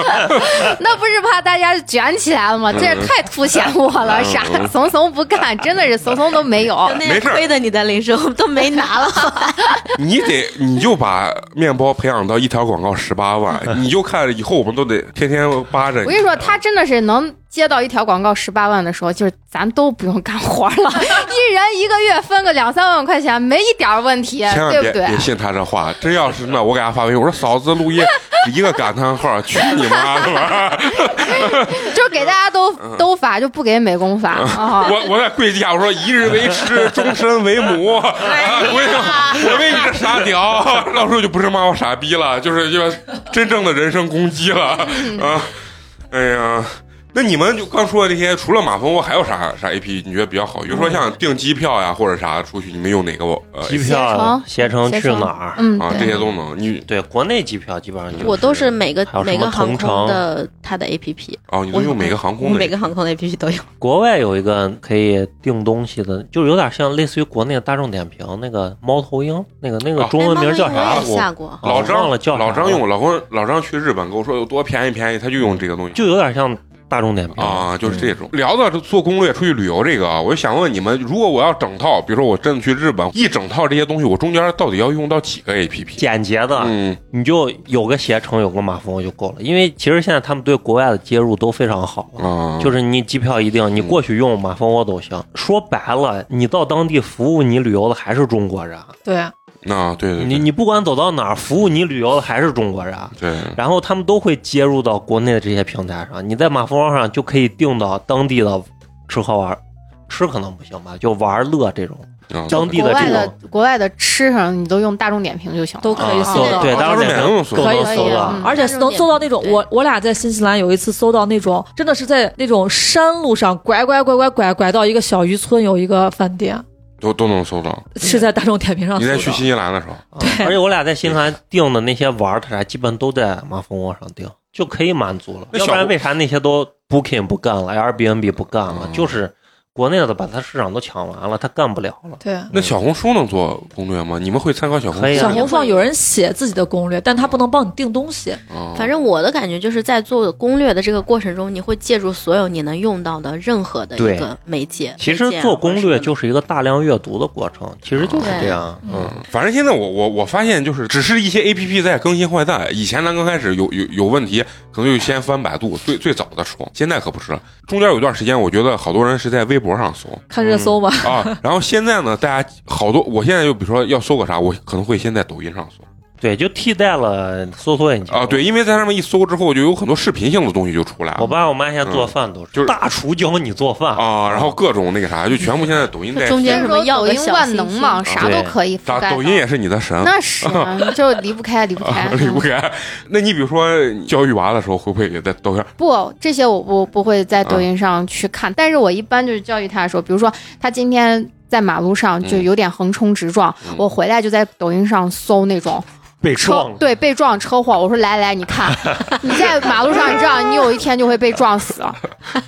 B: 那不是怕大家卷起来了吗？
A: 嗯
B: 这也太凸显我了，
A: 嗯
B: 啥
A: 嗯
B: 怂怂不干，真的是怂怂都 没有。
D: 那
A: 没
D: 样
A: 事儿
D: 亏的你的零食我们都没拿 了。
A: 你得，你就把面包培养到一条广告十八万，你就看以后我们都得天天扒着
B: 我
A: 你
B: 跟。你说，他真的是能接到一条广告十八万的时候，就是咱都不用干活 了，一人一个月分个两三万块钱，没一点儿问题，
A: 千万
B: 对
A: 别
B: 不对？
A: 别信他这话，真要是那，我给他发微信，我说嫂子录音一个感叹号，去你妈的吧！
B: 就是给大家都
A: 嗯
B: 都发，就不给美工发 啊。
A: 我我在跪地下，我说一日为师，终身为母。
B: 哎
A: 我我为你这傻屌，到时候就不是骂我傻逼了，就是就真正的人身攻击了
B: 嗯
A: 啊！哎呀，那你们就刚说的这些，除了马蜂窝还有啥啥 A P P 你觉得比较好？比如说像订机票呀或者啥出去，你们用哪个呃
F: 机票、携程
B: 携
F: 去
B: 程
F: 哪儿？
B: 嗯，
A: 啊
B: 对
A: 这些都能？你
F: 对，国内机票基本上就
D: 我都是每个
F: 还有什
D: 每
F: 么
D: 个航空
F: 同城
D: 的它的 APP，
A: 哦，你都用每个航空的
D: 每个航空的 APP 都有。
F: 国外有一个可以订东西的，就是有点像类似于国内的大众点评那个猫头鹰，那个那个
A: 啊
F: 中文名叫啥
D: 哎？猫头鹰我也下
F: 我
D: 过，
A: 老张
F: 忘了叫啥
A: 老张用，老公老张去日本跟我说有多便宜便宜，他就用这个东西。
F: 就有点像大众点评
A: 啊，就是这种。聊到这做攻略出去旅游这个啊，我就想问你们，如果我要整套，比如说我真的去日本，一整套这些东西，我中间到底要用到几个 A P P？
F: 简洁的，
A: 嗯，
F: 你就有个携程，有个马蜂窝就够了。因为其实现在他们对国外的接入都非常好了。
A: 啊，
F: 就是你机票一定，你过去用马蜂窝都行。说白了，你到当地服务你旅游的还是中国人，
E: 对，
A: 啊，对对
F: 你
A: 对
F: 你不管走到哪儿，服务你旅游的还是中国人。
A: 对，
F: 然后他们都会接入到国内的这些平台上，你在马蜂窝上就可以订到当地的吃喝玩，吃可能不行吧，就玩乐这种
A: 啊
F: 当地
B: 国
F: 的
B: 外
F: 这
B: 的
F: 种，
B: 国外的吃上，你都用大众点评就行了，
E: 都可以
B: 啊
E: 搜到
F: 对对，
E: 哦
F: 当然
A: 大众点评
F: 都
A: 搜
E: 可以
F: 能搜
E: 搜
F: 到
E: 到
B: 嗯，
E: 而且能搜到那种
D: 对
E: 我我俩在新西兰有一次搜到那种，真的是在那种山路上拐拐拐拐拐拐到一个小渔村有一个饭店，
A: 都都能搜到。
E: 是在大众点评上
A: 你
E: 搜
A: 在去
E: 到。
A: 新西兰的时候，
F: 啊而且我俩在新西兰订的那些玩儿的啥，基本都在马蜂窝上订，就可以满足了。
A: 那
F: 要
A: 小
F: 不然为啥那些都 Booking 不干了，Airbnb 不干了？
A: 嗯
F: 就是国内的把它市场都抢完了，它干不了了。
E: 对，
A: 那小红书能做攻略吗？你们会参考小红
F: 嗯可以
A: 书
F: 啊
E: 小红书上有人写自己的攻略，但他不能帮你订东西，
A: 啊？
D: 反正我的感觉就是在做攻略的这个过程中，你会借助所有你能用到的任何的
F: 对
D: 一个媒介。
F: 其
D: 媒
F: 实
D: 介啊
F: 做攻略
D: 或者什么的
F: 就是一个大量阅读的过程，其实就是这样。
A: 嗯，反正现在我我我发现就是，只是一些 A P P 在更新换代。以前咱刚开始有有有问题，可能就先翻百度最最早的冲，现在可不是了。中间有一段时间，我觉得好多人是在微博上搜
E: 看热搜吧。
A: 啊，然后现在呢，大家好多，我现在就比如说要搜个啥，我可能会先在抖音上搜。
F: 对，就替代了搜索引擎
A: 啊，对，。因为在上面一搜之后，就有很多视频性的东西就出来了。
F: 我爸我妈现在做饭都是，
A: 嗯就是
F: 大厨教你做饭，
A: 啊，然后各种那个啥，就全部现在抖音在
D: 中间
B: 所以
D: 什
B: 说
D: 么要
B: 抖
D: 个
B: 音
D: 小
B: 万
D: 星
B: 能嘛，
D: 星
B: 啥都可以覆
A: 嗯打
B: 盖到。
A: 抖音也是你的神，啊
B: 那是啊就离不开，离 不开，嗯
A: 离不开。那你比如说你教育娃的时候，会不会也在抖音？
B: 不，这些我不不会在抖音上去看，但是我一般就是教育他的时候，比如说他今天在马路上就
A: 嗯
B: 有点横冲直撞，
A: 嗯
B: 我回来就在抖音上搜那种
F: 被
B: 车
F: 撞了。
B: 对被撞车祸，我说来来，你看你在马路上，你这样你有一天就会被撞死，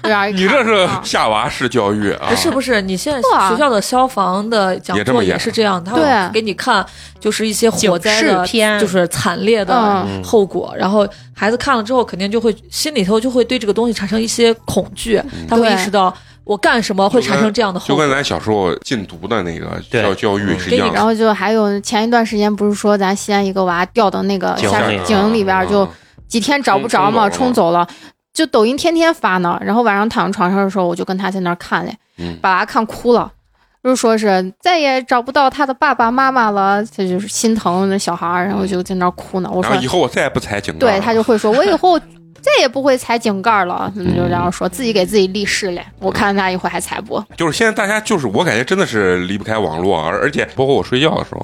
B: 对啊，
A: 你这是
B: 啊
A: 下娃式教育啊
E: 不！是不是，你现在
B: 不啊
E: 学校的消防的讲
A: 也这么
E: 座
A: 严
E: 也是这样，他
B: 对
E: 会给你看就是一些火灾
C: 警示
E: 的
C: 片，
E: 就是惨烈的
B: 嗯，
E: 后果，然后孩子看了之后，肯定就会心里头就会对这个东西产生一些恐惧，
C: 嗯
E: 他会
B: 对
E: 意识到我干什么会产生这样的后
A: 就跟
E: 果。
A: 咱小时候禁毒的那个
F: 对
A: 教教育是一
E: 给你
A: 样
B: 然
A: 的。
B: 后就还有前一段时间不是说咱西安一个娃掉到那个
F: 井
B: 下
F: 里
B: 水井里边儿就
A: 啊
B: 几天找不着嘛，
A: 冲
B: 冲走了。就抖音天天发呢，然后晚上躺床上的时候，我就跟他在那儿看嘞，
A: 嗯
B: 把娃看哭了，就说是再也找不到他的爸爸妈妈了，他就是心疼那小孩儿，然后就在那儿哭呢。我
A: 嗯然
B: 说
A: 后以，啊后我再也不踩井盖了。
B: 对他就会说，我以后再也不会踩井盖儿了，嗯就这样说，自己给自己立誓嘞。我看他一会儿还踩不，
A: 就是现在大家就是我感觉真的是离不开网络，而而且包括我睡觉的时候，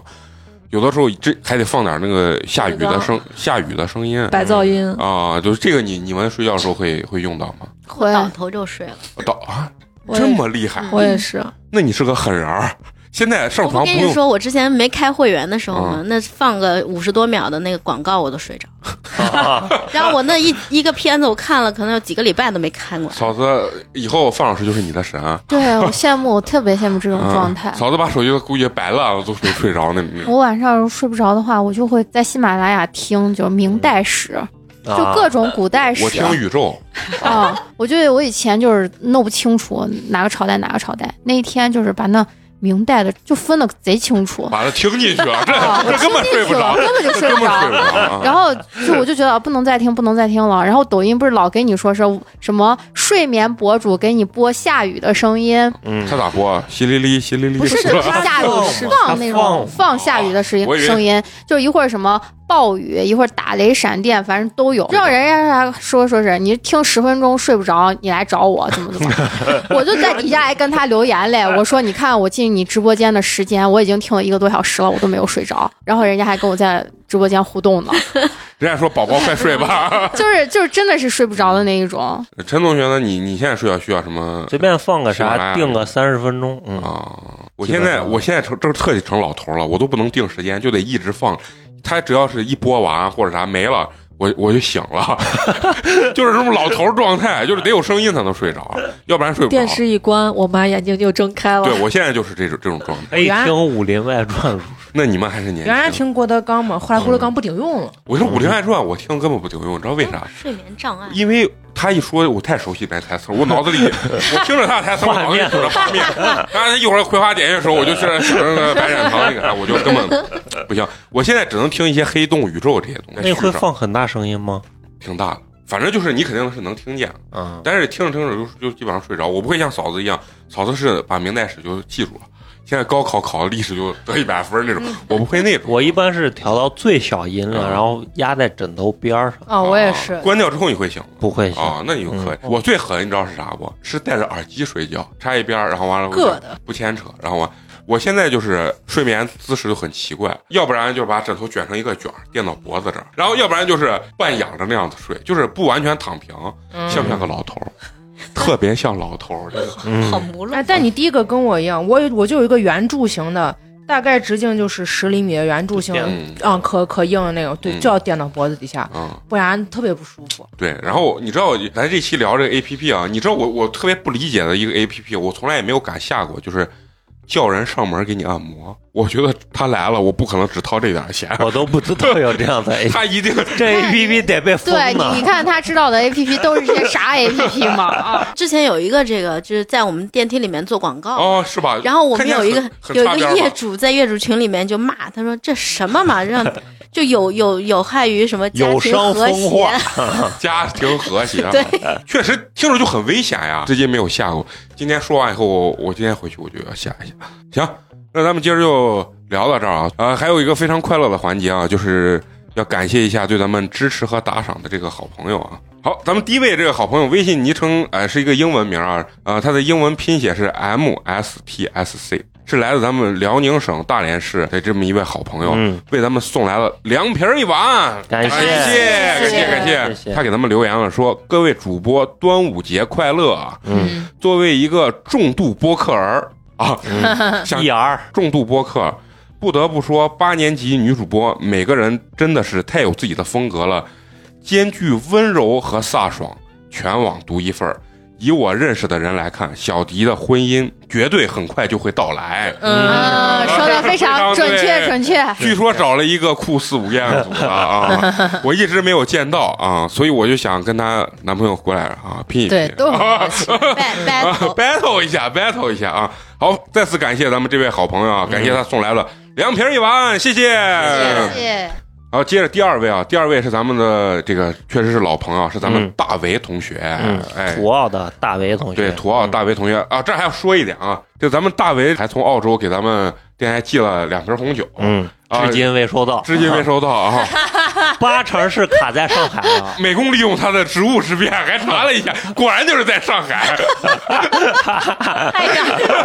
A: 有的时候这还得放点那个下雨的声下雨的声音。
E: 白噪音，
A: 啊，就是这个你你们睡觉的时候会会用到吗？
B: 会
D: 倒头就睡了，
A: 到啊，
E: 我
A: 这
E: 也
A: 么厉害，
E: 我也是，
A: 那你是个狠人儿。现在上
D: 我不
A: 床
D: 跟
A: 不
D: 你
A: 用
D: 说，我之前没开会员的时候
F: 嗯
D: 嘛，那放个五十多秒的那个广告我都 睡着，然后我那一一个片子我看了可能有几个礼拜都没看过。
A: 嫂子，以后范老师就是你的神。啊
B: 对我羡慕，我特别羡慕这种状态
A: 嗯。嫂子把手机估计白了，都没睡着那那
B: 我晚上睡不着的话，我就会在喜马拉雅听，就是明代史，就
F: 啊
B: 各种古代史。
A: 我听宇宙，
B: 啊、我就我以前就是弄不清楚哪个朝代哪个朝代，那一天就是把那明代的就分的贼清楚，
A: 把它听进去了，
B: 啊，
A: 这
B: 我
A: 这根本睡
B: 听进
A: 不
B: 去了，
A: 着，
B: 根本就睡
A: 根
B: 不
A: 本睡
B: 着
A: 不。着。啊
B: 然
A: 后
B: 后就我就觉得啊不能再听，不能再听了。然后抖音不是老给你说是什么睡眠博主给你播下雨的声音，
F: 嗯
A: 他，咋播？淅沥沥，淅沥沥，
B: 不是
A: 吧
B: 就是下雨放那种放下雨的声
A: 我以为
B: 音声音，就一会儿什么暴雨，一会儿打雷闪电，反正都有。让人家说说是你听十分钟睡不着，你来找我怎么怎么， 我就在底下还跟他留言嘞，我说你看我进你直播间的时间，我已经听了一个多小时了，我都没有睡着，然后人家还跟我在直播间互动呢，
A: 人家说宝宝快睡 吧。
B: 就是就是真的是睡不着的那一种。
A: 陈同学呢？你你现在睡觉需要什么
F: 随便放个
A: 喜马拉雅
F: 啥，定个三十分钟，嗯，
A: 啊？我
F: 基
A: 现
F: 本
A: 在
F: 上
A: 我现在成这特成老头了，我都不能定时间，就得一直放。他只要是一播完或者啥没了。我我就醒了， 就是这种老头状态，就是得有声音才能睡着，要不然睡不着。
E: 电视一关，我妈眼睛就睁开了。
A: 对我现在就是这种这种状态。
F: 可以
C: 原
F: 听
C: 来
F: 《武林外传》
A: 那你们还是年轻。
C: 原来听郭德纲嘛，后来郭德纲不顶用了，
A: 我说《武林外传》，我听根本不顶用，你知道为啥？
D: 睡眠障
C: 嗯
D: 碍，
A: 因为他一说，我太熟悉那台词儿，我脑子 里我听着他的台词儿，我脑子里有着画面。当然一会儿葵花点穴的时候，我就去想着那白展堂那个啥，我就根本不行。我现在只能听一些黑洞、宇宙这些东西。
F: 那
A: 是
F: 会放很大声音吗？
A: 挺大的，反正就是你肯定是能听见，
F: 啊，
A: 但是听着听着就就基本上睡着。我不会像嫂子一样，嫂子是把明代史就记住了，现在高考考历史就得一百分儿那种，我不会那种。
F: 我一般是调到最小音
A: 嗯
F: 了，然后压在枕头边儿上，
C: 啊，我也是
A: 啊，关掉之后你会醒吗。
F: 不会响。
A: 啊，那你就可以。
C: 嗯
A: 我最狠，你知道是啥不？是戴着耳机睡觉，插一边儿，然后完了我就
C: 硌的
A: 不牵扯，然后完。我现在就是睡眠姿势就很奇怪，要不然就是把枕头卷成一个卷儿垫到脖子这儿，然后要不然就是半仰着那样子睡，就是不完全躺平，
C: 嗯
A: 像不像个老头儿？特别像老头儿，真的
D: 好
F: 嗯，
D: 无
C: 哎，
D: 论。
C: 但你第一个跟我一样，我有我就有一个圆柱形的，大概直径就是十厘米的圆柱形，
A: 嗯
C: 啊，可可硬的那种，对，
A: 嗯
C: 就要垫到脖子底下，
A: 啊、
C: 不然特别不舒服。
A: 对。然后你知道，咱这期聊这个 A P P 啊，你知道我我特别不理解的一个 A P P，我从来也没有敢下过，就是。叫人上门给你按摩。我觉得他来了，我不可能只掏这点钱，
F: 我都不知道有这样
D: 哎
F: 的 A，
A: 他一定
F: 这 A P P 得被封
B: 对你，你
F: 了。
B: 看他知道的 A P P 都是些啥 A P P 嘛？ 啊，
D: 之前有一个这个就是在我们电梯里面做广告，
A: 哦，是吧？
D: 然后我们有一个
A: 看见很
D: 有一
A: 很擦边
D: 个
A: 嘛
D: 业主在业主群里面就骂，他说这什么 嘛，让就有有有害于什么家
F: 有
D: 庭
F: 伤
D: 和
F: 风
D: 谐，
F: 化，
A: 家庭和谐啊
D: 对，
A: 确实听着就很危险呀。至今没有下过，今天说完以后，我我今天回去我就要下一下。行，那咱们今儿就聊到这儿啊。呃，还有一个非常快乐的环节啊，就是要感谢一下对咱们支持和打赏的这个好朋友啊。好，咱们第一位这个好朋友，微信昵称呃是一个英文名啊，呃，他的英文拼写是 M S T S C，是来自咱们辽宁省大连市的这么一位好朋友。啊
F: 嗯，
A: 为咱们送来了凉皮儿一碗，
F: 感谢
A: 感感谢感谢
F: 谢谢
A: 他给咱们留言了，说各位主播端午节快乐啊！
F: 嗯，
A: 作为一个重度播客儿啊，
F: 嗯
A: 想
F: 一儿
A: 重度播客，不得不说八年级女主播每个人真的是太有自己的风格了，兼具温柔和飒爽，全网独一份儿。以我认识的人来看，小迪的婚姻绝对很快就会到来。
B: 嗯，说的非常准确，准确。
A: 据说找了一个酷四五艳组的啊，我一直没有见到啊，所以我就想跟她男朋友过来 啊拼一拼，
C: 对，都很
A: 啊
C: 开心。
D: 拜拜
A: 啊 battle 一下，battle 一下啊！好，再次感谢咱们这位好朋友啊，感谢他送来了凉皮儿一碗，谢谢。
B: 谢谢。
A: 好，接着第二位啊，第二位是咱们的这个确实是老朋友，是咱们
F: 嗯
A: 大为同学，
F: 嗯
A: 哎，
F: 土嗯澳的大为同学，
A: 对，土澳大为同学啊，这还要说一点啊，这咱们大为还从澳洲给咱们电台寄了两瓶红酒，
F: 嗯，
A: 啊
F: 至今未收到，
A: 至今没收到啊。。
F: 八成是卡在上海了
A: 美工利用他的职务之便，还查了一下，果然就是在上海。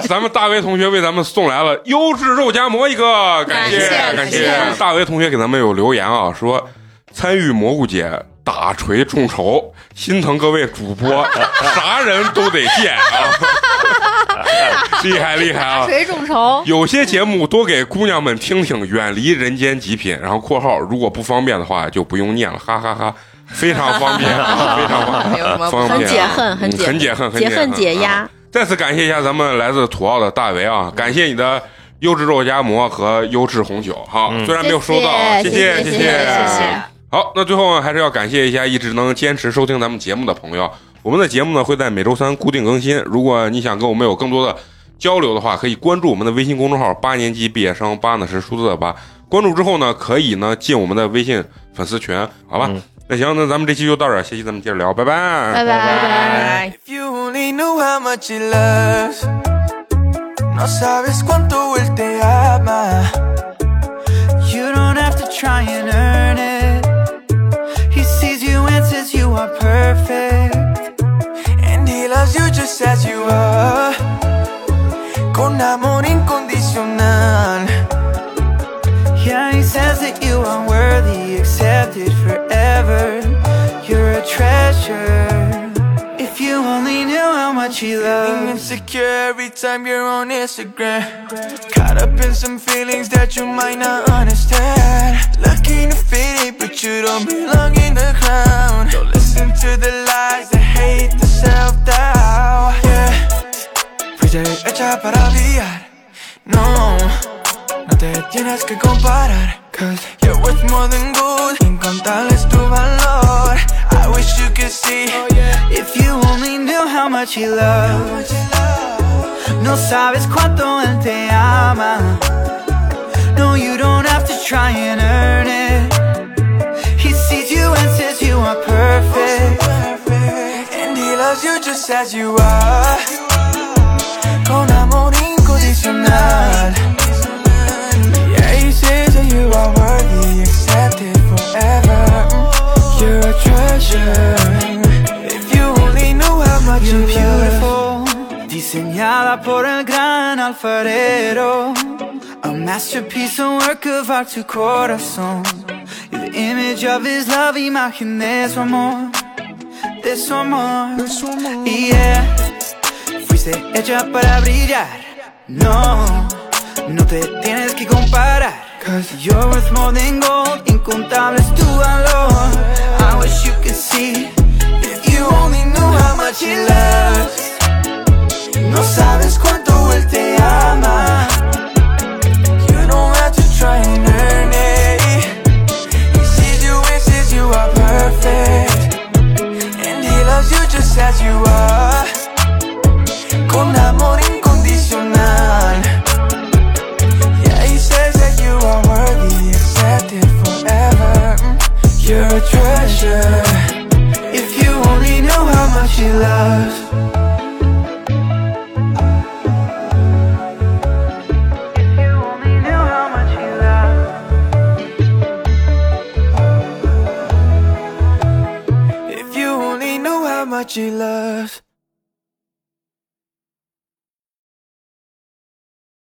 A: 咱们大为同学为咱们送来了优质肉夹馍一个，感谢
D: 感谢
A: 感谢
D: 感谢
A: 大为同学给咱们有留言啊，说参与蘑菇姐打锤众筹，心疼各位主播，啥人都得见啊， 厉害厉害啊！
B: 谁众筹？
A: 有些节目多给姑娘们听听，远离人间极品。然后括号如果不方便的话就不用念了，哈哈哈非常方 便，啊，非常方
C: 没有什
A: 便，
C: 么
A: 方便啊
D: 很解恨
A: 嗯
D: 很解
A: 很解恨，
D: 解恨解
A: 啊
D: 压，
A: 再次感谢一下咱们来自土澳的大为
F: 嗯
A: 啊，感谢你的优质肉夹馍和优质红酒哈，
F: 嗯
A: 虽然没有收到啊，
B: 谢
A: 谢谢
B: 谢谢谢谢谢
A: 好，那最后啊呢还是要感谢一下一直能坚持收听咱们节目的朋友。我们的节目呢会在每周三固定更新。如果你想跟我们有更多的交流的话，可以关注我们的微信公众号“八年级毕业生”，八呢是数字的八。关注之后呢，可以呢进我们的微信粉丝群，好吧？
F: 嗯
A: 那行，那咱们这期就到这儿，下期咱们接着聊，拜拜
B: 拜拜。
I: If you only knew how much he loves, no sabes cuánto él te ama. You don't have to try and earn it. He sees you and says you are perfect, and he loves you just as you are. Con amor incondicional. Yeah, he says that you are worthy, accepted forever. You're a treasure. If you only knew how much he loves. Feeling insecure every time you're on Instagram. Caught up in some feelings that you might not understand. Looking to fit in, but you don't belong in the crowd. Don't listen to the lies, the hate, the self-doubt. Yeah, pues ya hecha para olvidar. No. No te tienes que comparar Cause you're worth more than gold Incontable es tu valor I wish you could see If you only knew how much he loves No sabes cuánto él te ama No, you don't have to try and earn it He sees you and says you are perfect And he loves you just as you are Con amor incondicional yeah, he says that you are worthy, accepted forever. Mm, You're a treasure. If you only knew how much you're beautiful. Diseñada por el gran alfarero. A masterpiece, a work of art, tu corazón. You're the image of his love, imagen de su amor. De su amor. Yeah. Fuiste hecha para brillar. No, no te tienes que comparar. Cause you're worth more than gold. Incontable es tu valor. I wish you could see. If you only knew how much he loves. No sabes cuánto él te ama. Mm, much he loves.